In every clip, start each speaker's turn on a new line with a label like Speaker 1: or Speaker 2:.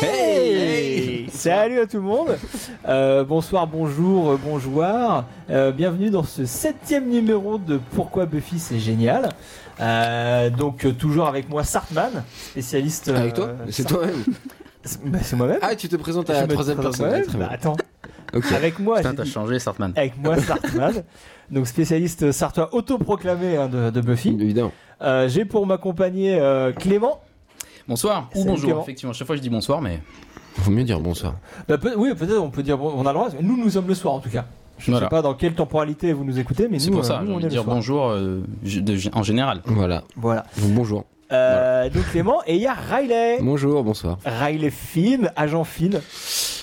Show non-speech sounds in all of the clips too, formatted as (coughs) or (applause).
Speaker 1: Hey, Salut à tout le monde. Euh, bonsoir, bonjour, euh, bonjour. Euh, bienvenue dans ce septième numéro de Pourquoi Buffy c'est génial. Euh, donc euh, toujours avec moi Sartman, spécialiste. euh,
Speaker 2: Avec Ah, toi C'est toi-même
Speaker 1: c'est- bah, c'est moi-même.
Speaker 2: (laughs) Ah, tu te présentes à
Speaker 1: Je
Speaker 2: la
Speaker 1: me
Speaker 2: troisième
Speaker 1: présente
Speaker 2: personne.
Speaker 1: moi-même.
Speaker 2: Ah, très bien.
Speaker 1: Bah, attends.
Speaker 2: Ok.
Speaker 1: Avec moi.
Speaker 3: Putain,
Speaker 1: j'ai
Speaker 3: t'as
Speaker 1: dit-
Speaker 3: changé, Sartman.
Speaker 1: Avec moi Sartman, donc spécialiste euh, sartois autoproclamé hein, de, de Buffy.
Speaker 2: Évidemment.
Speaker 1: Euh, J'ai pour m'accompagner euh, Clément.
Speaker 3: Bonsoir ou
Speaker 1: Salut,
Speaker 3: bonjour.
Speaker 1: Clément.
Speaker 3: Effectivement, à chaque fois je dis bonsoir, mais
Speaker 2: Faut mieux dire bonsoir.
Speaker 1: Bah, peut- oui, peut-être on peut dire bon, on a le droit. Nous, nous sommes le soir en tout cas. Je ne
Speaker 3: Voilà.
Speaker 1: sais pas dans quelle temporalité vous nous écoutez, mais
Speaker 3: c'est
Speaker 1: nous,
Speaker 3: pour
Speaker 1: euh,
Speaker 3: ça.
Speaker 1: nous,
Speaker 3: J'ai
Speaker 1: on
Speaker 3: envie
Speaker 1: est
Speaker 3: de
Speaker 1: le
Speaker 3: dire
Speaker 1: soir.
Speaker 3: bonjour euh, je- de- en général.
Speaker 2: Voilà.
Speaker 1: Voilà.
Speaker 2: Donc, bonjour.
Speaker 1: Euh, Donc Clément et il y a Riley.
Speaker 2: Bonjour, bonsoir.
Speaker 1: Riley Finn, agent Finn.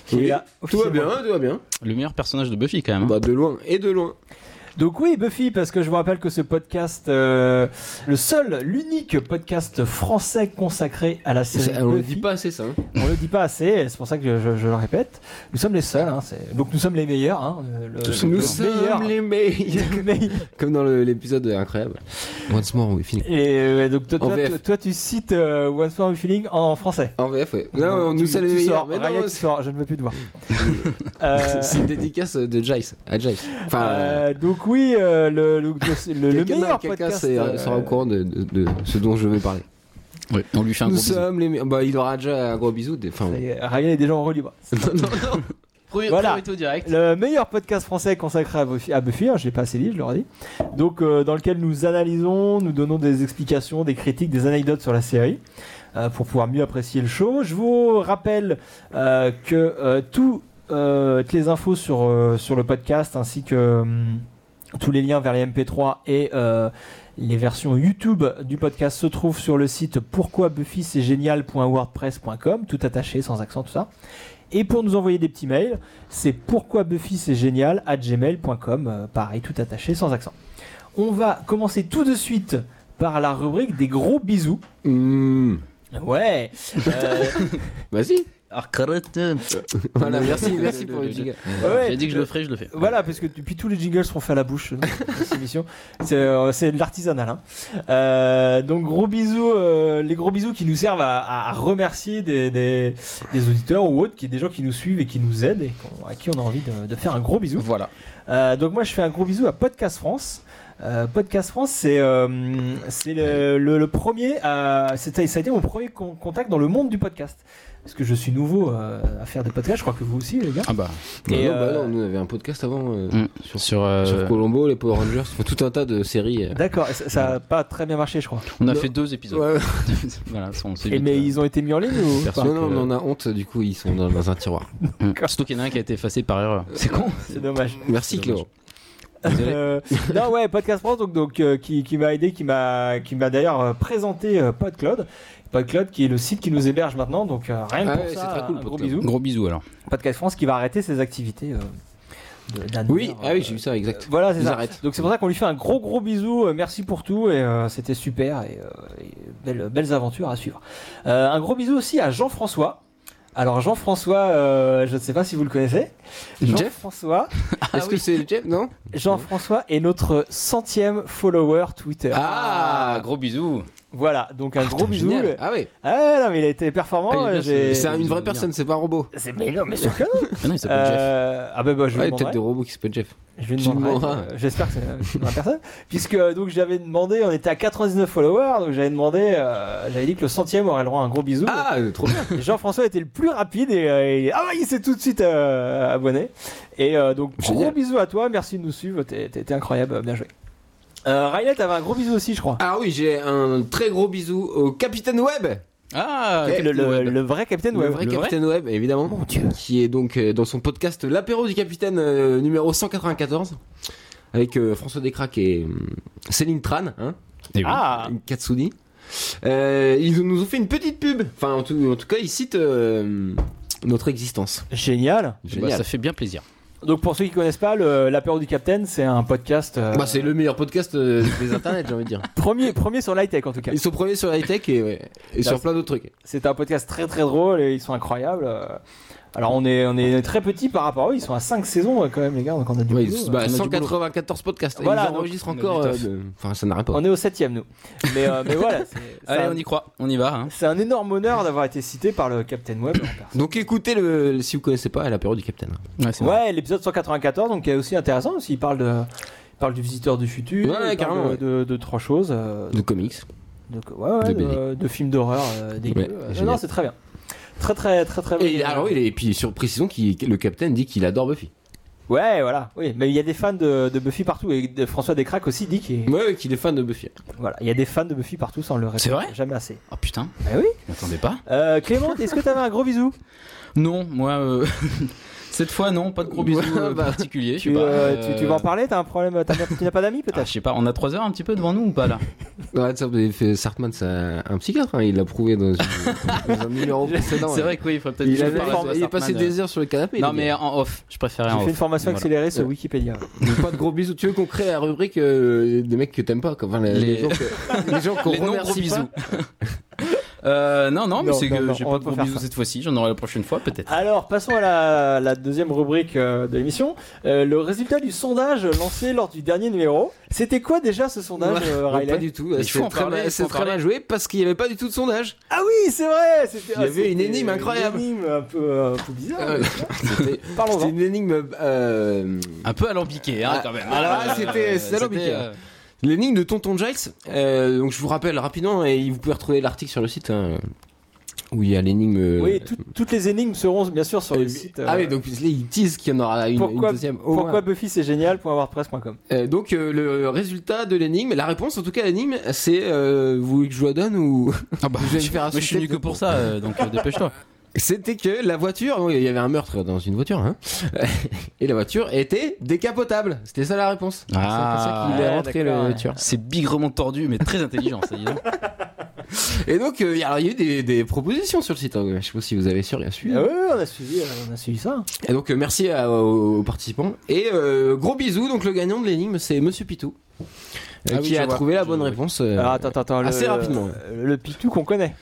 Speaker 1: qui est là
Speaker 2: Tout va bien, hein.
Speaker 1: officiellement.
Speaker 2: tout va bien.
Speaker 3: Le meilleur personnage de Buffy, quand même. hein.
Speaker 2: Bah, de loin et de loin.
Speaker 1: Donc oui, Buffy, parce que je vous rappelle que ce podcast, euh, le seul, l'unique podcast français consacré à la série.
Speaker 2: C'est- On le
Speaker 1: Buffy.
Speaker 2: dit pas assez, ça. hein.
Speaker 1: On le dit pas assez, c'est pour ça que je, je- je le répète. Nous sommes les seuls, hein, c'est- donc nous sommes les meilleurs. hein, euh, le- le
Speaker 2: Nous sommes
Speaker 1: meilleur.
Speaker 2: les meilleurs.
Speaker 1: (laughs) Le meilleur.
Speaker 2: (laughs) Comme dans le- l'épisode incroyable. Once more, oui, fini.
Speaker 1: Et euh, donc toi,
Speaker 2: En
Speaker 1: toi,
Speaker 2: VF.
Speaker 1: toi- toi, tu cites euh, One Swan Feeling en français.
Speaker 2: En VF, ouais. Non,
Speaker 1: Tu-
Speaker 2: nous sommes les
Speaker 1: tu
Speaker 2: meilleurs.
Speaker 1: sors,
Speaker 2: Mais
Speaker 1: Ryan,
Speaker 2: non,
Speaker 1: tu
Speaker 2: c'est-
Speaker 1: sors, je ne veux plus te voir.
Speaker 2: (laughs)
Speaker 1: Euh,
Speaker 2: c'est une dédicace de Jace. À Jace. Enfin.
Speaker 1: euh, donc oui, euh, le, le, le- le
Speaker 2: quelqu'un-
Speaker 1: meilleur
Speaker 2: quelqu'un
Speaker 1: podcast.
Speaker 2: sera-
Speaker 1: euh,
Speaker 2: sera au courant de, de- de ce dont je vais parler.
Speaker 3: Oui, on lui fait un
Speaker 2: Nous
Speaker 3: gros bisou.
Speaker 2: sommes les meilleurs. Bah, il aura déjà un gros bisou. des- Enfin,
Speaker 1: ça y est, Ryan est déjà en roue libre.
Speaker 2: non, non,
Speaker 3: Premier-
Speaker 1: Voilà.
Speaker 3: premier taux direct.
Speaker 1: Le meilleur podcast français consacré à Buffy, à Buffy, hein, je l'ai pas assez dit, je leur ai dit. Donc, euh, dans lequel nous analysons, nous donnons des explications, des critiques, des anecdotes sur la série. euh, pour pouvoir mieux apprécier le show. Je vous rappelle euh, que euh, tout, euh, toutes les infos sur, euh, sur le podcast ainsi que hum, tous les liens vers les MP3 et euh, les versions YouTube du podcast se trouvent sur le site pourquoi Buffy c'est génial.wordpress.com, tout attaché, sans accent, tout ça. Et pour nous envoyer des petits mails, c'est pourquoi Buffy c'est génial à gmail.com, euh, pareil, tout attaché, sans accent. On va commencer tout de suite par la rubrique des gros bisous.
Speaker 2: Hmm.
Speaker 1: Ouais. Euh,
Speaker 2: Vas-y.
Speaker 3: Ah, carotte.
Speaker 2: Voilà, (laughs) merci, merci pour le jingle.
Speaker 1: (laughs) ouais,
Speaker 3: J'ai dit que je
Speaker 1: euh,
Speaker 3: le ferais, je le fais.
Speaker 1: Voilà, parce que depuis tous les jingles seront faits à la bouche euh, dans cette
Speaker 3: (laughs)
Speaker 1: émission. C'est euh, c'est de l'artisanal. hein. Euh, donc gros bisous, euh, les gros bisous qui nous servent à, à- à remercier des, des- des auditeurs ou autres, qui des gens qui nous suivent et qui nous aident et qu'on- à qui on a envie de, de faire un gros bisou.
Speaker 3: Voilà.
Speaker 1: Euh, donc moi je fais un gros bisou à Podcast France. Euh, Podcast France, c'est euh, c'est le, le- le premier, à, c'était- ça a été mon premier con- contact dans le monde du podcast. Parce que je suis nouveau euh, à faire des podcasts, je crois que vous aussi les gars.
Speaker 3: Ah bah,
Speaker 1: Et,
Speaker 2: non, bah
Speaker 1: euh,
Speaker 2: non, nous on avait un podcast avant euh,
Speaker 3: Mm.
Speaker 2: sur,
Speaker 3: sur, euh,
Speaker 2: sur Colombo, les Power Rangers, enfin, tout un tas de séries. euh.
Speaker 1: D'accord, ça ça a pas très bien marché je crois.
Speaker 3: on a
Speaker 2: Non.
Speaker 3: fait deux épisodes.
Speaker 2: Ouais.
Speaker 3: voilà, ça, on s'est
Speaker 1: Et
Speaker 3: vite,
Speaker 1: mais
Speaker 3: euh,
Speaker 1: ils ont été mis en ligne ou
Speaker 3: perçu
Speaker 2: Non, non,
Speaker 3: que-
Speaker 2: on en a honte, du coup, ils sont dans, dans un tiroir.
Speaker 3: Mm. Surtout qu'il y en a un qui a été effacé par erreur. C'est con.
Speaker 1: C'est dommage.
Speaker 2: Merci,
Speaker 3: Dommage.
Speaker 2: Clément.
Speaker 3: Désolé.
Speaker 2: (laughs)
Speaker 1: Euh, non ouais, Podcast France donc donc euh, qui, qui m'a aidé, qui m'a qui m'a d'ailleurs euh, présenté euh, PodCloud, PodCloud qui est le site qui nous héberge maintenant donc euh, rien que
Speaker 2: Ah
Speaker 1: pour
Speaker 2: ouais,
Speaker 1: ça.
Speaker 2: c'est très cool,
Speaker 1: un gros
Speaker 2: PodCloud.
Speaker 1: bisou.
Speaker 3: Gros bisous alors.
Speaker 1: Podcast France qui va arrêter ses activités. euh, de- d'annuaire,
Speaker 2: Oui, ah
Speaker 1: euh,
Speaker 2: oui, j'ai vu ça, exact.
Speaker 1: Voilà, c'est
Speaker 2: Ils
Speaker 1: ça.
Speaker 2: arrêtent.
Speaker 1: Donc c'est pour ça qu'on lui fait un gros gros bisou. euh, merci pour tout et euh, c'était super et, euh, et belles, belles aventures à suivre. Euh, un gros bisou aussi à Jean-François. Alors Jean-François, euh, je ne sais pas si vous le connaissez.
Speaker 2: Jeff
Speaker 1: Jean-François,
Speaker 2: Est-ce que c'est Jeff, non
Speaker 1: Jean-François est notre centième follower Twitter.
Speaker 2: Ah,
Speaker 3: gros bisous.
Speaker 1: Voilà, donc un gros
Speaker 2: putain,
Speaker 1: bisou.
Speaker 2: génial. Ah ouais,
Speaker 1: Ah non mais il a été
Speaker 3: Ah,
Speaker 1: performant.
Speaker 3: il est bien,
Speaker 1: euh, j'ai-
Speaker 2: c'est un- une vraie
Speaker 3: bien.
Speaker 2: personne, c'est pas un robot.
Speaker 1: C'est mais non mais sûr que non.
Speaker 3: Ah non, il s'appelle Jeff.
Speaker 1: Euh, Ah ben bah, je
Speaker 2: Ouais,
Speaker 1: lui
Speaker 2: peut-être
Speaker 1: demanderai.
Speaker 2: des robots qui s'appellent Jeff.
Speaker 1: Je lui
Speaker 2: Tu
Speaker 1: demanderai,
Speaker 2: demanderas.
Speaker 1: euh, J'espère que c'est c'est une vraie personne. (laughs) Puisque euh, donc j'avais demandé, on était à 99 followers, donc j'avais demandé, euh, j'avais dit que le centième aurait le droit à un gros bisou.
Speaker 2: Ah, euh, trop bien.
Speaker 1: Et Jean-François était le plus rapide et, euh, et- ah ouais, il s'est tout de suite euh, abonné. Et euh, donc gros
Speaker 2: Génial.
Speaker 1: bisous à toi, merci de nous suivre, t'es t'es- t'es incroyable, bien joué. Euh, Riley, t'avais un gros bisou aussi, je crois.
Speaker 2: Ah oui, j'ai un très gros bisou au Capitaine Web.
Speaker 3: Ah,
Speaker 2: Eh,
Speaker 1: le, le-
Speaker 3: Web.
Speaker 1: le vrai capitaine
Speaker 2: le
Speaker 1: Web.
Speaker 2: vrai Oh
Speaker 3: le vrai
Speaker 2: Capitaine Web, évidemment. Qui est donc euh, dans son podcast L'apéro du Capitaine euh, numéro 194 avec euh, François Descraques et hum, Céline Tran, hein,
Speaker 3: Eh oui.
Speaker 1: Ah,
Speaker 2: une Katsuni. Euh, ils nous ont fait une petite pub. Enfin, en tout, en tout cas, ils citent euh, notre existence.
Speaker 1: génial.
Speaker 3: Bah,
Speaker 2: Génial.
Speaker 3: ça fait bien plaisir.
Speaker 1: Donc pour ceux qui connaissent pas, le- l'apéro du capitaine, c'est un podcast euh,
Speaker 2: Bah, c'est le meilleur podcast euh,
Speaker 1: (laughs)
Speaker 2: des internets, j'ai envie de dire.
Speaker 1: premier, premier sur l'high-tech en tout cas.
Speaker 2: Ils sont premiers sur la high tech et, ouais, et
Speaker 1: Là,
Speaker 2: sur plein d'autres trucs.
Speaker 1: C'est un podcast très très drôle et ils sont incroyables. Euh, Alors on est, on est très petit par rapport à eux, ils sont à 5 saisons euh, quand même les gars, donc on a du
Speaker 2: Oui,
Speaker 1: boulot, hein.
Speaker 2: bah,
Speaker 1: on a du boulot.
Speaker 2: 194 podcasts.
Speaker 1: Voilà,
Speaker 2: Voilà, ils
Speaker 1: donc,
Speaker 2: enregistrent
Speaker 3: on a du
Speaker 2: encore.
Speaker 3: taf.
Speaker 2: euh, de- Enfin, ça n'arrête pas.
Speaker 1: On est au septième nous. Mais, euh, mais voilà, c'est-
Speaker 2: (laughs)
Speaker 1: c'est
Speaker 3: Allez,
Speaker 1: un-
Speaker 3: on y croit, on y va. hein.
Speaker 1: c'est un énorme honneur d'avoir été cité par le Captain
Speaker 2: (coughs)
Speaker 1: Web. en personne.
Speaker 2: Donc écoutez, le, le- si vous connaissez pas, à l'apéro du Capitaine. hein,
Speaker 3: Ouais, c'est vrai.
Speaker 1: Ouais, l'épisode 194, donc qui est aussi intéressant parce qu'il parle de. il parle du visiteur du futur,
Speaker 2: Ouais,
Speaker 1: il parle
Speaker 2: carrément,
Speaker 1: de,
Speaker 2: ouais.
Speaker 1: de- de trois choses, euh,
Speaker 2: De comics.
Speaker 1: donc, ouais, ouais,
Speaker 2: de
Speaker 1: de,
Speaker 2: BD.
Speaker 1: de films d'horreur, euh, dégueu.
Speaker 2: Ouais,
Speaker 1: Euh,
Speaker 2: génial.
Speaker 1: non, c'est très bien. Très, très, très, très
Speaker 2: Et,
Speaker 1: bien.
Speaker 2: alors, oui, et puis sur précision, qui, le Capitaine dit qu'il adore Buffy.
Speaker 1: Ouais, voilà. Oui, mais il y a des fans de, de Buffy partout et de François Descraques aussi dit qu'il
Speaker 2: Ouais, ouais, qu'il est fan de Buffy.
Speaker 1: voilà, il y a des fans de Buffy partout sans le répéter.
Speaker 3: C'est vrai
Speaker 1: Jamais assez.
Speaker 3: Oh putain,
Speaker 1: Bah oui.
Speaker 3: je m'attendais pas.
Speaker 1: Euh, Clément, est-ce que t'avais un gros bisou
Speaker 3: Non, moi, euh, (laughs) cette fois, non, pas de gros bisous
Speaker 2: Ouais,
Speaker 3: euh,
Speaker 2: bah,
Speaker 3: particuliers. je sais
Speaker 1: tu,
Speaker 3: pas,
Speaker 1: euh, tu-
Speaker 3: euh,
Speaker 1: tu vas en parler T'as un problème t'as- Tu n'as pas d'amis
Speaker 3: ah,
Speaker 1: peut-être
Speaker 3: Je sais pas, on a 3 heures un petit peu devant nous ou pas là
Speaker 2: Ouais, ça, vous avez fait- Sartman, c'est un un psychiatre, hein, il l'a prouvé dans, une- dans un (laughs) numéro précédent.
Speaker 3: C'est vrai que oui, il faudrait peut-être
Speaker 2: Il,
Speaker 3: que je
Speaker 2: avait-
Speaker 3: parle à
Speaker 2: il est
Speaker 3: Sartman,
Speaker 2: passé
Speaker 3: euh.
Speaker 2: des heures sur le canapé.
Speaker 3: Non,
Speaker 2: le
Speaker 3: mais
Speaker 2: gars.
Speaker 3: en off, je préférais
Speaker 1: J'ai
Speaker 3: en
Speaker 1: fait une
Speaker 3: off.
Speaker 1: formation
Speaker 3: Voilà.
Speaker 1: accélérée sur
Speaker 2: Ouais.
Speaker 1: Wikipédia.
Speaker 2: Donc, euh, pas de gros bisous. Tu veux qu'on crée la rubrique euh, des mecs que t'aimes pas, quoi. enfin les,
Speaker 3: Les-
Speaker 2: les (laughs) gens que- les gens qu'on
Speaker 3: Les non-gros
Speaker 2: remercie pas.
Speaker 3: bisous. (laughs) Euh, non, non, mais
Speaker 1: Non,
Speaker 3: c'est
Speaker 1: non,
Speaker 3: que
Speaker 1: non,
Speaker 3: j'ai
Speaker 1: on
Speaker 3: pas
Speaker 1: va
Speaker 3: de
Speaker 1: pas
Speaker 3: gros
Speaker 1: faire
Speaker 3: bisous
Speaker 1: ça.
Speaker 3: cette fois-ci, j'en aurai la prochaine fois peut-être.
Speaker 1: Alors, passons à la, la deuxième rubrique euh, de l'émission. Euh, le résultat du sondage lancé lors du dernier numéro. C'était quoi déjà ce sondage,
Speaker 2: Ouais,
Speaker 1: euh,
Speaker 2: non,
Speaker 1: Riley
Speaker 2: pas du tout.
Speaker 3: Mais il
Speaker 2: C'est
Speaker 3: faut en
Speaker 2: très,
Speaker 3: parler,
Speaker 2: mal-
Speaker 3: il faut
Speaker 2: c'est
Speaker 3: en
Speaker 2: très
Speaker 3: parler.
Speaker 2: mal joué parce qu'il n'y avait pas du tout de sondage.
Speaker 1: Ah oui, c'est vrai c'était-
Speaker 2: Il y
Speaker 1: ah,
Speaker 2: avait une
Speaker 1: c'était
Speaker 2: énigme incroyable.
Speaker 1: Une énigme un peu, euh, un peu bizarre.
Speaker 2: Euh, (laughs) C'était c'était
Speaker 1: Parlons-en.
Speaker 2: une énigme. euh,
Speaker 3: Un peu alambiqué, hein,
Speaker 2: Ah,
Speaker 3: quand même. euh,
Speaker 2: alors là, c'était- c'était alambiqué, hein. L'énigme de Tonton Giles, euh, donc je vous rappelle rapidement, et vous pouvez retrouver l'article sur le site hein, où il y a l'énigme. euh,
Speaker 1: Oui, tout- toutes les énigmes seront bien sûr sur
Speaker 2: euh,
Speaker 1: le site. euh,
Speaker 2: Ah oui, donc il tease qu'il y en aura une,
Speaker 1: pourquoi,
Speaker 2: une deuxième. au moins.
Speaker 1: pourquoi Buffy c'est génial .wordpress.com.
Speaker 2: Euh, donc euh, le résultat de l'énigme, la réponse en tout cas à l'énigme, c'est euh, vous voulez que je vous la donne ou (laughs)
Speaker 3: Ah bah,
Speaker 2: Vous allez me faire
Speaker 3: moi, je suis
Speaker 2: insulter
Speaker 3: nu que
Speaker 2: de-
Speaker 3: pour ça, euh, donc euh, dépêche-toi.
Speaker 2: C'était que la voiture, bon, il y avait un meurtre dans une voiture, hein, (laughs) et la voiture était décapotable. C'était ça la réponse. c'est
Speaker 3: Ah.
Speaker 2: pour ça qu'il est
Speaker 1: Ouais,
Speaker 2: rentré
Speaker 1: d'accord,
Speaker 2: le
Speaker 1: ouais.
Speaker 2: tueur.
Speaker 3: C'est bigrement tordu, mais très intelligent, ça hein. dis donc.
Speaker 2: Et donc euh, il y a alors, il y a eu des, des propositions sur le site. hein, Je sais pas si vous avez su, suivi.
Speaker 1: Ah oui, on a suivi, euh, on a suivi ça.
Speaker 2: Et donc euh, merci à- aux, aux participants et euh, gros bisous. Donc le gagnant de l'énigme c'est Monsieur Pitou euh,
Speaker 3: Ah oui,
Speaker 2: qui
Speaker 3: je
Speaker 2: a
Speaker 3: vois.
Speaker 2: trouvé la
Speaker 3: Je
Speaker 2: bonne
Speaker 3: vois. Ah,
Speaker 2: réponse. euh,
Speaker 1: Alors attends, attends, attends. le- euh,
Speaker 2: assez rapidement.
Speaker 1: Le, le Pitou qu'on connaît.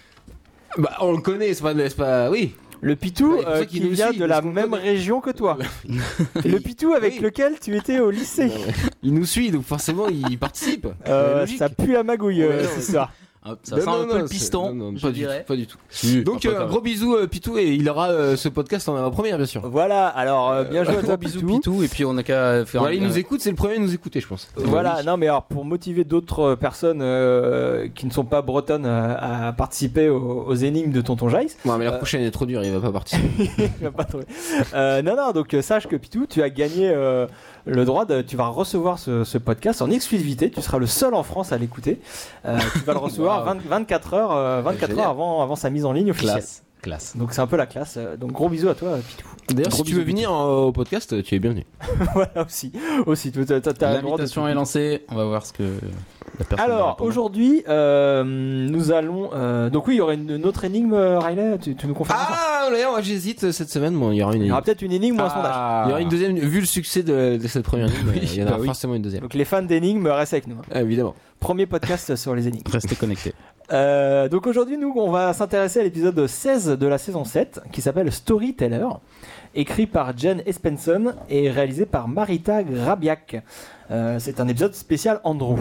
Speaker 2: Bah on le connaît, c'est pas, c'est pas,
Speaker 3: (laughs)
Speaker 2: oui.
Speaker 1: Le Pitou
Speaker 2: Ouais, c'est pour
Speaker 1: euh,
Speaker 2: ça
Speaker 1: qui
Speaker 2: qu'il nous
Speaker 1: vient
Speaker 2: suit,
Speaker 1: de
Speaker 2: parce
Speaker 1: la
Speaker 2: qu'on
Speaker 1: même
Speaker 2: connaît.
Speaker 1: région que
Speaker 2: (laughs)
Speaker 1: toi. le Pitou avec
Speaker 2: Oui.
Speaker 1: lequel tu étais au lycée.
Speaker 2: Il nous suit donc forcément il participe.
Speaker 1: Euh,
Speaker 2: C'est logique.
Speaker 1: ça pue la magouille
Speaker 2: Ouais,
Speaker 1: euh,
Speaker 2: non,
Speaker 1: ce
Speaker 2: mais-
Speaker 1: soir.
Speaker 3: Hop, ça
Speaker 2: Non,
Speaker 3: sent
Speaker 2: non,
Speaker 3: un
Speaker 2: non,
Speaker 3: peu le
Speaker 2: c'est-
Speaker 3: piston,
Speaker 2: non, non, pas
Speaker 3: je
Speaker 2: du
Speaker 3: dirais.
Speaker 2: tout, Pas du tout.
Speaker 3: Oui,
Speaker 2: Donc,
Speaker 3: après,
Speaker 2: euh,
Speaker 3: quand même.
Speaker 2: gros bisous, euh, Pitou, et il aura euh, ce podcast en avant-première, bien sûr.
Speaker 1: Voilà, alors euh, bien joué à
Speaker 3: Gros
Speaker 1: toi
Speaker 3: bisous,
Speaker 1: Pitou.
Speaker 3: Pitou, et puis on Euh, a qu'à faire
Speaker 2: Voilà, il
Speaker 3: un-
Speaker 2: nous écoute, c'est le premier à nous écouter, je pense.
Speaker 1: Voilà, non mais alors pour motiver d'autres euh, personnes euh, qui ne sont pas bretonnes euh, à participer aux, aux énigmes de Tonton Jace,
Speaker 2: Non,
Speaker 3: Euh,
Speaker 2: mais la prochaine est trop dure, il va pas participer.
Speaker 1: Tu vas pas trouver. Euh, non, non, donc euh, sache que Pitou, tu as gagné euh, le droit de. Tu vas recevoir ce, ce podcast en exclusivité. Tu seras le seul en France à l'écouter. Euh, tu vas le
Speaker 2: (laughs)
Speaker 1: recevoir
Speaker 3: Wow.
Speaker 1: 20 24 heures, euh, 24
Speaker 2: Ah, Génial.
Speaker 1: heures avant, avant sa mise en ligne officielle.
Speaker 3: Classe, classe.
Speaker 1: Donc c'est un peu la classe. Euh, Donc gros bisous à toi, euh, Pitou. (laughs)
Speaker 2: D'ailleurs,
Speaker 3: Gros
Speaker 2: si tu veux
Speaker 3: bisous,
Speaker 2: venir euh, au podcast, tu es bienvenu.
Speaker 1: voilà aussi. aussi tu- t'as- t'as le droit de-
Speaker 3: L'invitation est lancée, on va voir ce que la personne va
Speaker 1: Alors
Speaker 3: répondre.
Speaker 1: aujourd'hui, euh, nous allons. euh, donc oui, il y aura une, une autre énigme, euh, Riley. Tu, tu nous confirmes ça
Speaker 2: Ah, d'ailleurs, j'hésite cette semaine. Bon, il y aura une.
Speaker 3: Ah,
Speaker 1: Il y aura peut-être une énigme ou un sondage.
Speaker 2: Il y aura une deuxième, vu le succès de, de cette première (laughs) ligne, euh, il y en aura
Speaker 3: bah oui.
Speaker 2: forcément une deuxième.
Speaker 1: Donc les fans d'énigmes restent avec nous. hein.
Speaker 2: Ah, Évidemment.
Speaker 1: Premier podcast sur les énigmes.
Speaker 3: Restez connectés.
Speaker 1: Euh, donc aujourd'hui, nous, on va s'intéresser à l'épisode 16 de la saison 7 qui s'appelle Storyteller, écrit par Jen Espenson et réalisé par Marita Grabiak. Euh, c'est un épisode spécial Andrew.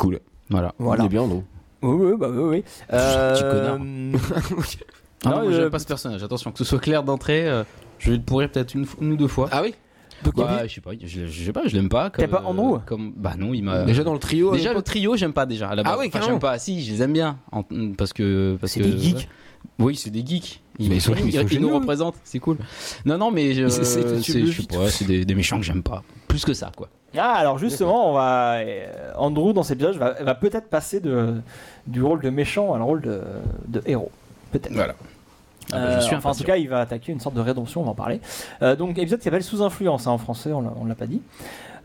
Speaker 2: Cool.
Speaker 3: Voilà.
Speaker 1: Voilà.
Speaker 2: Il est bien, Andrew.
Speaker 1: Oui, oui, bah oui, oui. Euh,
Speaker 3: Petit connard. Ah non,
Speaker 1: Non,
Speaker 3: moi,
Speaker 1: euh,
Speaker 3: j'aime pas ce personnage, attention, que ce soit clair d'entrée, euh, je vais le pourrir peut-être une, fois- une ou deux fois.
Speaker 2: Ah oui
Speaker 1: (laughs) donc, il y a-
Speaker 3: Bah, je sais pas, je, l'ai- je sais pas, je l'aime pas. comme,
Speaker 1: T'aimes pas Andrew
Speaker 3: euh, comme, Bah non, il m'a.
Speaker 2: Déjà dans le trio.
Speaker 3: Déjà,
Speaker 2: euh,
Speaker 3: le trio, j'aime pas déjà. à la
Speaker 2: Ah
Speaker 3: base.
Speaker 2: oui,
Speaker 3: Enfin,
Speaker 2: carrément.
Speaker 3: j'aime pas. Si, je les aime bien. en- parce que. Parce
Speaker 1: c'est
Speaker 3: que-
Speaker 1: des geeks.
Speaker 3: Oui, c'est des geeks.
Speaker 2: Mais ils sont- ils sont
Speaker 3: nous
Speaker 2: géniaux.
Speaker 3: représentent, c'est cool. Non, non, mais. euh,
Speaker 2: C'est- c'est-
Speaker 3: c'est-
Speaker 2: tu
Speaker 3: je
Speaker 2: le
Speaker 3: sais
Speaker 2: vis
Speaker 3: pas, c'est des, des méchants que j'aime pas. Plus que ça, quoi.
Speaker 1: Ah, alors justement, on va euh, Andrew dans cet épisode va, va peut-être passer de du rôle de méchant à le rôle de, de héros. Peut-être.
Speaker 3: Voilà. Ah bah,
Speaker 1: Euh,
Speaker 3: je suis
Speaker 1: enfin, en tout
Speaker 3: impatient.
Speaker 1: cas, il va attaquer une sorte de rédemption, on va en parler. Euh, donc, épisode qui s'appelle Sous influence hein, en français, on l'a- on l'a pas dit.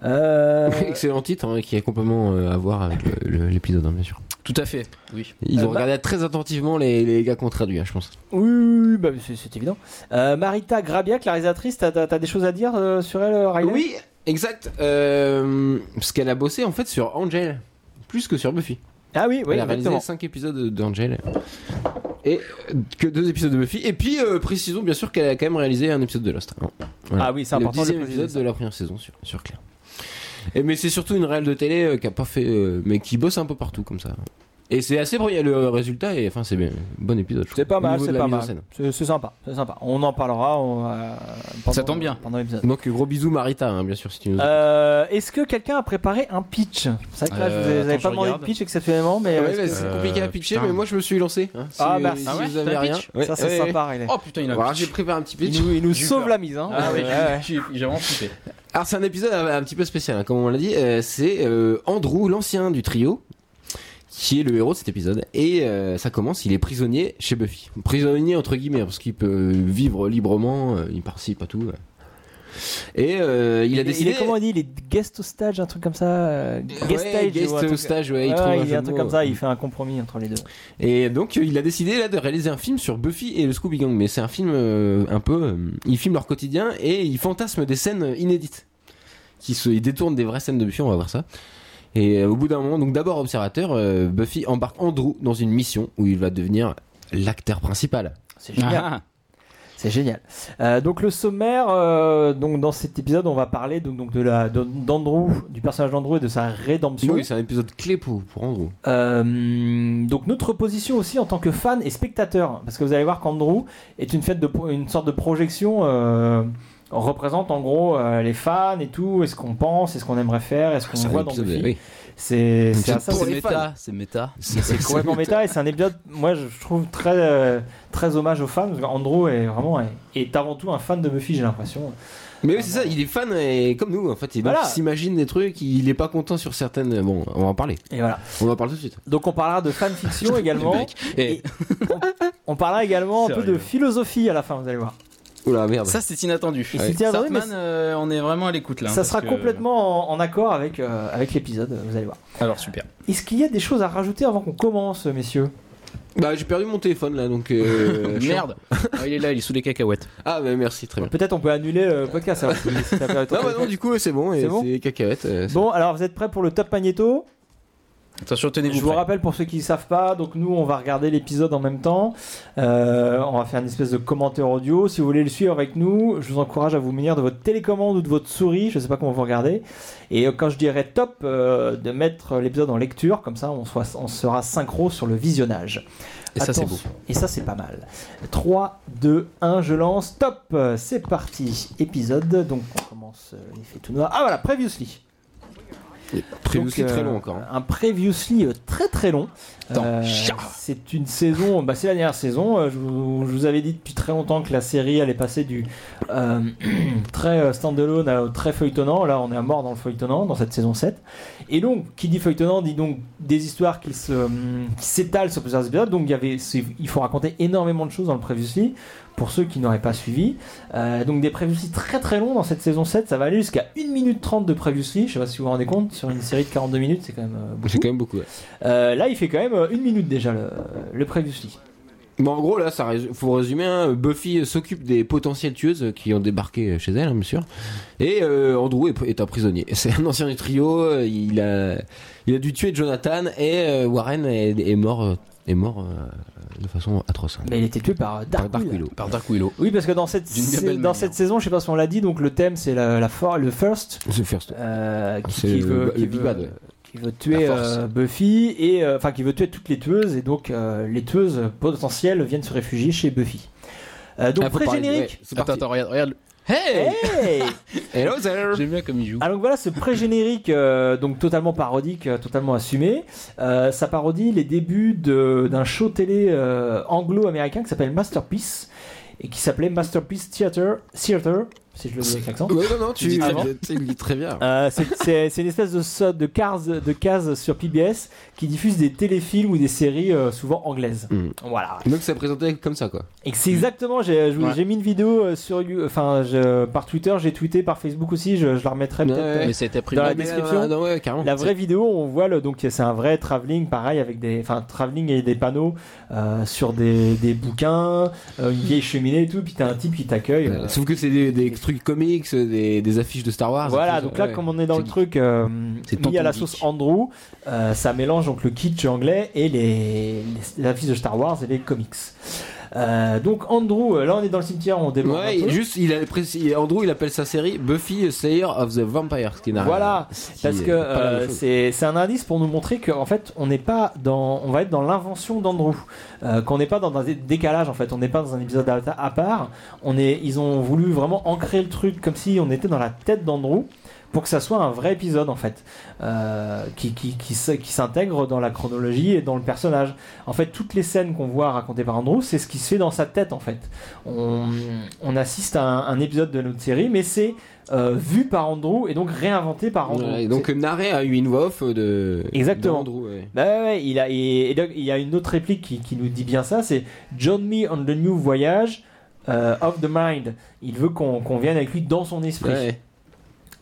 Speaker 1: Euh,
Speaker 2: (laughs) Excellent titre hein, qui a complètement euh, à voir avec le- le- l'épisode, hein, bien sûr.
Speaker 3: Tout à fait, oui.
Speaker 2: Ils
Speaker 1: Euh,
Speaker 2: ont
Speaker 1: bah-
Speaker 2: regardé très attentivement les, les gars qu'on traduit, hein, je pense.
Speaker 1: oui, oui, oui, bah, c'est c'est évident. Euh, Marita Grabiak, la réalisatrice, t'as t'as- t'as des choses à dire euh, sur elle, euh, Riley
Speaker 2: Oui, exact. Euh, parce qu'elle a bossé en fait sur Angel. Plus que sur Buffy.
Speaker 1: Ah oui, oui,
Speaker 2: elle a réalisé
Speaker 1: exactement.
Speaker 2: 5 épisodes d'Angel. et euh, que deux épisodes de Buffy. Et puis euh, précisons bien sûr qu'elle a quand même réalisé un épisode de Lost. Hein. Voilà.
Speaker 1: Ah oui, c'est
Speaker 2: le
Speaker 1: important. de
Speaker 2: dixième
Speaker 1: préciser
Speaker 2: épisode
Speaker 1: ça.
Speaker 2: de la première saison sur, sur Claire. Et mais c'est surtout une réelle de télé euh, qui a pas fait, euh, mais qui bosse un peu partout comme ça. Et c'est assez brillant le résultat et enfin c'est bien, bon épisode. je
Speaker 1: C'est
Speaker 2: trouve,
Speaker 1: pas
Speaker 2: au
Speaker 1: mal,
Speaker 2: niveau de
Speaker 1: c'est
Speaker 2: la
Speaker 1: pas
Speaker 2: mise en
Speaker 1: mal.
Speaker 2: scène.
Speaker 1: C'est c'est sympa, c'est sympa. On en parlera. on, euh, pendant-
Speaker 3: Ça tombe bien.
Speaker 1: Pendant l'épisode.
Speaker 2: Donc gros bisous Marita, hein, bien sûr si tu nous.
Speaker 1: Euh, est-ce que quelqu'un a préparé un pitch C'est vrai que là, je vous
Speaker 3: Euh,
Speaker 1: ai- vous n'avez
Speaker 3: attends,
Speaker 1: pas
Speaker 3: je
Speaker 1: demandé de
Speaker 3: regarde.
Speaker 1: pitch exceptionnellement, mais.
Speaker 2: Ah ouais,
Speaker 1: est-ce
Speaker 2: bah,
Speaker 1: que-
Speaker 2: c'est
Speaker 3: Euh,
Speaker 2: compliqué à pitcher,
Speaker 3: putain.
Speaker 2: mais moi je me suis lancé. hein, si,
Speaker 1: Ah,
Speaker 2: euh,
Speaker 1: merci.
Speaker 2: si
Speaker 1: Ah ouais,
Speaker 2: vous
Speaker 3: t'as
Speaker 2: avez
Speaker 3: un
Speaker 2: rien.
Speaker 3: pitch
Speaker 2: Ouais,
Speaker 1: ça, c'est
Speaker 2: ouais, ouais.
Speaker 1: sympa, il est.
Speaker 3: Oh putain, il a
Speaker 2: Alors,
Speaker 3: un
Speaker 2: j'ai
Speaker 3: pitch.
Speaker 2: préparé un petit pitch.
Speaker 1: Il nous, il nous
Speaker 3: J'ai eu
Speaker 1: sauve
Speaker 3: peur.
Speaker 1: la mise. Hein.
Speaker 3: Ah ouais,
Speaker 1: Ouais, ouais.
Speaker 3: j'ai j'ai vraiment flippé.
Speaker 2: Alors c'est un épisode euh, un petit peu spécial, hein, comme on l'a dit. Euh, c'est euh, Andrew, l'ancien du trio, qui est le héros de cet épisode. Et euh, ça commence, il est prisonnier chez Buffy. Prisonnier entre guillemets, hein, parce qu'il peut vivre librement, euh, il participe à tout. ouais. Et euh, il a
Speaker 1: est-
Speaker 2: décidé...
Speaker 1: est, comment on dit Il est guest stage, un truc comme ça. euh,
Speaker 2: Ouais,
Speaker 1: guest stage.
Speaker 2: guest
Speaker 1: ou un truc-
Speaker 2: au stage, ouais, il
Speaker 1: Ouais,
Speaker 2: trouve
Speaker 1: il
Speaker 2: jeu
Speaker 1: est un
Speaker 2: de
Speaker 1: truc
Speaker 2: mots.
Speaker 1: comme ça, il fait un compromis entre les deux.
Speaker 2: Et donc euh, il a décidé là de réaliser un film sur Buffy et le Scooby Gang, mais c'est un film euh, un peu, euh, ils filment leur quotidien et ils fantasment des scènes inédites, qui se, ils détournent des vraies scènes de Buffy, on va voir ça. Et euh, au bout d'un moment, donc d'abord observateur, euh, Buffy embarque Andrew dans une mission où il va devenir l'acteur principal.
Speaker 1: C'est génial.
Speaker 3: Ah,
Speaker 1: C'est génial. Euh, donc le sommaire, euh, donc dans cet épisode, on va parler donc, donc de la de- d'Andrew, du personnage d'Andrew et de sa rédemption.
Speaker 2: Oui, c'est un épisode clé pour, pour Andrew.
Speaker 1: Euh, donc notre position aussi en tant que fan et spectateur, parce que vous allez voir qu'Andrew est une fête de pro- une sorte de projection. euh, on représente en gros euh, les fans et tout, est-ce qu'on pense, est-ce qu'on aimerait faire, est-ce qu'on
Speaker 2: C'est un
Speaker 1: voit dans
Speaker 2: épisode,
Speaker 1: le film.
Speaker 2: oui.
Speaker 1: C'est c'est
Speaker 2: épisode
Speaker 1: assez-
Speaker 2: pour
Speaker 3: C'est
Speaker 2: les
Speaker 3: méta, c'est méta.
Speaker 1: c'est complètement méta et c'est un épisode, moi je trouve très, euh, très hommage aux fans. Parce qu'Andrew est vraiment est, est avant tout un fan de Buffy, j'ai l'impression.
Speaker 2: Mais oui, c'est ça, il est fan et comme nous en fait, il donc,
Speaker 1: Voilà.
Speaker 2: il s'imagine des trucs, il est pas content sur certaines. Bon, on va en parler.
Speaker 1: Et voilà.
Speaker 2: On en parle tout de suite.
Speaker 1: Donc on parlera de
Speaker 2: (laughs)
Speaker 1: fanfiction également.
Speaker 3: Le mec.
Speaker 1: Et on, on parlera également un peu
Speaker 3: Sérieux.
Speaker 1: de philosophie à la fin, vous allez voir.
Speaker 2: Oula merde.
Speaker 3: Ça, c'est inattendu.
Speaker 1: Et c'était attendu, mais
Speaker 3: Sartman, euh, on est vraiment à l'écoute là. hein,
Speaker 1: ça
Speaker 3: parce
Speaker 1: sera
Speaker 3: que-
Speaker 1: complètement en, en accord avec, euh, avec l'épisode, vous allez voir.
Speaker 3: Alors, super.
Speaker 1: Est-ce qu'il y a des choses à rajouter avant qu'on commence, messieurs
Speaker 2: Bah j'ai perdu mon téléphone là donc
Speaker 3: (laughs)
Speaker 2: euh,
Speaker 3: Merde Ah, Il est là, il est sous les cacahuètes.
Speaker 2: Ah bah merci très bien.
Speaker 1: Peut-être on peut annuler euh, le podcast. alors, si- si t'as perdu ton
Speaker 2: Non bah non
Speaker 1: téléphone.
Speaker 2: du coup c'est bon
Speaker 1: C'est
Speaker 2: et c'est
Speaker 1: bon
Speaker 2: cacahuète. euh, c'est-
Speaker 1: Bon, alors vous êtes prêts pour le top magnéto
Speaker 3: Attention, tenez-vous
Speaker 1: Je vous
Speaker 3: prêts.
Speaker 1: rappelle pour ceux qui ne savent pas, donc nous on va regarder l'épisode en même temps. Euh, on va faire une espèce de commentaire audio. Si vous voulez le suivre avec nous, je vous encourage à vous munir de votre télécommande ou de votre souris. Je ne sais pas comment vous regardez. Et euh, quand je dirais top, euh, de mettre l'épisode en lecture, comme ça on, soit- on sera synchro sur le visionnage.
Speaker 3: Et ça, c'est beau.
Speaker 1: Attention. Et ça c'est pas mal. 3, 2, 1, je lance. Top, c'est parti. Épisode, donc on commence euh, l'effet tout noir. Ah voilà, previously.
Speaker 2: Previously,
Speaker 1: Donc, euh,
Speaker 2: très long encore. hein.
Speaker 1: Un previously euh, très très long.
Speaker 3: Attends,
Speaker 1: Euh,
Speaker 3: chia.
Speaker 1: c'est une saison, bah, c'est la dernière saison. Euh, Je vous, je vous avais dit depuis très longtemps que la série allait passer du euh, (clears throat) très euh, standalone à au très feuilletonnant. Là, on est à mort dans le feuilletonnant dans cette saison 7. Et donc, qui dit feuilletonnant dit donc des histoires qui se, hum, qui s'étalent sur plusieurs épisodes. Donc, il y avait, c'est- il faut raconter énormément de choses dans le previously pour ceux qui n'auraient pas suivi. Euh, donc des previously très très longs dans cette saison 7, ça va aller jusqu'à 1 minute 30 de previously, je sais pas si vous vous rendez compte, sur une série de 42 minutes, c'est quand même euh, beaucoup.
Speaker 2: C'est quand même beaucoup. ouais.
Speaker 1: Euh, là, il fait quand même euh, une minute déjà le, le previously.
Speaker 2: Bon Bah, en gros là ça résu- faut résumer hein, Buffy s'occupe des potentielles tueuses qui ont débarqué chez elle hein, bien sûr et euh, Andrew est, est un prisonnier. (laughs) C'est un ancien du trio. euh, Il a il a dû tuer Jonathan et euh, Warren est, est mort euh, est mort euh, de façon atroce. hein.
Speaker 1: Mais il était tué par euh, Dark,
Speaker 2: Par Dark
Speaker 1: Will.
Speaker 2: Willow.
Speaker 3: Par Dark Willow.
Speaker 1: Oui, parce que dans cette,
Speaker 3: D'une
Speaker 1: sa-
Speaker 3: belle
Speaker 1: dans
Speaker 3: manière.
Speaker 1: cette saison, je sais pas si on l'a dit, donc le thème c'est la, la for- le first
Speaker 2: The first.
Speaker 1: euh, qui,
Speaker 2: C'est
Speaker 1: qui
Speaker 2: le-
Speaker 1: veut,
Speaker 2: le
Speaker 1: qui
Speaker 2: Big
Speaker 1: veut-
Speaker 2: Bad, ouais.
Speaker 1: qui veut tuer
Speaker 2: La force.
Speaker 1: euh, Buffy et euh, enfin qui veut tuer toutes les tueuses et donc euh, les tueuses potentielles viennent se réfugier chez Buffy. Euh, donc
Speaker 2: Ah, faut
Speaker 1: pré
Speaker 2: parler de-
Speaker 1: générique.
Speaker 2: ouais, c'est
Speaker 3: Attends,
Speaker 2: parti.
Speaker 3: attends, regarde, regarde. Hey
Speaker 1: Hey
Speaker 2: Hello there.
Speaker 3: J'aime bien comme il joue.
Speaker 1: (laughs) Ah, donc voilà ce pré-générique, euh, donc totalement parodique, euh, totalement assumé. Euh, ça parodie les débuts de- d'un show télé euh, anglo-américain qui s'appelle Masterpiece et qui s'appelait Masterpiece Theater, Theater, si je le dis avec l'accent.
Speaker 2: Ouais, non non
Speaker 3: Tu
Speaker 2: tu
Speaker 3: dis très
Speaker 2: ah, tu le dis très bien.
Speaker 1: Euh, c'est- c'est c'est une espèce de, so- de, case, de case sur PBS qui diffuse des téléfilms ou des séries euh, souvent anglaises.
Speaker 2: Mm.
Speaker 1: Voilà.
Speaker 2: (laughs) Donc c'est présenté comme ça quoi.
Speaker 1: Et que c'est exactement, j'ai je vous-
Speaker 3: Ouais.
Speaker 1: j'ai mis une vidéo euh, sur, You- enfin, je- par Twitter, j'ai tweeté, par Facebook aussi, je, je la remettrai
Speaker 2: Ouais,
Speaker 1: peut-être. euh,
Speaker 2: ouais.
Speaker 3: Mais c'était pris
Speaker 1: Dans la
Speaker 2: Ah, mais là,
Speaker 1: description.
Speaker 2: là, là, ouais, carrément.
Speaker 1: La vraie vidéo, on voit le donc c'est un vrai travelling, pareil avec des, enfin travelling et des panneaux euh, sur des, des bouquins, euh, une vieille cheminée et tout. Puis t'as un type qui t'accueille.
Speaker 2: Voilà.
Speaker 1: euh,
Speaker 2: Sauf que c'est des, des
Speaker 1: des
Speaker 2: trucs comics, des, des affiches de Star Wars.
Speaker 1: Voilà,
Speaker 2: et tout,
Speaker 1: donc là,
Speaker 2: ouais.
Speaker 1: comme on est dans le
Speaker 2: Ah, C'est-
Speaker 1: truc euh,
Speaker 2: c'est
Speaker 1: mis à la
Speaker 2: Tonton
Speaker 1: sauce
Speaker 2: Geek.
Speaker 1: Andrew, euh, ça mélange donc le kitsch anglais et les, les affiches de Star Wars et les comics. Euh, donc Andrew, euh, là on est dans le cimetière, on démarre.
Speaker 2: Ouais, il- juste, il a précis- Andrew, il appelle sa série Buffy Slayer of the Vampire, ce qui n'a rien
Speaker 1: Voilà,
Speaker 2: ce qui
Speaker 1: parce
Speaker 2: est
Speaker 1: que
Speaker 2: pas la
Speaker 1: euh,
Speaker 2: même chose.
Speaker 1: c'est c'est un indice pour nous montrer qu'en fait on n'est pas dans, on va être dans l'invention d'Andrew, Euh, qu'on n'est pas dans un dé- décalage en fait, on n'est pas dans un épisode à, à part. On est, ils ont voulu vraiment ancrer le truc comme si on était dans la tête d'Andrew pour que ça soit un vrai épisode en fait, euh, qui, qui, qui, se- qui s'intègre dans la chronologie et dans le personnage. En fait, toutes les scènes qu'on voit racontées par Andrew, c'est ce qui se fait dans sa tête en fait. On, on assiste à un, un épisode de notre série, mais c'est euh, vu par Andrew et donc réinventé par Andrew.
Speaker 2: Ouais, et donc Naré a eu une voix off de
Speaker 1: Exactement.
Speaker 2: de Andrew, ouais.
Speaker 1: Bah ouais, ouais, il a, et- et donc, il y a une autre réplique qui, qui nous dit bien ça, c'est John Me on the New Voyage euh, of the Mind. Il veut qu'on qu'on vienne avec lui dans son esprit.
Speaker 2: Ouais.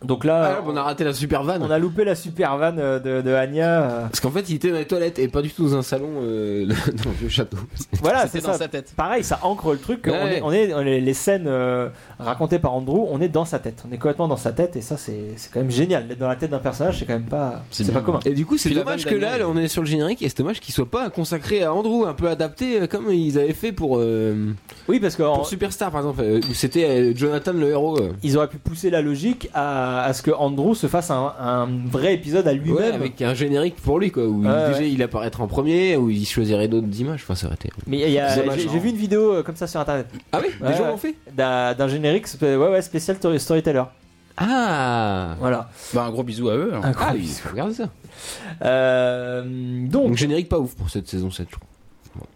Speaker 1: Donc là,
Speaker 2: Ah, là, on a raté la super vanne.
Speaker 1: Euh, on a loupé la super vanne euh, de, de Anya. euh.
Speaker 2: Parce qu'en fait, il était dans les toilettes et pas du tout dans un salon euh, (laughs) dans le vieux château.
Speaker 1: Voilà,
Speaker 3: C'était
Speaker 1: c'est
Speaker 3: dans
Speaker 1: ça.
Speaker 3: sa tête.
Speaker 1: Pareil, ça ancre le truc. on,
Speaker 2: Ouais.
Speaker 1: est, on est- on est- les scènes euh, racontées par Andrew, on est dans sa tête. On est complètement dans sa tête et ça, c'est c'est quand même génial. D'être dans la tête d'un personnage, c'est quand même pas,
Speaker 3: C'est
Speaker 1: c'est pas
Speaker 3: bien.
Speaker 1: commun.
Speaker 2: Et du coup, c'est
Speaker 3: Puis la
Speaker 2: dommage
Speaker 3: vanne
Speaker 2: que là,
Speaker 3: d'Anna,
Speaker 2: on est sur le générique et c'est dommage qu'il soit pas consacré à Andrew, un peu adapté euh, comme ils avaient fait pour, euh,
Speaker 1: Oui, parce que en-
Speaker 2: pour Superstar par exemple, euh, où c'était euh, Jonathan le héros. euh.
Speaker 1: ils auraient pu pousser la logique à, à ce que Andrew se fasse un, un vrai épisode à
Speaker 2: Ouais,
Speaker 1: lui-même.
Speaker 2: avec un générique pour lui quoi, où il-
Speaker 1: Ouais,
Speaker 2: déjà
Speaker 1: ouais.
Speaker 2: il apparaîtrait en premier, où il choisirait d'autres images, enfin ça aurait été.
Speaker 1: Mais il y a-
Speaker 2: C'est dommage,
Speaker 1: j'ai
Speaker 2: hein.
Speaker 1: j'ai vu une vidéo euh, comme ça sur internet
Speaker 2: Ah oui,
Speaker 1: Ouais,
Speaker 2: les gens
Speaker 1: ouais.
Speaker 2: l'ont fait
Speaker 1: d'un d'un générique sp- ouais, ouais, spécial tori- storyteller.
Speaker 2: Ah
Speaker 1: Voilà.
Speaker 3: Bah, un gros bisou à eux. alors.
Speaker 2: Ah oui, regarde ça.
Speaker 1: Euh,
Speaker 2: Donc
Speaker 1: donc,
Speaker 2: générique pas ouf pour cette saison 7 je crois.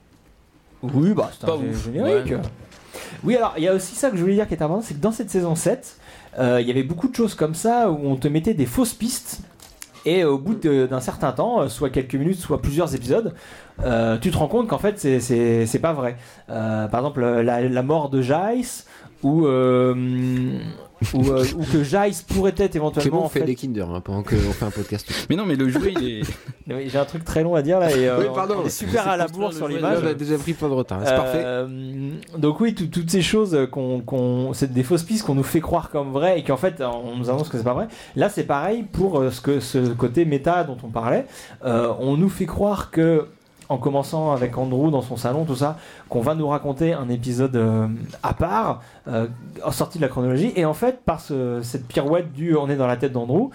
Speaker 1: oui, bah, c'est
Speaker 3: Pas
Speaker 1: un gé-
Speaker 3: ouf.
Speaker 1: générique.
Speaker 3: Ouais.
Speaker 1: Oui, alors il y a aussi ça que je voulais dire qui est important, c'est que dans cette saison 7, euh, il y avait beaucoup de choses comme ça où on te mettait des fausses pistes. Et au bout de- d'un certain temps, euh, soit quelques minutes, soit plusieurs épisodes, euh, tu te rends compte qu'en fait c'est- c'est c'est pas vrai. Euh, par exemple, euh, la, la mort de Jace, ou, euh, ou,
Speaker 3: (laughs)
Speaker 1: euh, ou que Jace pourrait être
Speaker 2: C'est
Speaker 1: éventuellement.
Speaker 2: bon,
Speaker 1: en
Speaker 2: on fait
Speaker 1: fait-
Speaker 2: des Kinder hein, pendant qu'on fait un podcast.
Speaker 3: Mais non, mais le jouet, il est.
Speaker 1: Non, mais J'ai un truc très long à dire là et euh,
Speaker 2: Oui, pardon.
Speaker 1: on est super à la bourre sur
Speaker 2: Là,
Speaker 1: l'image.
Speaker 2: on a déjà pris pas de retard, hein, Ah, c'est
Speaker 1: Euh,
Speaker 2: parfait.
Speaker 1: donc oui, tout- toutes ces choses euh, qu'on, qu'on- c'est des fausses pistes qu'on nous fait croire comme vraies et qu'en fait on nous annonce que c'est pas vrai. Là, c'est pareil pour euh, ce que ce côté méta dont on parlait. Euh, on nous fait croire que en commençant avec Andrew dans son salon, tout ça, qu'on va nous raconter un épisode euh, à part, euh, en sortie de la chronologie. Et en fait, par ce- cette pirouette du on est dans la tête d'Andrew,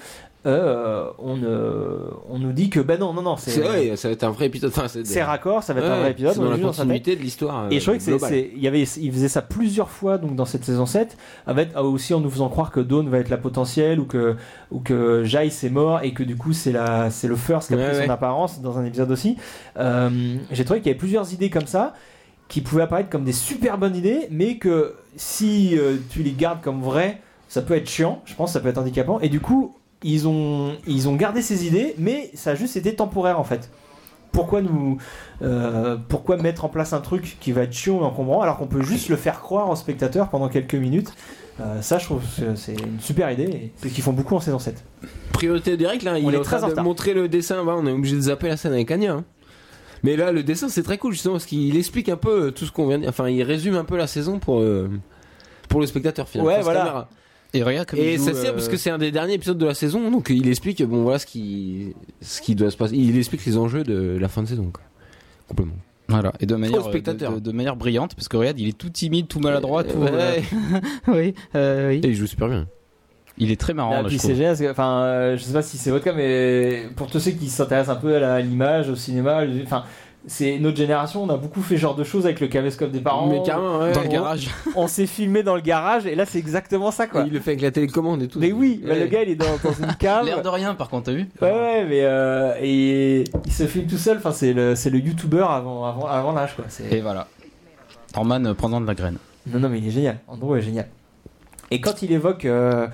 Speaker 1: euh, on, euh, on nous dit que ben non, non, non, c'est,
Speaker 2: C'est vrai, ça va être un vrai épisode. Enfin, c'est
Speaker 1: c'est raccord, ça va être
Speaker 2: Ouais,
Speaker 1: un vrai épisode,
Speaker 2: c'est
Speaker 1: on
Speaker 2: dans
Speaker 1: est
Speaker 2: la
Speaker 1: juste dans sa tête.
Speaker 2: continuité de l'histoire.
Speaker 1: Et je trouvais que c'est,
Speaker 2: globale.
Speaker 1: c'est- il, y avait, il faisait ça plusieurs fois donc dans cette saison 7, avec, ah, aussi en nous faisant croire que Dawn va être la potentielle ou que, ou que Jace est mort et que du coup c'est, la, c'est le first qui a
Speaker 2: Ouais,
Speaker 1: pris
Speaker 2: ouais.
Speaker 1: son apparence dans un épisode aussi. Euh, j'ai trouvé qu'il y avait plusieurs idées comme ça qui pouvaient apparaître comme des super bonnes idées, mais que si euh, tu les gardes comme vraies, ça peut être chiant, je pense, ça peut être handicapant. Et du coup, ils ont, ils ont gardé ces idées, mais ça a juste été temporaire en fait. Pourquoi nous, euh, pourquoi mettre en place un truc qui va être chiant et encombrant alors qu'on peut juste le faire croire aux spectateurs pendant quelques minutes Euh, Ça, je trouve que c'est une super idée, et c'est ce qu'ils font beaucoup en saison 7.
Speaker 2: Priorité directe, là, il
Speaker 1: est
Speaker 2: est en
Speaker 1: très
Speaker 2: train
Speaker 1: en
Speaker 2: de
Speaker 1: retard.
Speaker 2: montrer le dessin. Bah, on est obligé de zapper la scène avec Anya. hein. Mais là, le dessin, c'est très cool, justement, parce qu'il explique un peu euh, tout ce qu'on vient de Enfin, il résume un peu la saison pour, euh, pour le spectateur, finalement.
Speaker 1: Ouais,
Speaker 2: face
Speaker 1: voilà.
Speaker 2: caméra.
Speaker 3: (laughs) Et regarde comme
Speaker 2: Et
Speaker 3: il joue,
Speaker 2: ça tire,
Speaker 3: euh,
Speaker 2: parce que c'est un des derniers épisodes de la saison. Donc, il explique, bon, voilà ce qui, ce qui doit se passer. Il explique les enjeux de la fin de saison, quoi. Complètement.
Speaker 3: Voilà, et de manière, euh,
Speaker 2: Au spectateur.
Speaker 3: De, de- de manière brillante, parce que regarde, il est tout timide, tout maladroit, tout.
Speaker 2: Ouais.
Speaker 3: euh,
Speaker 2: (laughs)
Speaker 3: oui, euh, oui.
Speaker 2: Et il joue super bien.
Speaker 3: Il est très marrant,
Speaker 1: Ah,
Speaker 3: là,
Speaker 1: puis
Speaker 3: je
Speaker 1: c'est
Speaker 3: trouve.
Speaker 1: génial, parce que, enfin, euh, je sais pas si c'est votre cas, mais pour tous ceux qui s'intéressent un peu à la- à l'image, au cinéma, le- enfin, c'est notre génération, on a beaucoup fait ce genre de choses avec le caméscope des parents.
Speaker 2: Mais carrément, ouais.
Speaker 3: Dans
Speaker 1: Ouais.
Speaker 3: le garage.
Speaker 1: (laughs) On s'est filmé dans le garage, et là, c'est exactement ça, quoi.
Speaker 2: Il le fait avec la télécommande et tout.
Speaker 1: Mais oui, bah,
Speaker 2: Ouais.
Speaker 1: le gars, il est dans, dans une
Speaker 2: Ah, (laughs)
Speaker 1: cave.
Speaker 3: L'air de rien, par contre, t'as vu
Speaker 1: Ouais, ouais, mais euh, et il se filme tout seul. Enfin, c'est le c'est le youtubeur avant avant avant l'âge quoi. C'est-
Speaker 3: Et voilà. Norman euh, prenant de la graine.
Speaker 1: Non, non, mais il est génial. Andrew est génial. Et quand il évoque, euh,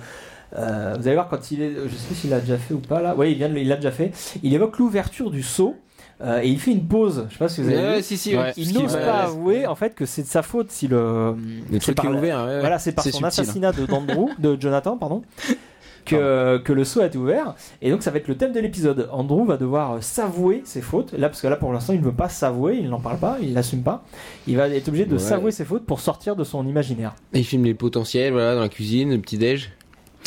Speaker 1: euh, vous allez voir quand il est, je sais pas s'il l'a déjà fait ou pas là. Ouais, il vient de le- il l'a déjà fait. Il évoque l'ouverture du saut euh, et il fait une pause. Je sais pas si vous avez.
Speaker 2: Ouais,
Speaker 1: vu.
Speaker 2: si, si,
Speaker 3: Ouais.
Speaker 2: ouais.
Speaker 1: Il
Speaker 3: ce qui
Speaker 1: n'ose
Speaker 3: est
Speaker 1: pas
Speaker 3: mal à l'aise.
Speaker 1: avouer en fait que c'est de sa faute si le
Speaker 2: Le
Speaker 1: c'est
Speaker 2: truc
Speaker 1: par
Speaker 2: est
Speaker 1: la-
Speaker 2: ouvert, ouais, ouais.
Speaker 1: Voilà, c'est par
Speaker 3: C'est
Speaker 1: son
Speaker 2: (laughs)
Speaker 3: subtil.
Speaker 1: assassinat de d'Andrew, de Jonathan, pardon, que, euh, que le saut a été ouvert. Et donc, ça va être le thème de l'épisode. Andrew va devoir euh, s'avouer ses fautes. Là, parce que là, pour l'instant, il ne veut pas s'avouer, il n'en parle pas, il l'assume pas. Il va être obligé de
Speaker 2: Ouais.
Speaker 1: s'avouer ses fautes pour sortir de son imaginaire.
Speaker 2: Et il filme les potentiels, voilà, dans la cuisine, le petit déj.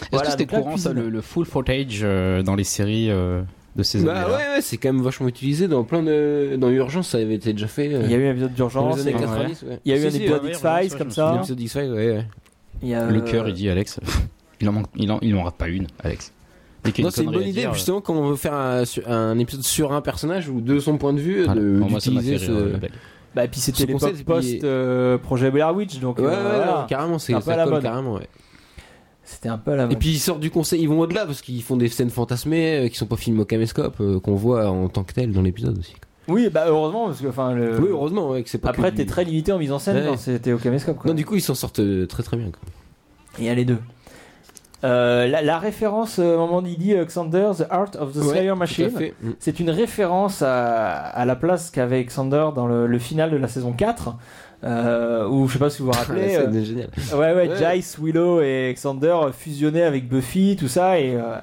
Speaker 3: Est-ce
Speaker 1: Voilà,
Speaker 3: que c'était
Speaker 1: donc la
Speaker 3: courant ça,
Speaker 1: cuisine.
Speaker 3: le, le full footage euh, dans les séries euh, de ces
Speaker 2: Bah
Speaker 3: années-là
Speaker 2: ouais, ouais, c'est quand même vachement utilisé dans plein de. Dans Urgence, ça avait été déjà fait. euh,
Speaker 1: Il y a eu un épisode
Speaker 2: dans
Speaker 1: d'urgence,
Speaker 2: les
Speaker 1: il y
Speaker 2: années
Speaker 1: a eu-
Speaker 2: 90. ouais.
Speaker 1: il y a eu
Speaker 3: Si,
Speaker 1: un
Speaker 3: si, ah
Speaker 1: épisode
Speaker 3: ouais, ouais, ouais,
Speaker 1: X-Files
Speaker 3: je
Speaker 1: comme
Speaker 3: me
Speaker 1: ça.
Speaker 2: L'épisode d'X-Files, ouais, ouais.
Speaker 1: Il y a,
Speaker 3: Le
Speaker 1: euh,
Speaker 3: cœur, il dit Alex. (laughs) il en manque, il en, il en rate pas une, Alex. Dès qu'il y a
Speaker 2: Non, c'est une
Speaker 3: connerie
Speaker 2: bonne
Speaker 3: à
Speaker 2: idée,
Speaker 3: dire, euh,
Speaker 2: justement, quand on veut faire un, sur- un épisode sur un personnage ou de son point de vue,
Speaker 3: euh, voilà.
Speaker 2: de-
Speaker 3: Bon, moi, ça m'a
Speaker 2: d'utiliser
Speaker 3: fait
Speaker 2: ce.
Speaker 3: rire, euh, la blague.
Speaker 1: Bah, et puis
Speaker 2: Ce
Speaker 1: c'était l'époque
Speaker 2: concept, puis-
Speaker 1: post-projet euh, Blair Witch, donc
Speaker 2: Ouais, ouais,
Speaker 1: euh,
Speaker 2: ouais,
Speaker 1: voilà.
Speaker 2: non, carrément, c'est
Speaker 1: C'est un peu à
Speaker 2: ça
Speaker 1: la
Speaker 2: colle
Speaker 1: mode.
Speaker 2: carrément. ouais.
Speaker 1: c'était un peu à la
Speaker 2: Et
Speaker 1: mode.
Speaker 2: puis ils sortent du conseil, ils vont au-delà parce qu'ils font des scènes fantasmées euh, qui sont pas filmées au caméscope, euh, qu'on voit en tant que telles dans l'épisode aussi.
Speaker 1: Oui, bah heureusement, parce que enfin, le...
Speaker 2: Oui, heureusement, ouais, que c'est pas.
Speaker 1: Euh. après
Speaker 2: que
Speaker 1: t'es
Speaker 2: du-
Speaker 1: très limité en mise en scène
Speaker 2: Ouais.
Speaker 1: quand c'était au caméscope. Quoi.
Speaker 2: Non, du coup, ils s'en sortent euh, très très bien. quoi.
Speaker 1: Il y a les deux. Euh, la, la référence, euh, moment d'Idi euh, Xander, The Art of the
Speaker 2: Ouais,
Speaker 1: Slayer
Speaker 2: Tout
Speaker 1: Machine,
Speaker 2: à fait. Mm.
Speaker 1: c'est une référence à, à la place qu'avait Xander dans le, le final de la saison 4. Euh, où je sais pas si vous vous
Speaker 2: (laughs) Ah, La
Speaker 1: rappelez, euh,
Speaker 2: scène est géniale.
Speaker 1: Ouais, ouais,
Speaker 2: Ouais.
Speaker 1: Jace, Willow et Xander euh, fusionnaient avec Buffy, tout ça, et euh,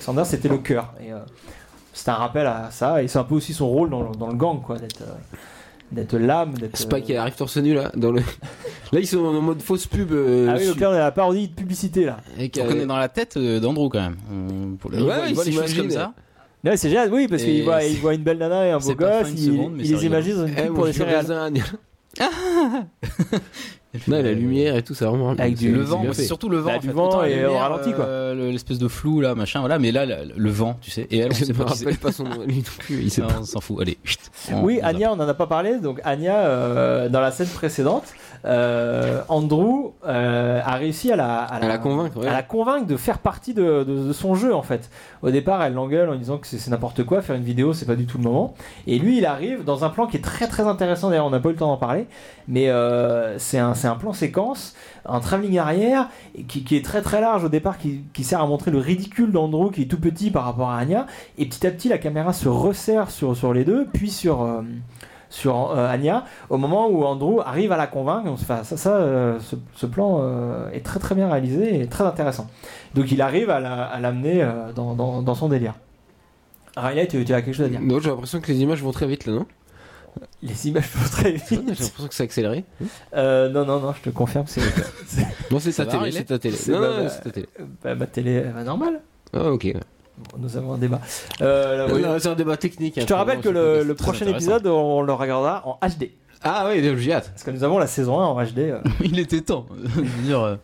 Speaker 1: Xander c'était le cœur. Et euh, c'est un rappel à ça, et c'est un peu aussi son rôle dans le, dans le gang, quoi, d'être, euh, d'être l'âme, d'être.
Speaker 2: Spike
Speaker 1: euh,
Speaker 2: il arrive torse nu là. Dans le... (laughs) là, ils sont en mode fausse pub. euh,
Speaker 1: Ah oui, au
Speaker 2: su-
Speaker 1: pire, on a la parodie de publicité là.
Speaker 2: avec,
Speaker 3: Donc
Speaker 2: euh,
Speaker 3: on est dans la tête euh, d'Andrew quand même. On- pour le-
Speaker 2: Ouais,
Speaker 3: il voit-
Speaker 2: il
Speaker 3: il voit les choses
Speaker 2: s'imagine.
Speaker 3: comme ça.
Speaker 1: Ouais, c'est génial, oui, parce
Speaker 2: Et
Speaker 1: qu'il voit,
Speaker 2: c'est-
Speaker 1: il voit une belle nana et un beau
Speaker 3: C'est pas
Speaker 1: gosse,
Speaker 3: fin une
Speaker 1: il,
Speaker 3: seconde, mais
Speaker 1: il
Speaker 3: c'est
Speaker 1: les
Speaker 3: rigolo.
Speaker 1: imagine dans une
Speaker 2: eh,
Speaker 1: pub
Speaker 2: mon
Speaker 1: pour les
Speaker 2: Dieu,
Speaker 1: céréales.
Speaker 2: Razan. Non,
Speaker 3: euh,
Speaker 2: la lumière et tout, ça vraiment.
Speaker 1: Avec
Speaker 2: c'est-
Speaker 1: du-
Speaker 2: c'est
Speaker 3: Le
Speaker 2: bien
Speaker 3: vent,
Speaker 2: fait.
Speaker 3: c'est surtout le vent.
Speaker 1: Bah,
Speaker 3: en
Speaker 1: du
Speaker 3: fait.
Speaker 1: vent
Speaker 3: Autant la
Speaker 1: et
Speaker 3: lumière,
Speaker 1: au ralenti, quoi.
Speaker 3: euh, le- L'espèce de flou là, machin, voilà. Mais là, le, le vent, tu sais. Et elle, on
Speaker 2: Je
Speaker 3: sait
Speaker 2: ne me
Speaker 3: pas qui c'est.
Speaker 2: rappelle pas son nom, lui non plus. Il sait
Speaker 3: Non,
Speaker 2: pas.
Speaker 3: On s'en fout. Allez.
Speaker 2: (laughs)
Speaker 3: chut, Ah, on-
Speaker 1: Oui,
Speaker 3: on
Speaker 1: Anya, on n'en a pas parlé. Donc, Anya, euh, dans la scène précédente, euh, Andrew euh, a réussi à la,
Speaker 2: À la convaincre, ouais.
Speaker 1: à la convaincre de faire partie de, de- de son jeu, en fait. Au départ, elle l'engueule en disant que c'est c'est n'importe quoi, faire une vidéo, c'est pas du tout le moment. Et lui, il arrive dans un plan qui est très très intéressant. D'ailleurs, on n'a pas eu le temps d'en parler, mais euh, c'est un, c'est un plan séquence, un travelling arrière et qui, qui est très très large au départ, qui, qui sert à montrer le ridicule d'Andrew qui est tout petit par rapport à Anya. Et petit à petit, la caméra se resserre sur, sur les deux, puis sur, euh, sur euh, Anya, au moment où Andrew arrive à la convaincre. Enfin, ça, ça, euh, ce, ce plan euh, est très très bien réalisé et très intéressant. Donc il arrive à la- à l'amener euh, dans, dans- dans son délire. Riley, tu, tu as quelque chose à dire
Speaker 2: Non, j'ai l'impression que les images vont très vite
Speaker 1: (laughs)
Speaker 2: là, non
Speaker 1: Les images vont très
Speaker 2: J'ai
Speaker 1: vite.
Speaker 2: l'impression que c'est accéléré.
Speaker 1: Euh, non, non, non, je te confirme, c'est
Speaker 2: Non, c'est ta
Speaker 3: va,
Speaker 2: télé,
Speaker 3: Riley
Speaker 2: c'est ta télé.
Speaker 1: C'est
Speaker 2: Non,
Speaker 1: pas
Speaker 2: non,
Speaker 1: ma-
Speaker 2: c'est ta télé.
Speaker 1: euh, bah, ma télé elle va normale.
Speaker 2: Ah, ok. ouais.
Speaker 1: Bon, nous avons un débat. Euh, là, oui.
Speaker 2: Non, C'est un débat technique.
Speaker 1: Je
Speaker 2: hein,
Speaker 1: te rappelle
Speaker 2: vraiment,
Speaker 1: que
Speaker 2: c'est
Speaker 1: le,
Speaker 2: pas-
Speaker 1: le
Speaker 3: très
Speaker 1: prochain
Speaker 3: intéressant.
Speaker 1: épisode, on le regardera en HD.
Speaker 2: Ah, oui, j'ai hâte.
Speaker 1: Parce que nous avons la saison 1 en HD. euh.
Speaker 3: zappe. (laughs) Il était temps. (laughs) Je veux dire, euh,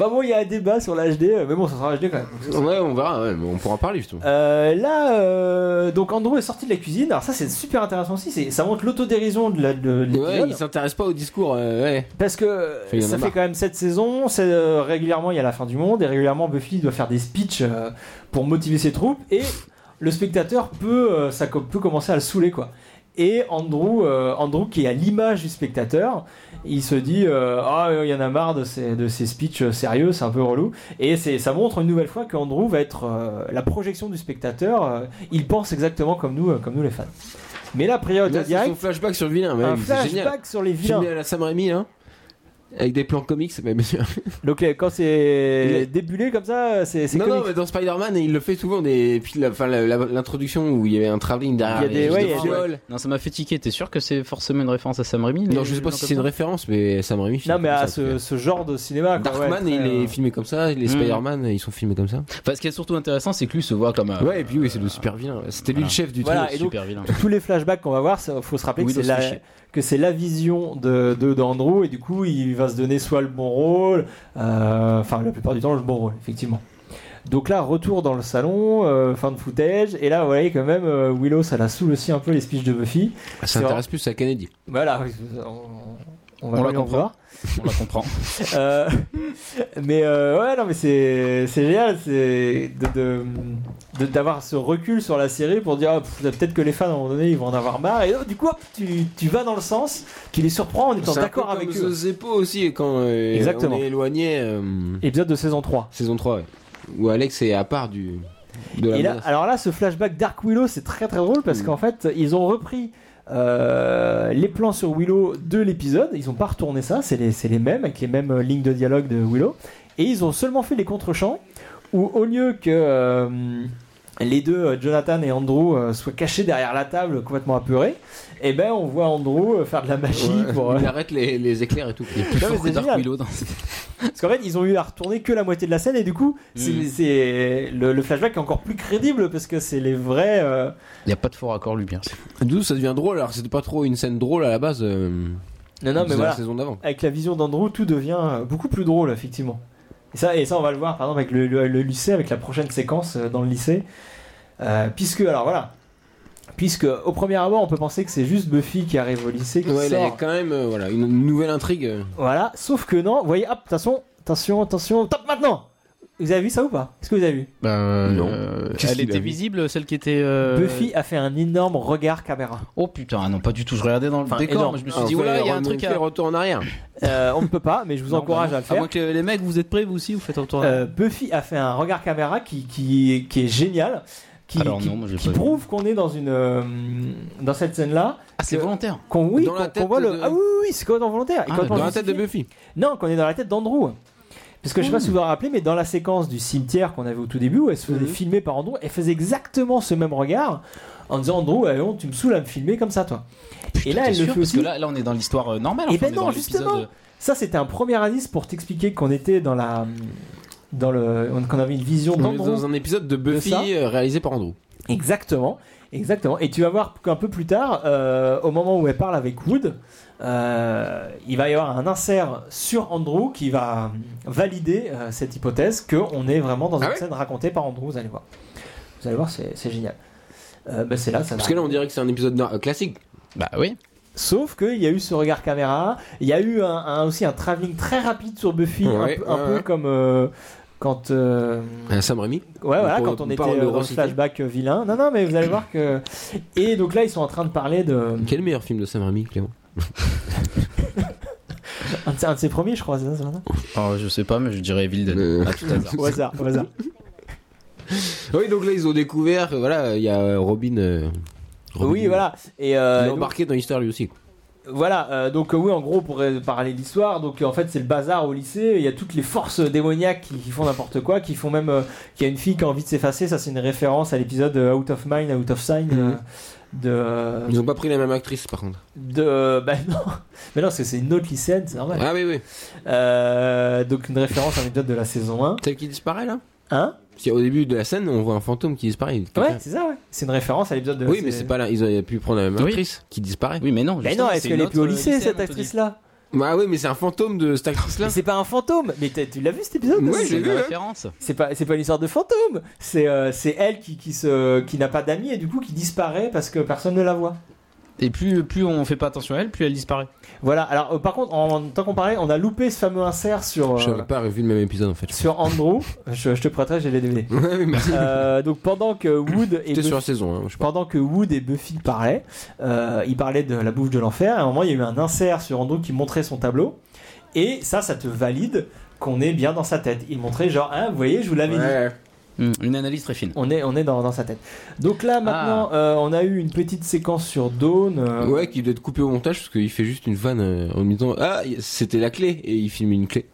Speaker 1: Enfin bon, il y a un débat sur l'HD, euh, mais bon, ça sera HD quand même.
Speaker 2: Ouais, on verra, ouais, mais on pourra en parler justement.
Speaker 1: Euh, là, euh, donc Andrew est sorti de la cuisine. Alors ça, c'est super intéressant aussi. c'est- Ça montre l'autodérision de la- de
Speaker 2: Ouais,
Speaker 1: l'épisode.
Speaker 2: il s'intéresse pas au discours, euh, ouais.
Speaker 1: Parce que
Speaker 2: Fait, il y en a
Speaker 1: ça fait
Speaker 2: marre.
Speaker 1: quand même cette saison, c'est euh, régulièrement il y a la fin du monde et régulièrement Buffy doit faire des speeches euh, pour motiver ses troupes et le spectateur peut euh, ça co- peut commencer à le saouler quoi. Et Andrew, euh, Andrew qui est à l'image du spectateur, il se dit euh, ah il y en a marre de ces de ces speeches euh, sérieux, c'est un peu relou. Et c'est ça montre une nouvelle fois que Andrew va être euh, la projection du spectateur. euh, il pense exactement comme nous, euh, comme nous les fans. Mais la priorité
Speaker 2: Là, c'est son
Speaker 1: directe,
Speaker 2: flashback sur le vilain, mais
Speaker 1: Ah, un
Speaker 2: c'est génial.
Speaker 1: flashback sur les vilains.
Speaker 2: Filmé à la Sam Raimi, hein. Avec des plans comics, mais bien sûr.
Speaker 1: Donc euh, quand
Speaker 2: Il
Speaker 1: c'est
Speaker 2: est-
Speaker 1: débulé comme ça, euh, c'est c'est
Speaker 2: Non, non,
Speaker 1: comique.
Speaker 2: mais dans Spider-Man, il le fait souvent. Des... et Puis la- enfin, la- la- l'introduction où il y avait un travelling derrière.
Speaker 1: Il y a des-
Speaker 2: les-
Speaker 1: ouais,
Speaker 2: les
Speaker 1: il y a des-
Speaker 2: viols.
Speaker 3: Non, ça m'a fait tiquer. T'es sûr que c'est forcément une référence à Sam Raimi
Speaker 2: Non,
Speaker 3: les-
Speaker 2: je sais
Speaker 3: les
Speaker 2: pas
Speaker 3: gens
Speaker 2: si
Speaker 3: comme
Speaker 2: c'est une
Speaker 3: ça
Speaker 2: référence, mais Sam Raimi.
Speaker 1: Non, mais
Speaker 2: comme
Speaker 1: à
Speaker 2: ça, en tout
Speaker 1: ce,
Speaker 2: cas.
Speaker 1: ce genre de cinéma. quoi, ouais,
Speaker 2: Darkman,
Speaker 1: très,
Speaker 2: il est
Speaker 1: euh,
Speaker 2: filmé comme ça. Les
Speaker 3: Hmm.
Speaker 2: Spider-Man, ils sont filmés comme ça.
Speaker 3: Enfin, ce qui est surtout intéressant, c'est que lui se voit comme un
Speaker 2: ouais, et puis oui, c'est le super vilain. C'était lui
Speaker 3: Ah, bah, Voilà.
Speaker 2: le chef du
Speaker 1: Voilà,
Speaker 2: truc.
Speaker 1: et donc-
Speaker 3: super vilain.
Speaker 1: Tous les flashbacks qu'on va voir, il faut se rappeler que
Speaker 3: Willow
Speaker 1: c'est la,
Speaker 3: Fisher.
Speaker 1: que c'est la vision de de- d'Andrew et du coup il va se donner soit le bon rôle, euh, enfin la plupart du temps le bon rôle effectivement. Donc là retour dans le salon, euh, fin de footage et là vous voyez quand même euh, Willow ça la saoule aussi un peu les speeches de Buffy.
Speaker 2: Ah, Ça intéresse plus à Kennedy.
Speaker 1: Voilà, on, on va
Speaker 3: On
Speaker 1: pas
Speaker 3: la
Speaker 1: lui en
Speaker 3: comprend.
Speaker 1: vouloir.
Speaker 3: On la
Speaker 2: (laughs)
Speaker 3: comprend.
Speaker 1: Euh, (laughs) mais euh, ouais, non, mais c'est c'est génial, c'est de- de de- d'avoir ce recul sur la série pour dire ah, pff, peut-être que les fans à un moment donné ils vont en avoir marre et oh, du coup hop, tu, tu vas dans le sens qui les surprend en étant
Speaker 2: C'est un
Speaker 1: d'accord
Speaker 2: peu
Speaker 1: avec
Speaker 2: comme
Speaker 1: eux.
Speaker 2: Zeppo aussi, quand euh,
Speaker 1: Exactement.
Speaker 2: on est éloigné. euh,
Speaker 1: Épisode de saison 3.
Speaker 2: Saison 3, ouais. Où Alex est à part du. De la
Speaker 1: Et là,
Speaker 2: menace.
Speaker 1: alors là, ce flashback Dark Willow, c'est très très drôle parce
Speaker 2: Mm.
Speaker 1: qu'en fait, ils ont repris euh, les plans sur Willow de l'épisode. Ils ont pas retourné ça, c'est les, c'est les mêmes avec les mêmes euh, lignes de dialogue de Willow. Et ils ont seulement fait les contre-champs où au lieu que euh, les deux, euh, Jonathan et Andrew, euh, soient cachés derrière la table complètement apeurés, eh ben on voit Andrew euh, faire de la magie pour.
Speaker 2: (laughs)
Speaker 1: euh,
Speaker 3: Il arrête les, les éclairs et tout. Il est plus
Speaker 1: Non, mais
Speaker 3: fort que
Speaker 1: c'est
Speaker 3: Dark
Speaker 1: génial.
Speaker 3: Willow dans-
Speaker 1: Parce qu'en fait, ils ont eu à retourner que la moitié de la scène et du coup, c'est-
Speaker 3: Mm.
Speaker 1: c'est le, le flashback est encore plus crédible parce que c'est les vrais. euh,
Speaker 3: Il n'y a pas de fort accord lumière.
Speaker 2: D'où ça devient drôle, alors que c'était pas trop une scène drôle à la base. euh,
Speaker 1: Non, non,
Speaker 2: de
Speaker 1: mais
Speaker 2: la
Speaker 1: voilà.
Speaker 2: saison d'avant.
Speaker 1: Avec la vision d'Andrew, tout devient euh, beaucoup plus drôle, effectivement. Et ça, et ça, on va le voir, par exemple, avec le, le- le lycée, avec la prochaine séquence euh, dans le lycée. Euh, puisque, alors voilà. Puisque, au premier abord, on peut penser que c'est juste Buffy qui arrive au lycée, qui
Speaker 2: Ouais, il y a
Speaker 1: sort.
Speaker 2: quand même euh, voilà, une nouvelle intrigue. euh.
Speaker 1: Voilà, sauf que non, vous voyez, hop, attention, attention, attention, top maintenant Vous avez vu ça ou pas Est-ce que vous avez vu
Speaker 2: Non. Qu'est-ce
Speaker 3: Ben, euh, elle
Speaker 2: qu'il a
Speaker 3: était
Speaker 2: vu
Speaker 3: visible, celle qui était. euh,
Speaker 1: Buffy a fait un énorme regard caméra.
Speaker 3: Oh putain, ah non, pas du tout. Je regardais dans le
Speaker 1: Enfin,
Speaker 3: décor,
Speaker 1: énorme.
Speaker 3: mais je me suis
Speaker 2: Ah,
Speaker 3: dit,
Speaker 2: on fait
Speaker 3: voilà, il y a un
Speaker 2: remonter,
Speaker 3: truc à.
Speaker 2: retour en arrière.
Speaker 1: Euh, on ne peut pas, mais Ah, je vous
Speaker 3: Non,
Speaker 1: encourage
Speaker 3: bah
Speaker 1: à le
Speaker 3: À
Speaker 1: faire.
Speaker 3: moins que les mecs, vous êtes prêts, vous aussi, vous faites un tour.
Speaker 1: Euh, Buffy a fait un regard caméra qui, qui, qui est génial, qui,
Speaker 3: Alors
Speaker 1: qui-
Speaker 3: non, moi, j'ai
Speaker 1: qui
Speaker 3: pas vu.
Speaker 1: prouve qu'on est dans une euh, dans cette scène là,
Speaker 3: Ah, c'est
Speaker 1: que-
Speaker 3: volontaire.
Speaker 1: qu'on oui,
Speaker 2: Dans
Speaker 1: qu'on
Speaker 2: la
Speaker 1: qu'on
Speaker 2: tête
Speaker 1: voit le
Speaker 2: de-
Speaker 1: ah oui oui, oui, c'est complètement volontaire. Et
Speaker 3: Ah,
Speaker 1: quand on
Speaker 2: Dans la tête de
Speaker 1: justifie-
Speaker 2: Buffy.
Speaker 1: Non, qu'on est dans la tête d'Andrew. Parce que je sais pas si vous vous rappelez, mais dans la séquence du cimetière qu'on avait au tout début, où elle se faisait
Speaker 2: Mhm.
Speaker 1: filmer par Andrew, elle faisait exactement ce même regard en disant Andrew, allez, tu me saoules à me filmer comme ça, toi. et là, elle
Speaker 3: T'es
Speaker 1: le
Speaker 3: sûr
Speaker 1: fait
Speaker 3: Parce
Speaker 1: aussi.
Speaker 3: que là, là, on est dans l'histoire euh, normale.
Speaker 1: Eh
Speaker 3: enfin,
Speaker 1: ben
Speaker 3: on est dans
Speaker 1: non,
Speaker 3: l'épisode,
Speaker 1: justement.
Speaker 3: euh,
Speaker 1: Ça, c'était un premier indice pour t'expliquer qu'on était dans la. Dans le, qu'on avait une vision
Speaker 2: On est
Speaker 1: d'Andrew.
Speaker 2: dans un épisode de Buffy
Speaker 1: ça
Speaker 2: euh, réalisé par Andrew.
Speaker 1: Exactement, exactement. Et tu vas voir qu'un peu plus tard, euh, au moment où elle parle avec Wood, euh, il va y avoir un insert sur Andrew qui va valider euh, cette hypothèse qu'on est vraiment dans
Speaker 2: Ah
Speaker 1: une
Speaker 2: ouais
Speaker 1: scène racontée par Andrew. Vous allez voir. Vous allez voir, c'est c'est génial. Euh, ben, c'est là, ça
Speaker 2: Parce
Speaker 1: va.
Speaker 2: que là, on dirait que c'est un épisode no- euh, classique.
Speaker 3: Bah oui.
Speaker 1: Sauf qu'il y a eu ce regard caméra, il y a eu un, un- aussi un travelling très rapide sur Buffy, un
Speaker 2: Ouais,
Speaker 1: peu- un,
Speaker 2: ouais,
Speaker 1: peu
Speaker 2: ouais.
Speaker 1: comme euh, quand. euh,
Speaker 2: Euh, Sam Raimi.
Speaker 1: Ouais, voilà,
Speaker 2: Pour-
Speaker 1: quand on
Speaker 2: pour
Speaker 1: était
Speaker 2: pas le
Speaker 1: euh, dans le
Speaker 2: reciter.
Speaker 1: flashback euh, vilain. Non, non, mais vous allez voir
Speaker 2: (laughs)
Speaker 1: que. Et donc là, ils sont en train de parler de.
Speaker 2: Quel meilleur film de Sam Raimi, Clément
Speaker 1: Un de, ses- un de ses premiers, je crois, c'est ça, c'est ça
Speaker 3: Oh, je sais pas, mais je dirais Evil Dead.
Speaker 2: Euh.
Speaker 3: À tout hasard.
Speaker 1: Au hasard, au hasard.
Speaker 2: Oui, donc là, ils ont découvert, euh, voilà, il y a euh, Robin. euh, Robin,
Speaker 1: oui, voilà. Et
Speaker 2: Il
Speaker 1: euh,
Speaker 2: est
Speaker 1: donc,
Speaker 2: embarqué dans l'histoire lui aussi.
Speaker 1: voilà, euh, donc euh, oui, en gros, pour euh, parler de l'histoire, donc euh, en fait, c'est le bazar au lycée. Il y a toutes les forces démoniaques qui, qui font n'importe quoi, qui font même. euh, qu'il y a une fille qui a envie de s'effacer. Ça, c'est une référence à l'épisode euh, Out of Mind, Out of Sign. euh,
Speaker 2: Mhm.
Speaker 1: de. euh,
Speaker 2: Ils ont pas pris la même actrice par contre.
Speaker 1: de. Bah (laughs) non, mais non, parce que c'est une autre lycéenne, c'est normal.
Speaker 2: Ah oui oui.
Speaker 1: Euh, donc, une référence à l'épisode de la saison 1.
Speaker 2: Celle qui disparaît là
Speaker 1: Hein
Speaker 2: Si au début de la scène on voit un fantôme qui disparaît.
Speaker 1: Ouais, c'est ça, ouais. C'est une référence à l'épisode de la
Speaker 2: Oui mais c'est pas là, ils auraient pu prendre la même
Speaker 3: Oui.
Speaker 2: actrice qui disparaît.
Speaker 3: Oui, mais non.
Speaker 1: Mais
Speaker 3: justement,
Speaker 1: Bah non, est-ce
Speaker 3: c'est
Speaker 1: qu'elle
Speaker 3: une
Speaker 1: est plus au
Speaker 3: autre, euh,
Speaker 1: lycée, cette
Speaker 3: on te dit.
Speaker 1: actrice-là
Speaker 2: Bah oui mais c'est un fantôme de cette actrice là.
Speaker 1: Mais (laughs) c'est pas un fantôme. Mais t'as- tu l'as vu cet épisode
Speaker 2: Ouais,
Speaker 1: Parce que
Speaker 2: j'ai
Speaker 3: C'est une
Speaker 2: vu, hein.
Speaker 3: référence.
Speaker 1: C'est pas, c'est pas une histoire de fantôme. C'est, euh, c'est elle qui, qui se, qui n'a pas d'amis et du coup qui disparaît parce que personne ne la voit.
Speaker 3: Et plus, plus on fait pas attention à elle, plus elle disparaît.
Speaker 1: Voilà. Alors euh, par contre, en, en tant qu'on parlait, on a loupé ce fameux insert sur euh,
Speaker 2: Je n'avais pas revu le même épisode en fait.
Speaker 1: sur Andrew. je, je te prêterai, j'ai les DVD.
Speaker 2: Ouais, oui, merci.
Speaker 1: Euh, donc pendant que Wood et
Speaker 2: J'étais
Speaker 1: Buffy-
Speaker 2: sur la saison hein, je sais pas.
Speaker 1: pendant que Wood et Buffy parlaient, euh, ils parlaient de la bouffe de l'enfer. Et à un moment, il y a eu un insert sur Andrew qui montrait son tableau. Et ça, ça te valide qu'on est bien dans sa tête. Il montrait genre, hein, vous voyez, je vous l'avais dit.
Speaker 2: Ouais.
Speaker 3: Hmm, Une analyse très fine.
Speaker 1: On est, on est dans, dans sa tête. Donc là, maintenant, euh, on a eu une petite séquence sur Dawn. euh,
Speaker 2: Ouais, qui doit être coupé au montage parce qu'il fait juste une vanne euh, en disant Ah, c'était la clé et il filme une clé.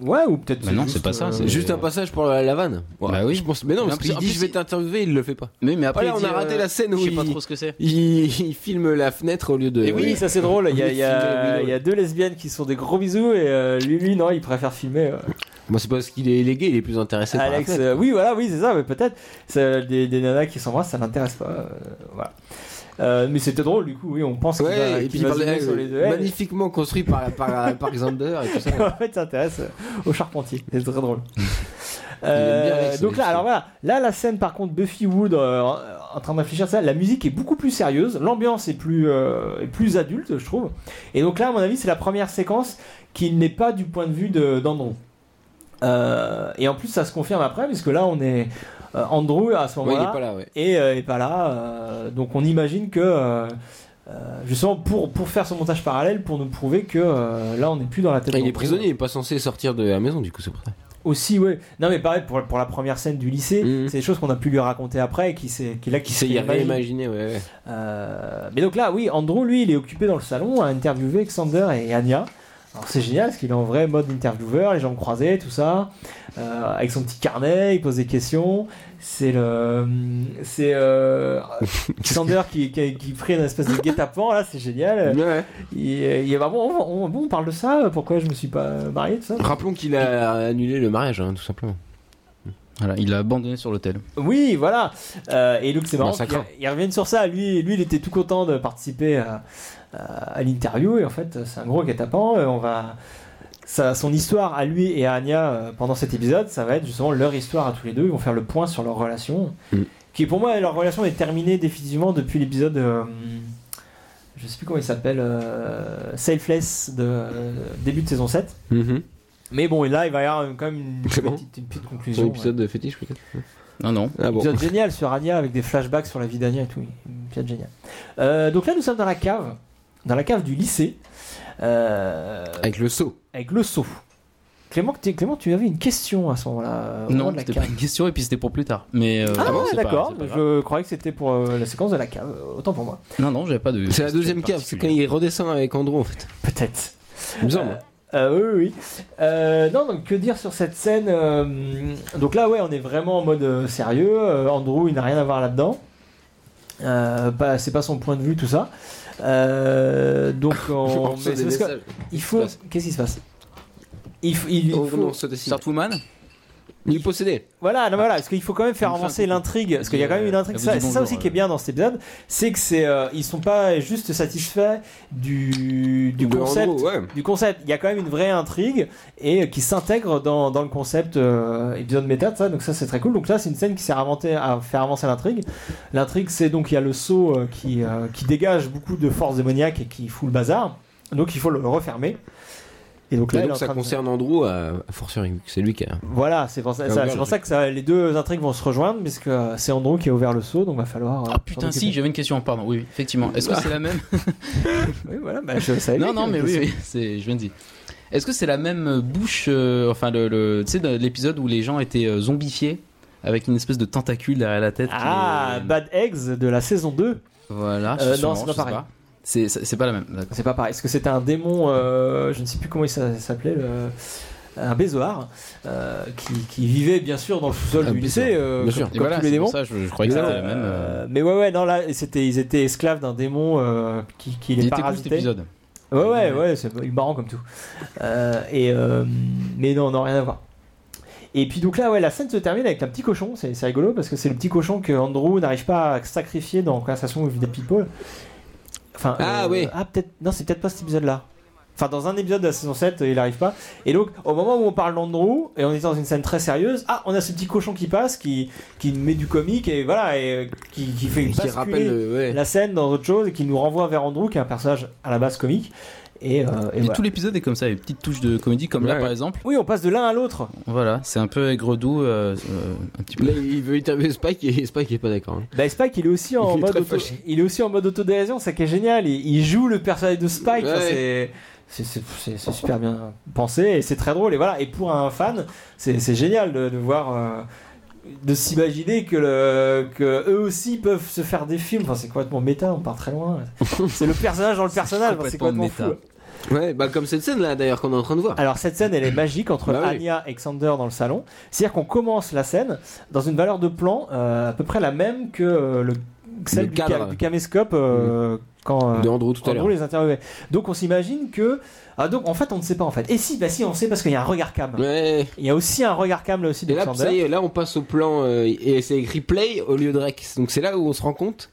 Speaker 1: ouais, ou peut-être.
Speaker 3: Bah non,
Speaker 1: juste,
Speaker 3: c'est pas ça,
Speaker 1: euh,
Speaker 3: c'est-
Speaker 2: C'est juste un passage pour la, la vanne. Ouais,
Speaker 3: Bah oui.
Speaker 2: Je pense. Mais non,
Speaker 3: Mais
Speaker 2: parce
Speaker 3: en plus-
Speaker 2: qu'il
Speaker 3: en
Speaker 2: dit
Speaker 3: plus,
Speaker 2: Je vais
Speaker 3: il-
Speaker 2: t'interviewer, il le fait pas.
Speaker 3: Mais, mais
Speaker 2: Ah
Speaker 3: après,
Speaker 2: là,
Speaker 3: il
Speaker 2: on
Speaker 3: dit,
Speaker 2: a raté
Speaker 3: euh,
Speaker 2: la scène
Speaker 3: Je
Speaker 2: où
Speaker 3: sais pas
Speaker 2: il-
Speaker 3: trop ce que c'est.
Speaker 2: (laughs) Il, il filme la fenêtre au lieu de.
Speaker 1: Et Eh oui, ça c'est drôle. Il y, a, il y a-
Speaker 2: Filmer
Speaker 1: il y a deux lesbiennes qui se font des gros bisous et euh, lui, lui, non, il préfère filmer. euh,
Speaker 2: Moi, c'est parce qu'il est légué, il est plus intéressé par la
Speaker 1: Alex,
Speaker 2: fenêtre.
Speaker 1: euh, oui, voilà, oui, c'est ça, mais peut-être. C'est euh, des, des nanas qui s'embrassent, ça l'intéresse pas. euh, voilà. Euh, mais c'était drôle, du coup, oui, on pense qu'il
Speaker 2: Ouais,
Speaker 1: va,
Speaker 2: et
Speaker 1: qu'il
Speaker 2: puis il
Speaker 1: va
Speaker 2: parle
Speaker 1: zoomer
Speaker 2: de-
Speaker 1: sur les E deux. elles.
Speaker 2: magnifiquement construit par, par, par Xander et
Speaker 1: (laughs)
Speaker 2: tout ça.
Speaker 1: en fait, s'intéresse au charpentier. C'est très
Speaker 2: (laughs)
Speaker 1: drôle.
Speaker 2: aime bien
Speaker 1: Euh,
Speaker 2: Alex,
Speaker 1: donc là,
Speaker 2: Alex.
Speaker 1: alors voilà, là la scène par contre Buffy Wood euh, en- en train d'infliger ça, la musique est beaucoup plus sérieuse, l'ambiance est plus euh, est plus adulte je trouve. Et donc là à mon avis c'est la première séquence qui n'est pas du point de vue de- d'Andrew. Euh, et en plus ça se confirme après puisque là on est euh, Andrew à ce
Speaker 2: Ouais, il est
Speaker 1: moment-là
Speaker 2: pas là, ouais.
Speaker 1: et euh, est pas là. euh, donc on imagine que euh, euh, justement pour pour faire ce montage parallèle pour nous prouver que euh, là on n'est plus dans la tête.
Speaker 2: Ah, il est
Speaker 1: d'Andrew.
Speaker 2: prisonnier, il est pas censé sortir de la maison, du coup, c'est pour ça.
Speaker 1: Aussi, ouais. Non, mais pareil, pour, pour la première scène du lycée,
Speaker 2: Mhm.
Speaker 1: c'est des choses qu'on a pu lui raconter après et qui s'est, qui là, qui
Speaker 2: Qui s'est
Speaker 1: se fait imaginer.
Speaker 2: réimaginé, ouais. ouais.
Speaker 1: Euh, mais donc là, oui, Andrew, lui, il est occupé dans le salon à interviewer Xander et Anya. Alors c'est génial parce qu'il est en vrai mode intervieweur, les jambes croisées, tout ça, euh, avec son petit carnet, il pose des questions. C'est le, c'est euh, Sander qui, qui, qui ferait une espèce de guet-apens là, c'est génial. (laughs)
Speaker 2: Ouais.
Speaker 1: Il, il est vraiment, on, on- bon, on parle de ça. Pourquoi je me suis pas marié, tout ça
Speaker 2: Rappelons qu'il a annulé le mariage, hein, tout simplement.
Speaker 3: Voilà, il a abandonné sur l'hôtel.
Speaker 1: Oui, voilà. Euh, et Luc, c'est marrant.
Speaker 2: Massacre.
Speaker 1: qu'ils- Ils reviennent sur ça. Lui, lui, il était tout content de participer à, à- à l'interview. Et en fait, c'est un gros guet-apens. Euh, On va. ça- son histoire à lui et à Anya euh, pendant cet épisode, ça va être justement leur histoire à tous les deux. Ils vont faire le point sur leur relation.
Speaker 2: Mm.
Speaker 1: Qui, pour moi, leur relation est terminée définitivement depuis l'épisode. euh, je sais plus comment il s'appelle. euh, Selfless de euh, début de saison 7.
Speaker 2: Mm-hmm.
Speaker 1: Mais bon, et là, il va y avoir euh, quand même une,
Speaker 2: C'est bon.
Speaker 1: petite, une petite
Speaker 2: Son
Speaker 1: conclusion. ouais.
Speaker 2: épisode de fétiche, peut-être
Speaker 3: Non, non.
Speaker 2: Ah bon.
Speaker 1: Épisode génial sur Anya avec des flashbacks sur la vie d'Anya et tout. Épisode génial. Euh, donc là, nous sommes dans la cave, dans la cave du lycée, euh,
Speaker 2: Avec le saut.
Speaker 1: avec le seau. Clément, t'es- Clément, tu avais une question à ce moment-là. euh, au moment
Speaker 3: Non,
Speaker 1: de la
Speaker 3: c'était
Speaker 1: cave.
Speaker 3: pas une question et puis c'était pour plus tard. Mais euh,
Speaker 1: Ah,
Speaker 3: bon,
Speaker 1: ouais,
Speaker 3: c'est pas-
Speaker 1: d'accord.
Speaker 3: c'est pas grave.
Speaker 1: Je croyais que c'était pour euh, la séquence de la cave. Autant pour moi.
Speaker 3: Non, non, j'avais pas de.
Speaker 2: C'est la deuxième cave, c'est quand il redescend avec Andro, en fait.
Speaker 1: Peut-être.
Speaker 2: Il me semble.
Speaker 1: Euh, oui, oui, oui. Euh, non, donc que dire sur cette scène euh, Donc là, ouais, on est vraiment en mode euh, sérieux. Euh, Andrew, il n'a rien à voir là-dedans. Euh, pas- c'est pas son point de vue, tout ça. Euh, (laughs) donc, on, mais c'est parce que il faut.
Speaker 2: Qu'est-ce
Speaker 1: Qu'est-ce qui se passe il faut, il faut-
Speaker 3: Sartwoman
Speaker 1: Ah,
Speaker 2: Il est possédé.
Speaker 1: voilà, non, mais voilà, parce qu'il Ah. faut quand même faire
Speaker 3: Enfin,
Speaker 1: avancer l'intrigue, parce qu'il y a quand même une intrigue.
Speaker 3: Euh,
Speaker 1: Ça,
Speaker 3: elle vous dit
Speaker 1: c'est ça
Speaker 3: bonjour,
Speaker 1: aussi qui est
Speaker 3: euh.
Speaker 1: bien dans cet épisode, c'est que c'est, euh, ils sont pas juste satisfaits du, du
Speaker 2: De
Speaker 1: concept
Speaker 2: Andro, ouais.
Speaker 1: du concept. Il y a quand même une vraie intrigue et euh, qui s'intègre dans, dans le concept euh, épisode méta de ça. Donc ça c'est très cool. Donc là c'est une scène qui sert à, inventer- à faire avancer l'intrigue. L'intrigue c'est donc il y a le saut euh, qui, euh, qui dégage beaucoup de force démoniaque et qui fout le bazar. Donc il faut le refermer. Et donc là
Speaker 2: Et
Speaker 1: il est
Speaker 2: donc
Speaker 1: en
Speaker 2: ça
Speaker 1: train de-
Speaker 2: concerne Andrew, euh, à, à fortiori, vu que c'est lui qui a.
Speaker 1: Voilà, c'est pour ça,
Speaker 2: Ah,
Speaker 1: ça-
Speaker 2: merde,
Speaker 1: c'est pour
Speaker 2: j'ai-
Speaker 1: ça que ça- les deux intrigues vont se rejoindre puisque euh, c'est Andrew qui a ouvert le saut donc va falloir. euh,
Speaker 3: Ah putain,
Speaker 1: s'en
Speaker 3: si,
Speaker 1: occuper.
Speaker 3: j'avais une question. Pardon, oui, effectivement. Est-ce que c'est la même
Speaker 1: Oui, voilà, bah, je savais
Speaker 3: Non,
Speaker 1: Ah, bien
Speaker 3: non,
Speaker 1: que-
Speaker 3: mais oui, oui, c'est, je viens de dire. Est-ce que c'est la même bouche, euh, enfin, le, le- tu sais, de- l'épisode où les gens étaient euh, zombifiés avec une espèce de tentacule derrière la tête qui
Speaker 1: Ah,
Speaker 3: les-
Speaker 1: Bad Eggs de la saison 2.
Speaker 3: Voilà,
Speaker 1: Euh, non,
Speaker 3: sûrement,
Speaker 1: c'est pas
Speaker 3: je sais
Speaker 1: pareil.
Speaker 3: C'est, c'est c'est pas la même, d'accord.
Speaker 1: C'est pas pareil. Est-ce que c'était un démon, euh, je ne sais plus comment il s'a- s'appelait, le- un bézoard, euh, qui, qui vivait bien sûr dans le sous-sol
Speaker 2: Un
Speaker 1: du
Speaker 2: Bézoard,
Speaker 1: lycée, euh,
Speaker 2: bien
Speaker 1: comme,
Speaker 2: sûr.
Speaker 1: comme
Speaker 3: Et voilà,
Speaker 1: tous les
Speaker 3: c'est pour
Speaker 1: démons.
Speaker 3: ça, je, je croyais que c'était la même. euh,
Speaker 1: Euh, mais ouais, ouais, non, là, c'était, ils étaient esclaves d'un démon euh, qui, qui les
Speaker 3: Il était cool cet
Speaker 1: parasitait.
Speaker 3: épisode.
Speaker 1: ouais, ouais, ouais, c'est marrant euh, comme tout. Euh, et, euh, mais non, non, rien à voir. Et puis donc là, ouais, la scène se termine avec un petit cochon, c'est c'est rigolo parce que c'est le petit cochon que Andrew n'arrive pas à sacrifier dans Conversation with Dead People. Enfin,
Speaker 2: Ah, oui.
Speaker 1: Ah, peut-être. Non, c'est peut-être pas cet épisode-là. Enfin, dans un épisode de la saison 7, euh, il n'arrive pas. Et donc, au moment où on parle d'Andrew, et on est dans une scène très sérieuse, ah, on a ce petit cochon qui passe, qui, qui met du comique, et voilà, et euh, qui, qui fait
Speaker 2: Qui
Speaker 1: basculer
Speaker 2: rappelle. euh, ouais.
Speaker 1: la scène dans autre chose et qui nous renvoie vers Andrew qui est un personnage à la base comique et, euh, et
Speaker 3: Et
Speaker 1: voilà.
Speaker 3: tout l'épisode est comme ça, une petite touche de comédie, comme là
Speaker 2: Ouais.
Speaker 3: par exemple.
Speaker 1: oui on passe de l'un à l'autre
Speaker 3: Voilà, c'est un peu aigre-doux, euh, euh, un petit peu.
Speaker 2: Là, il veut interviewer Spike et Spike est pas d'accord. hein.
Speaker 1: bah, Spike il est aussi en
Speaker 2: Il est
Speaker 1: mode
Speaker 2: très
Speaker 1: auto-
Speaker 2: fâché.
Speaker 1: il est aussi en mode autodérision ça qui est génial il, il joue le personnage de Spike
Speaker 2: Ouais.
Speaker 1: Enfin, c'est c'est- c'est c'est- c'est super bien pensé et c'est très drôle et voilà et pour un fan c'est c'est génial de, de voir euh, de s'imaginer que, le, que eux aussi peuvent se faire des films enfin c'est complètement méta on part très
Speaker 3: (laughs)
Speaker 1: loin c'est le personnage dans le personnage enfin, c'est complètement,
Speaker 3: complètement
Speaker 1: fou
Speaker 3: méta.
Speaker 2: Ouais, bah comme cette scène là d'ailleurs qu'on est en train de voir.
Speaker 1: Alors cette scène elle est magique entre
Speaker 2: Bah oui.
Speaker 1: Anya et Xander dans le salon. C'est-à-dire qu'on commence la scène dans une valeur de plan euh, à peu près la même que euh, le, celle
Speaker 2: Le
Speaker 1: du,
Speaker 2: cadre.
Speaker 1: ca- du caméscope euh, quand, euh,
Speaker 2: de Andrew tout
Speaker 1: quand
Speaker 2: à l'heure.
Speaker 1: Drew les interviewait. Donc on s'imagine que... Ah donc en fait on ne sait pas en fait. Et si, bah si on sait parce qu'il y a un regard cam.
Speaker 2: Ouais.
Speaker 1: Il y a aussi un regard cam là aussi de
Speaker 2: Et là,
Speaker 1: Xander.
Speaker 2: ça y est, là on passe au plan euh, et c'est écrit play au lieu de rec. Donc c'est là où on se rend compte.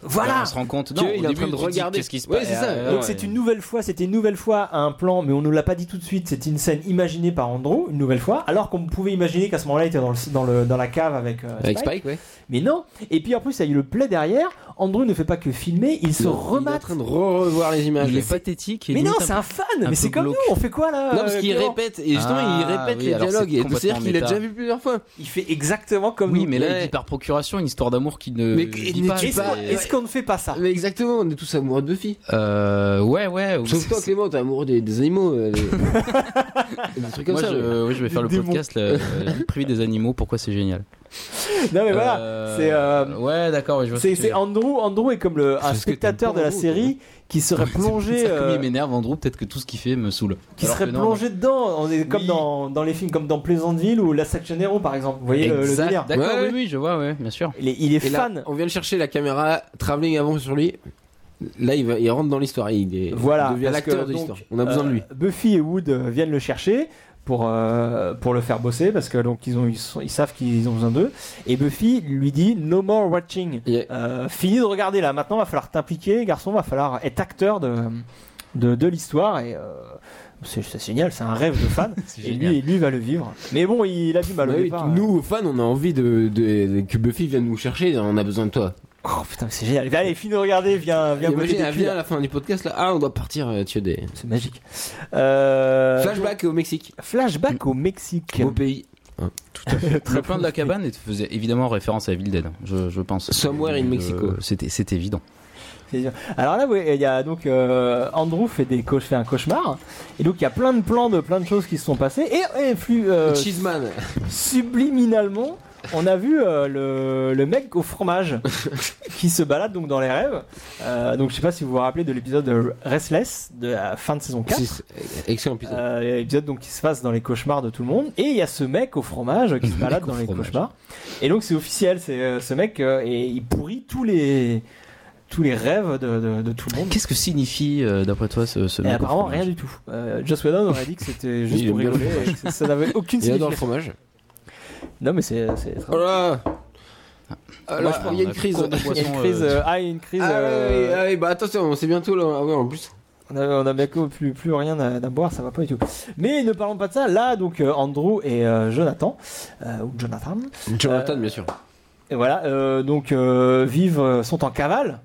Speaker 1: Voilà
Speaker 3: on se rend compte.
Speaker 2: Tu
Speaker 3: Non,
Speaker 2: vois,
Speaker 3: au
Speaker 2: il est en
Speaker 3: début,
Speaker 2: train de
Speaker 3: tu te dis,
Speaker 2: regarder.
Speaker 3: Qu'est-ce qui se
Speaker 2: Ouais,
Speaker 3: passe
Speaker 2: c'est ça.
Speaker 3: Euh,
Speaker 1: Donc
Speaker 2: Ah Ouais.
Speaker 1: c'est une nouvelle fois, c'était une nouvelle fois un plan, mais on ne l'a pas dit tout de suite. C'est une scène imaginée par Andrew, une nouvelle fois, alors qu'on pouvait imaginer qu'à ce moment-là, il était dans, le, dans, le- dans la cave avec, euh,
Speaker 2: Avec
Speaker 1: Spike.
Speaker 2: Spike, ouais.
Speaker 1: Mais non Et puis en plus, il y a eu le play derrière. Andrew ne fait pas que filmer, il se
Speaker 2: Il est en
Speaker 1: remat.
Speaker 2: train de revoir les images.
Speaker 3: Il
Speaker 2: là.
Speaker 3: est pathétique. et
Speaker 1: Mais non,
Speaker 3: limite un
Speaker 1: c'est un fan
Speaker 3: un
Speaker 1: Mais c'est
Speaker 3: peu
Speaker 1: comme nous,
Speaker 3: glauque.
Speaker 1: on fait quoi là
Speaker 2: Non, parce
Speaker 1: euh,
Speaker 2: qu'il
Speaker 1: Clément
Speaker 2: répète, et justement,
Speaker 3: Ah,
Speaker 2: il répète
Speaker 3: oui,
Speaker 2: les
Speaker 3: alors c'est
Speaker 2: dialogues. et C'est-à-dire
Speaker 3: complètement
Speaker 2: qu'il l'a
Speaker 3: méta.
Speaker 2: déjà vu plusieurs fois.
Speaker 1: Il fait exactement comme
Speaker 3: Oui,
Speaker 1: nous.
Speaker 3: mais là,
Speaker 2: Ouais.
Speaker 3: il dit par procuration une histoire d'amour qui ne.
Speaker 2: Mais
Speaker 3: vit
Speaker 2: il n'est
Speaker 3: pas, Euh,
Speaker 2: pas-
Speaker 3: c'est-
Speaker 1: Est-ce qu'on-
Speaker 2: ouais.
Speaker 1: est-ce qu'on ne fait pas ça
Speaker 2: Mais exactement, on est tous amoureux de Buffy.
Speaker 3: Euh, ouais, ouais. ou-
Speaker 2: Sauf toi, Clément, t'es amoureux des, des animaux. euh, des... des trucs comme
Speaker 3: Moi,
Speaker 2: ça.
Speaker 3: je, oui, je vais faire le
Speaker 1: Des démons. (laughs)
Speaker 3: podcast là, euh, privé des animaux. Pourquoi c'est génial
Speaker 1: Non mais voilà,
Speaker 3: Euh,
Speaker 1: c'est, euh,
Speaker 3: Ouais, d'accord, ouais, je vois.
Speaker 1: c'est
Speaker 3: que
Speaker 1: c'est
Speaker 3: tu-
Speaker 1: Andrew. Andrew est comme le, un
Speaker 2: C'est ce que
Speaker 1: spectateur de
Speaker 2: t'aimes pas,
Speaker 1: la
Speaker 2: Andrew,
Speaker 1: série qui serait
Speaker 3: Ouais, (laughs) c'est pour ça
Speaker 1: plongé,
Speaker 3: que Comme
Speaker 1: euh,
Speaker 3: il m'énerve, Andrew, peut-être que tout ce qu'il fait me saoule.
Speaker 1: qui
Speaker 3: Alors
Speaker 1: serait
Speaker 3: que non,
Speaker 1: plongé dedans. On est comme
Speaker 3: Oui.
Speaker 1: dans, dans les films comme dans Pleasantville ou La Section Hero par exemple. Vous voyez le, le
Speaker 3: Exact,
Speaker 1: délire.
Speaker 3: D'accord,
Speaker 2: Ouais,
Speaker 3: oui, oui, je vois, ouais, bien sûr.
Speaker 1: Il est, il est
Speaker 2: Et là,
Speaker 1: fan.
Speaker 2: on vient de chercher la caméra, travelling avant sur lui. Là, il, va, il rentre dans l'histoire. Il, est-
Speaker 1: Voilà,
Speaker 2: il devient
Speaker 1: parce
Speaker 2: l'acteur
Speaker 1: que,
Speaker 2: de
Speaker 1: donc,
Speaker 2: l'histoire. On a besoin de lui.
Speaker 1: Euh, Buffy et Wood euh, viennent le chercher pour, euh, pour le faire bosser parce que donc ils, ont, ils, sont- ils savent qu'ils ont besoin d'eux. Et Buffy lui dit No more watching.
Speaker 2: Il y a-
Speaker 1: Euh, fini de regarder là. Maintenant, va falloir t'impliquer, garçon. Va falloir être acteur de, de, de l'histoire. Et euh, c'est c'est génial, c'est un rêve de
Speaker 2: (laughs)
Speaker 1: fan.
Speaker 3: C'est
Speaker 1: et
Speaker 3: génial.
Speaker 1: lui, lui va le vivre. Mais bon, il a du mal au
Speaker 2: Bah oui,
Speaker 1: départ.
Speaker 2: nous, fans, on a envie de, de- que Buffy vienne nous chercher. On a besoin de toi.
Speaker 1: Oh putain, mais c'est génial. Allez, fini de regarder. Viens, viens.
Speaker 2: Imagine,
Speaker 1: bosser
Speaker 2: elle
Speaker 1: depuis,
Speaker 2: vient
Speaker 1: là.
Speaker 2: à la fin du podcast. Là, ah, on doit partir euh, tuer des.
Speaker 1: C'est magique. Euh,
Speaker 2: Flashback au Mexique.
Speaker 1: Flashback au Mexique.
Speaker 2: Au pays.
Speaker 3: Le plan de la cabane est- faisait évidemment référence à Evil Dead, hein, je, je pense.
Speaker 2: Somewhere in
Speaker 3: Euh,
Speaker 2: Mexico.
Speaker 3: C'était c'est évident.
Speaker 1: C'est sûr. Alors là, ouais, il y a donc euh, Andrew fait des cauch- fait un cauchemar, et donc il y a plein de plans de plein de choses qui se sont passées, et, et flu- euh,
Speaker 2: Cheeseman.
Speaker 1: subliminalement, on a vu euh, le, le mec au
Speaker 2: (laughs)
Speaker 1: fromage qui se balade donc dans les rêves. Euh, donc je sais pas si vous vous rappelez de l'épisode de Restless de la fin de saison 4.
Speaker 2: C'est- Excellent épisode.
Speaker 1: Euh, il y a l'épisode donc qui se passe dans les cauchemars de tout le monde et il y a ce mec au fromage qui se balade
Speaker 2: au
Speaker 1: dans les
Speaker 2: fromage.
Speaker 1: cauchemars et donc c'est officiel c'est euh, ce mec euh, et il pourrit tous les tous les rêves de- de- de tout le monde
Speaker 3: Qu'est-ce que signifie, euh, d'après toi, ce, ce
Speaker 1: et
Speaker 3: mec au
Speaker 1: Eh, apparemment
Speaker 3: fromage
Speaker 1: rien du tout. Euh, Joss Whedon aurait dit que c'était
Speaker 2: Il
Speaker 1: juste
Speaker 2: aime
Speaker 1: pour
Speaker 2: bien le
Speaker 1: rigoler, et que ça n'avait aucune
Speaker 2: Il adore le
Speaker 1: signification.
Speaker 2: fromage.
Speaker 1: Non mais c'est c'est très-
Speaker 2: Oh là Ah,
Speaker 3: Moi,
Speaker 2: là,
Speaker 3: je
Speaker 2: je-
Speaker 3: crois
Speaker 2: il y a une
Speaker 3: qu'on a
Speaker 2: crise.
Speaker 3: cours de
Speaker 1: (laughs) Il y a une
Speaker 3: Poisson,
Speaker 1: crise,
Speaker 3: euh,
Speaker 1: euh, ah, il y a une crise.
Speaker 2: Ah ouais,
Speaker 1: euh,
Speaker 2: ouais, ouais, bah attention, c'est bientôt là. Ah ouais, en plus.
Speaker 1: On a, on a bientôt plus, plus rien à, à boire, ça va pas du tout. Mais ne parlons pas de ça. Là, donc euh, Andrew et euh, Jonathan, euh, ou Jonathan,
Speaker 2: Jonathan,
Speaker 1: Euh,
Speaker 2: bien sûr.
Speaker 1: et voilà, euh, donc euh, vivent, euh, sont en cavale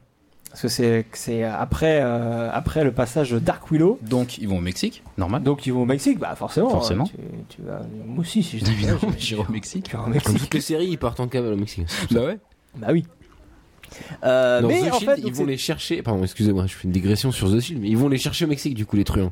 Speaker 1: parce que c'est c'est après euh, après le passage de Dark Willow.
Speaker 3: Donc, ils vont au Mexique,
Speaker 1: (laughs)
Speaker 3: normal.
Speaker 1: Donc ils vont au Mexique, bah forcément.
Speaker 3: Forcément.
Speaker 1: hein, Tu, tu vas, moi aussi, si je (laughs)
Speaker 3: Évidemment,
Speaker 1: je-
Speaker 3: j'irai au Mexique.
Speaker 1: je vais au
Speaker 2: Comme
Speaker 1: Mexique.
Speaker 2: toutes les séries, ils partent en cavale au Mexique.
Speaker 3: Bah ouais.
Speaker 1: Bah oui. Euh,
Speaker 2: Dans
Speaker 1: mais
Speaker 2: The
Speaker 1: en
Speaker 2: Shield,
Speaker 1: fait, donc
Speaker 2: ils vont
Speaker 1: c'est-
Speaker 2: les chercher. Pardon, excusez-moi, je fais une digression sur The Shield, mais ils vont les chercher au Mexique, du coup, les truands.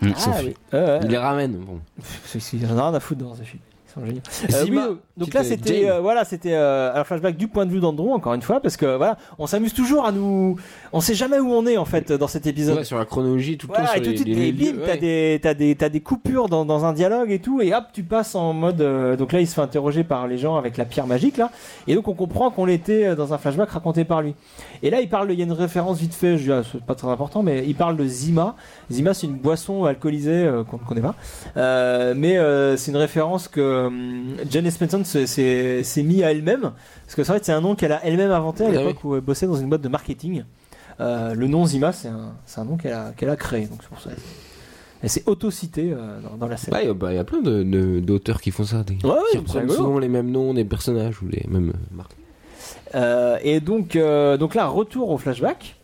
Speaker 3: Hmm.
Speaker 1: Ah
Speaker 2: Sauf-
Speaker 1: oui. Ouais, ouais.
Speaker 2: Ils les ramènent. Bon.
Speaker 1: Pff, c'est- J'en ai rien à foutre dans ce film. Ils sont géniaux. Euh,
Speaker 2: Zima,
Speaker 1: oui, euh, donc là,
Speaker 2: petite, euh,
Speaker 1: c'était
Speaker 2: Jane.
Speaker 1: euh, voilà, c'était euh, un flashback du point de vue d'Andrew encore une fois, parce que voilà, on s'amuse toujours à nous, on sait jamais où on est en fait dans cet épisode.
Speaker 2: Ouais, sur la chronologie, tout le
Speaker 1: Voilà,
Speaker 2: temps.
Speaker 1: et
Speaker 2: sur
Speaker 1: tout de
Speaker 2: les-
Speaker 1: suite,
Speaker 2: les-
Speaker 1: et
Speaker 2: les
Speaker 1: bim,
Speaker 2: lieux,
Speaker 1: t'as
Speaker 2: ouais.
Speaker 1: des, t'as des, t'as des coupures dans, dans un dialogue et tout, et hop, tu passes en mode. euh, donc là, il se fait interroger par les gens avec la pierre magique, là, et donc on comprend qu'on l'était euh, dans un flashback raconté par lui. Et là, il parle, il y a une référence vite fait, je dis, ah, c'est pas très important, mais il parle de Zima. Zima, c'est une boisson alcoolisée euh, qu'on ne connaît pas, Euh, mais euh, c'est une référence que hum, Jane Espenson s'est- s'est s'est mis à elle-même, parce que c'est vrai que c'est un nom qu'elle a elle-même inventé à
Speaker 2: Ah
Speaker 1: l'époque où elle bossait dans une boîte de marketing. Euh, le nom Zima, c'est un, c'est un nom qu'elle a, qu'elle a créé. Donc c'est pour ça. qu'elle- Elle s'est auto-citée euh, dans, dans la série.
Speaker 2: Ouais, il y a- bah, il y a plein de- de- d'auteurs qui font ça. Des...
Speaker 1: Ouais, ouais,
Speaker 2: qui
Speaker 1: c'est
Speaker 2: reprennent
Speaker 1: rigolo.
Speaker 2: souvent les mêmes noms des personnages ou les mêmes euh, marques.
Speaker 1: Euh, et donc, euh, donc là, retour au flashback.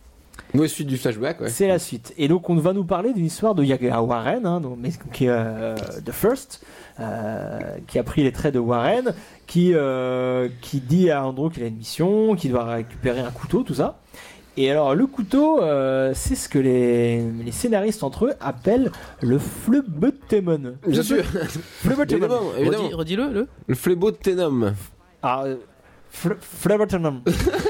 Speaker 2: Ouais, suite du flashback, ouais.
Speaker 1: C'est la suite. Et donc, on va nous parler d'une histoire de Yaga Warren, hein, donc- mais- qui est euh, The First, euh, qui a pris les traits de Warren, qui, euh, qui dit à Andrew qu'il a une mission, qu'il doit récupérer un couteau, tout ça. Et alors, le couteau, euh, c'est ce que les, les scénaristes entre eux appellent le fleubetemon.
Speaker 2: Bien sûr,
Speaker 1: Fleubetemon.
Speaker 2: évidemment, évidemment.
Speaker 3: Redis- Redis-le, le.
Speaker 2: Le flébeau de Tenom.
Speaker 1: Ah, euh, Fle-
Speaker 2: (laughs)
Speaker 1: Flabbertonum.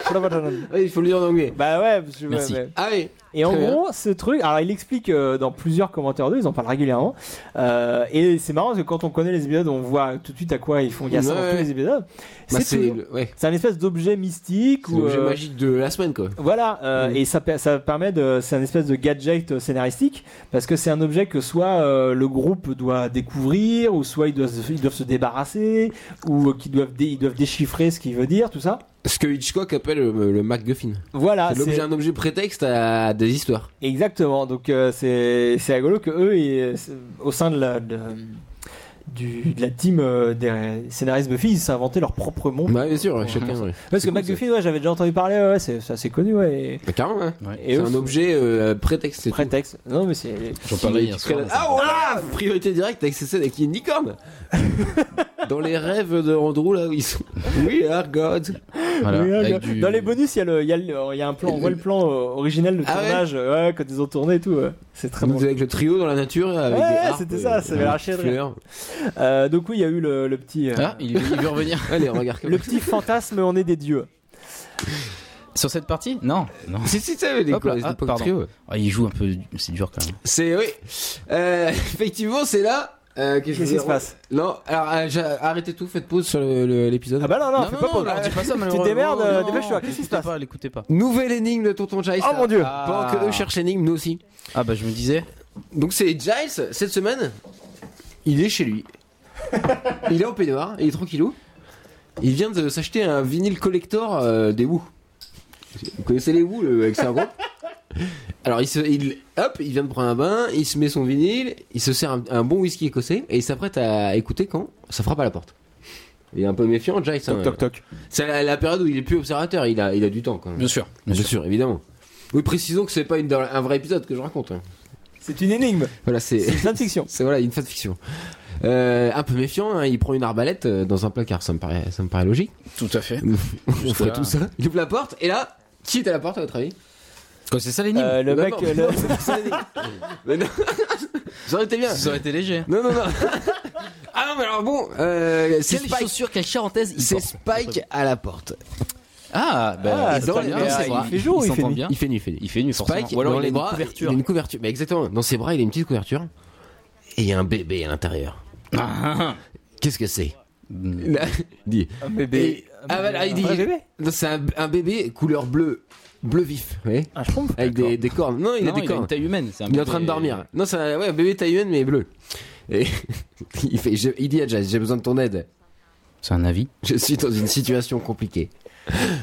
Speaker 1: Flabbertonum.
Speaker 2: Ouais, il faut le dire en anglais.
Speaker 1: Bah ouais, parce que- ouais,
Speaker 3: Merci.
Speaker 1: ouais.
Speaker 2: Ah oui,
Speaker 1: Et en
Speaker 2: Très bien.
Speaker 1: gros, ce truc, alors il explique euh, dans plusieurs commentaires d'eux, ils en parlent régulièrement. Euh, et c'est marrant parce que quand on connaît les épisodes, on voit tout de suite à quoi ils font. Il y a ça dans
Speaker 2: Ouais.
Speaker 1: tous les épisodes.
Speaker 2: bah,
Speaker 1: c'est
Speaker 2: c'est
Speaker 1: toujours-
Speaker 2: le- ouais.
Speaker 1: c'est un espèce d'objet mystique
Speaker 2: C'est
Speaker 1: ou
Speaker 2: l'objet
Speaker 1: euh,
Speaker 2: magique de la semaine, quoi.
Speaker 1: Voilà, euh,
Speaker 2: Mm.
Speaker 1: et ça, per- ça permet de. C'est un espèce de gadget euh, scénaristique, parce que c'est un objet que soit euh, le groupe doit découvrir, ou soit ils doivent, se- ils doivent se débarrasser, ou euh, qu'ils doivent, dé- ils doivent déchiffrer ce qu'il veut dire, tout ça.
Speaker 2: Ce que Hitchcock appelle euh, le, le MacGuffin.
Speaker 1: Voilà,
Speaker 2: c'est l'objet- un objet prétexte à des histoires.
Speaker 1: Exactement. Donc euh, c'est c'est rigolo que eux, ils, euh, au sein de la de, du- de la team euh, des scénaristes Buffy, ils s'inventaient leur propre monde.
Speaker 2: Bah, bien sûr, ouais,
Speaker 1: Ouais.
Speaker 2: chacun. ouais.
Speaker 1: Parce que
Speaker 2: cool,
Speaker 1: McGuffin, ouais, j'avais déjà entendu parler. Ouais, ouais, c'est c'est assez connu. Ouais.
Speaker 2: Bah, carrément, hein.
Speaker 1: Et,
Speaker 2: C'est
Speaker 1: eux,
Speaker 2: un objet euh, prétexte. c'est tout.
Speaker 1: prétexte. Non, mais c'est
Speaker 3: J'en parlais hier soir.
Speaker 2: Ah
Speaker 1: oh
Speaker 2: voilà Priorité directe avec ces scènes avec une (laughs) licorne Dans les rêves de Andrew là où ils sont. We are God
Speaker 3: Voilà,
Speaker 1: Oui,
Speaker 3: avec
Speaker 1: hein,
Speaker 3: du-
Speaker 1: Dans les bonus, il y, a le- il y a le- il y a un plan, on voit le plan euh, originel de
Speaker 2: Ah ouais
Speaker 1: tournage, euh, ouais, quand ils ont tourné et tout. ouais. C'est très
Speaker 2: Vous
Speaker 1: bon.
Speaker 2: êtes avec le trio dans la nature avec
Speaker 1: Ouais,
Speaker 2: des
Speaker 1: ouais,
Speaker 2: harpes,
Speaker 1: c'était ça,
Speaker 2: euh,
Speaker 1: ça avait
Speaker 2: un
Speaker 1: lâché de
Speaker 2: thriller.
Speaker 1: Euh, donc oui, il y a eu le, le petit, euh,
Speaker 3: Ah, il, il veut revenir
Speaker 2: Allez, regarde.
Speaker 1: (laughs) le petit fantasme, on est des dieux.
Speaker 3: sur cette partie Non, non.
Speaker 2: Si, si, ça avait des
Speaker 3: Hop là,
Speaker 2: des
Speaker 3: ah,
Speaker 2: époques
Speaker 3: pardon.
Speaker 2: trio.
Speaker 3: Ah, il joue un peu, c'est dur quand même.
Speaker 2: C'est oui. Euh, (laughs) effectivement, c'est là. euh, que je
Speaker 1: Qu'est-ce
Speaker 2: vous ai
Speaker 1: qui se passe
Speaker 2: Non, alors euh, j'ai- arrêtez tout, fête pause sur le- le- l'épisode.
Speaker 1: Ah bah non, non,
Speaker 3: non,
Speaker 1: fais
Speaker 3: non,
Speaker 1: pas
Speaker 3: non,
Speaker 1: pause.
Speaker 3: leur dis pas
Speaker 1: (laughs) tu
Speaker 3: ça,
Speaker 1: te
Speaker 3: malheureusement.
Speaker 1: démerdes, euh,
Speaker 3: Non,
Speaker 1: dépêche-toi, qu'est-ce qui se
Speaker 3: l'écoutez
Speaker 1: passe
Speaker 3: pas, l'écoutez pas.
Speaker 2: Nouvelle énigme de Tonton Giles.
Speaker 1: Oh mon dieu
Speaker 3: Ah.
Speaker 2: Pendant que eux cherchent l'énigme, nous aussi.
Speaker 3: Ah bah je me disais.
Speaker 2: Donc c'est Giles, cette semaine, il est chez lui. il est en peignoir, il est tranquillou. Il vient de s'acheter un vinyle collector euh, des Who. Vous connaissez les Who, le, avec c'est un groupe Alors il, se, il, hop, il vient de prendre un bain, il se met son vinyle, il se sert un, un bon whisky écossais et il s'apprête à écouter quand ça frappe à la porte. Il est un peu méfiant, Giles.
Speaker 1: Toc
Speaker 2: hein.
Speaker 1: toc toc.
Speaker 2: C'est la, la période où il est plus observateur, il a, il a du temps quand même.
Speaker 3: Bien sûr.
Speaker 2: Bien sûr, évidemment. Oui, précisons que c'est pas une- un vrai épisode que je raconte. hein.
Speaker 1: C'est une énigme,
Speaker 2: Voilà,
Speaker 1: c'est une fanfiction.
Speaker 2: c'est voilà une fanfiction. Euh, un peu méfiant, hein, il prend une arbalète euh, dans un placard, ça me paraît, ça me paraît logique.
Speaker 3: Tout à fait.
Speaker 2: On ferait
Speaker 3: là.
Speaker 2: tout ça. Il ouvre la porte et là, qui est à la porte à votre avis
Speaker 3: Quand c'est ça l'énigme.
Speaker 1: Euh, le
Speaker 2: Non,
Speaker 1: mec,
Speaker 2: non, (laughs)
Speaker 1: euh, le-
Speaker 2: non,
Speaker 1: (laughs)
Speaker 2: c'est pas Mais non. Ça aurait été bien.
Speaker 3: Ça aurait été léger.
Speaker 2: Non, non, non. Ah non, mais alors bon, euh, c'est
Speaker 3: Quelles
Speaker 2: Spike,
Speaker 3: chaussures, quelle charentaise il
Speaker 2: c'est
Speaker 3: porte
Speaker 2: Spike à la porte.
Speaker 3: Ah, bah,
Speaker 1: Ah,
Speaker 3: il,
Speaker 2: dans
Speaker 3: s'entend
Speaker 2: les-
Speaker 3: bien,
Speaker 2: il
Speaker 3: c'est
Speaker 2: fait
Speaker 3: vrai.
Speaker 1: jour, il fait
Speaker 3: s'entend
Speaker 1: nuit.
Speaker 3: bien.
Speaker 2: Il fait nuit, il fait nuit.
Speaker 3: Il fait nuit, forcément.
Speaker 2: Spike,
Speaker 3: Ou alors
Speaker 2: dans
Speaker 3: il a
Speaker 2: les
Speaker 3: une
Speaker 2: bras,
Speaker 3: couverture.
Speaker 2: il a une couverture. Mais exactement, dans ses bras, il a une petite couverture. Et il y a un bébé à l'intérieur.
Speaker 3: Ah,
Speaker 2: Qu'est-ce que c'est
Speaker 3: ah.
Speaker 2: Là, (laughs) Dis.
Speaker 1: un
Speaker 2: Et-
Speaker 1: bébé.
Speaker 2: ah, bah, là, il dit-
Speaker 1: Un vrai bébé
Speaker 2: Non, c'est un, un bébé couleur bleu, bleu vif, vous voyez
Speaker 1: Un schtroumpf
Speaker 2: avec des, des cornes. Non, il
Speaker 3: Non,
Speaker 2: a des cornes.
Speaker 3: une taille humaine. c'est un
Speaker 2: il est en
Speaker 3: bébé.
Speaker 2: train de dormir. Non, c'est un, ouais, un bébé taille humaine mais bleu. Et (laughs) il, fait, je- il dit à Jazz, j'ai besoin de ton aide.
Speaker 3: C'est un avis.
Speaker 2: Je suis dans une situation compliquée.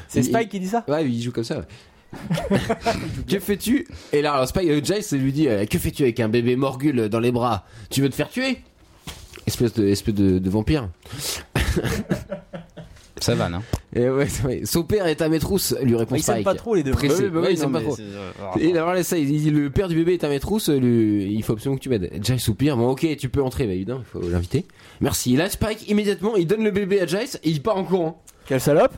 Speaker 1: C'est
Speaker 2: il-
Speaker 1: Spike qui dit ça
Speaker 2: Ouais, il joue comme ça. ouais.
Speaker 1: (laughs)
Speaker 2: que fais-tu Et là, alors Spike, euh, Jazz lui dit, euh, que fais-tu avec un bébé morgule dans les bras Tu veux te faire tuer Espèce de, espèce de, de vampire.
Speaker 3: Ça va, non
Speaker 2: Et ouais, c'est vrai. Son père est à mes trousses, lui répond
Speaker 1: Ils s'aiment
Speaker 2: Spike.
Speaker 1: pas trop les deux.
Speaker 2: Pré- Pressé.
Speaker 3: Bah oui, bah oui,
Speaker 2: Ouais, ils
Speaker 3: non,
Speaker 2: aiment pas
Speaker 3: mais
Speaker 2: trop.
Speaker 3: c'est- Ah,
Speaker 2: Et alors là, ça, il dit, le père du bébé est à mes trousses, le- euh, il faut absolument que tu m'aides. Giles soupire, bon ok, tu peux entrer, bah évidemment, il faut l'inviter. Merci. Et là, Spike, immédiatement, il donne le bébé à Giles et il part en courant. (laughs)
Speaker 1: Quelle salope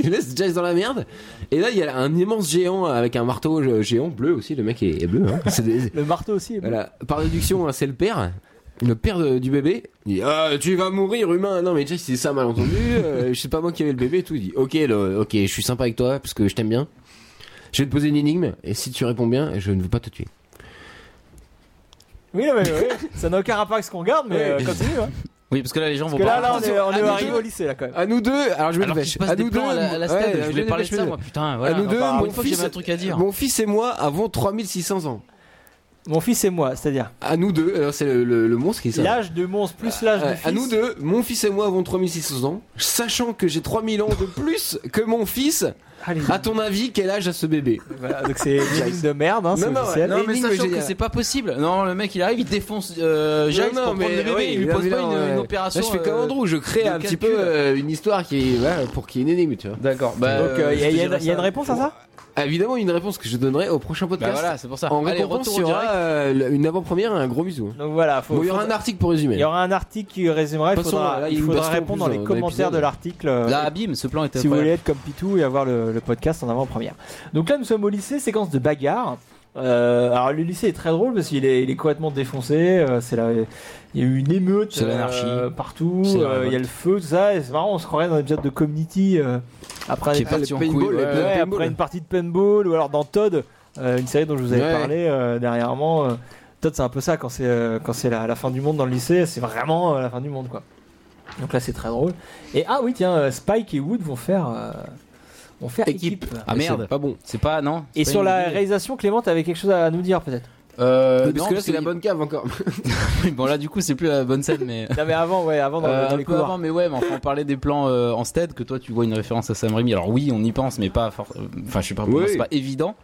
Speaker 2: il laisse Giles dans la merde. Et là, il y a un immense géant avec un marteau euh, géant, bleu aussi, le mec est, est bleu. Hein. C'est des-
Speaker 1: Le marteau aussi. est bon.
Speaker 2: voilà. Par déduction, hein, c'est le père. Le père de- du bébé, il dit ah, tu vas mourir humain. Non mais Giles, c'est ça malentendu. euh, je sais pas moi qui avait le bébé et tout. Il dit ok, le- ok, je suis sympa avec toi parce que je t'aime bien. Je vais te poser une énigme et si tu réponds bien, je ne veux pas te tuer.
Speaker 1: Oui, non, mais
Speaker 2: (laughs)
Speaker 1: oui, ça n'a aucun rapport avec ce qu'on regarde, mais euh,
Speaker 2: Ouais.
Speaker 1: continue. hein.
Speaker 3: Oui, parce que là, les gens vont
Speaker 1: Parce que là, là,
Speaker 3: pas.
Speaker 1: on est, on est
Speaker 2: Attention,
Speaker 1: arrivé
Speaker 2: attention.
Speaker 1: au lycée là quand même.
Speaker 2: À nous deux, alors je vais
Speaker 3: Alors
Speaker 2: le
Speaker 3: qu'il
Speaker 2: pêche.
Speaker 3: se passe
Speaker 2: À
Speaker 3: des
Speaker 2: nous deux,
Speaker 3: plans à la, à la stade,
Speaker 2: ouais,
Speaker 3: je
Speaker 2: vais
Speaker 3: voulais
Speaker 2: le
Speaker 3: parler de
Speaker 2: pêcher,
Speaker 3: ça,
Speaker 2: je
Speaker 3: moi, putain.
Speaker 2: vais
Speaker 3: Voilà.
Speaker 2: le- À nous deux,
Speaker 3: Enfin,
Speaker 2: mon
Speaker 3: une fois que
Speaker 2: fils,
Speaker 3: j'avais un truc à dire.
Speaker 2: mon fils et moi avons 3600 ans.
Speaker 1: Mon fils et moi, c'est-à-dire
Speaker 2: À nous deux, alors c'est le, le- le monstre qui ça.
Speaker 1: l'âge de monstre plus l'âge de
Speaker 2: Euh,
Speaker 1: fils.
Speaker 2: à nous deux, mon fils et moi avons 3600 ans, sachant que j'ai 3000 ans de plus que mon fils.
Speaker 1: Allez,
Speaker 2: À ton avis, quel âge a ce bébé
Speaker 1: voilà, donc c'est une ligne de merde, hein, c'est
Speaker 2: Non, non,
Speaker 1: officiel.
Speaker 2: non,
Speaker 1: Et
Speaker 2: mais
Speaker 1: ligne-
Speaker 2: ça-
Speaker 3: Sachant
Speaker 2: Génial.
Speaker 3: que c'est pas possible. Non, le mec il arrive, il défonce euh, Giles
Speaker 2: Non, non,
Speaker 3: pour prendre
Speaker 2: mais
Speaker 3: le bébé,
Speaker 2: oui,
Speaker 3: il lui
Speaker 2: bien
Speaker 3: pose pas
Speaker 2: évidemment,
Speaker 3: une, une
Speaker 2: ouais.
Speaker 3: opération.
Speaker 2: Là, je fais comme
Speaker 3: euh,
Speaker 2: Andrew, je crée
Speaker 3: de
Speaker 2: un petit
Speaker 3: calcul.
Speaker 2: peu euh, une histoire qui, voilà, pour qu'il y ait une énigme, tu vois.
Speaker 3: D'accord. Bah,
Speaker 1: Donc il
Speaker 3: euh,
Speaker 1: y, a-
Speaker 3: je te
Speaker 1: y a-
Speaker 3: dirai
Speaker 1: y a une
Speaker 3: ça.
Speaker 1: réponse à ça
Speaker 2: Ah, évidemment, une réponse que je donnerai au prochain
Speaker 3: Bah
Speaker 2: podcast.
Speaker 3: voilà, c'est pour ça.
Speaker 2: En
Speaker 3: Allez,
Speaker 2: récompense,
Speaker 3: retour
Speaker 2: il y
Speaker 3: au
Speaker 2: aura
Speaker 3: direct.
Speaker 2: euh, une avant-première et un gros bisou. hein.
Speaker 1: Donc voilà, faut-
Speaker 2: Bon, il y aura
Speaker 1: faut-
Speaker 2: un article pour résumer.
Speaker 1: il y aura un article qui résumerait.
Speaker 2: De
Speaker 1: Il
Speaker 2: toute
Speaker 1: faudra,
Speaker 2: façon, là, il y a
Speaker 1: il
Speaker 2: une
Speaker 1: faudra
Speaker 2: baston en
Speaker 1: répondre dans
Speaker 2: plus
Speaker 1: les
Speaker 2: dans
Speaker 1: commentaires
Speaker 2: l'épisode.
Speaker 1: de l'article. euh,
Speaker 3: Là, abîme, ce plan était
Speaker 1: si vous voulez
Speaker 3: incroyable.
Speaker 1: être comme Pitou et avoir le, le podcast en avant-première. Donc là, nous sommes au lycée, séquence de bagarre. Euh, alors le lycée est très drôle parce qu'il est, il est complètement défoncé. euh, c'est la- il y a eu une émeute,
Speaker 3: C'est l'anarchie.
Speaker 1: partout.
Speaker 3: C'est la
Speaker 1: euh, il y a
Speaker 3: révolte.
Speaker 1: le feu, tout ça. Et c'est marrant, on se croirait dans l'épisode de Community euh, après,
Speaker 3: Qui est
Speaker 1: un-
Speaker 2: Ah, le
Speaker 3: parti en
Speaker 2: paintball,
Speaker 3: couille,
Speaker 2: les
Speaker 1: Euh, ouais,
Speaker 2: deux
Speaker 1: après
Speaker 2: paintball. Euh,
Speaker 1: une partie de paintball ou alors dans Todd, euh, une série dont je vous avais
Speaker 2: Ouais.
Speaker 1: parlé euh, dernièrement. euh, Todd, c'est un peu ça quand c'est euh, quand c'est la, la fin du monde dans le lycée, c'est vraiment euh, la fin du monde quoi. Donc là, c'est très drôle. Et ah oui, tiens, euh, Spike et Wood vont faire euh, vont faire équipe.
Speaker 2: Équipe.
Speaker 3: Ah
Speaker 2: Mais c'est
Speaker 3: merde.
Speaker 2: Pas bon.
Speaker 3: C'est pas, non
Speaker 1: Et
Speaker 3: c'est
Speaker 1: sur
Speaker 3: pas une
Speaker 1: la
Speaker 3: idée.
Speaker 1: réalisation, Clément, t'avais quelque chose à nous dire peut-être.
Speaker 3: Euh,
Speaker 2: parce
Speaker 3: non,
Speaker 2: que là, c'est la
Speaker 3: il-
Speaker 2: bonne cave encore.
Speaker 3: (laughs) Bon, là, du coup, c'est plus la bonne scène, mais.
Speaker 1: Non mais avant, ouais, avant dans,
Speaker 3: Euh,
Speaker 1: dans
Speaker 3: un
Speaker 1: les
Speaker 3: peu
Speaker 1: couloirs.
Speaker 3: avant, mais ouais, mais enfin, on parlait des plans euh, en stead que toi tu vois une référence à Sam Raimi. Alors oui, on y pense, mais pas. for- euh, Enfin, je sais pas,
Speaker 2: Oui.
Speaker 3: c'est pas évident.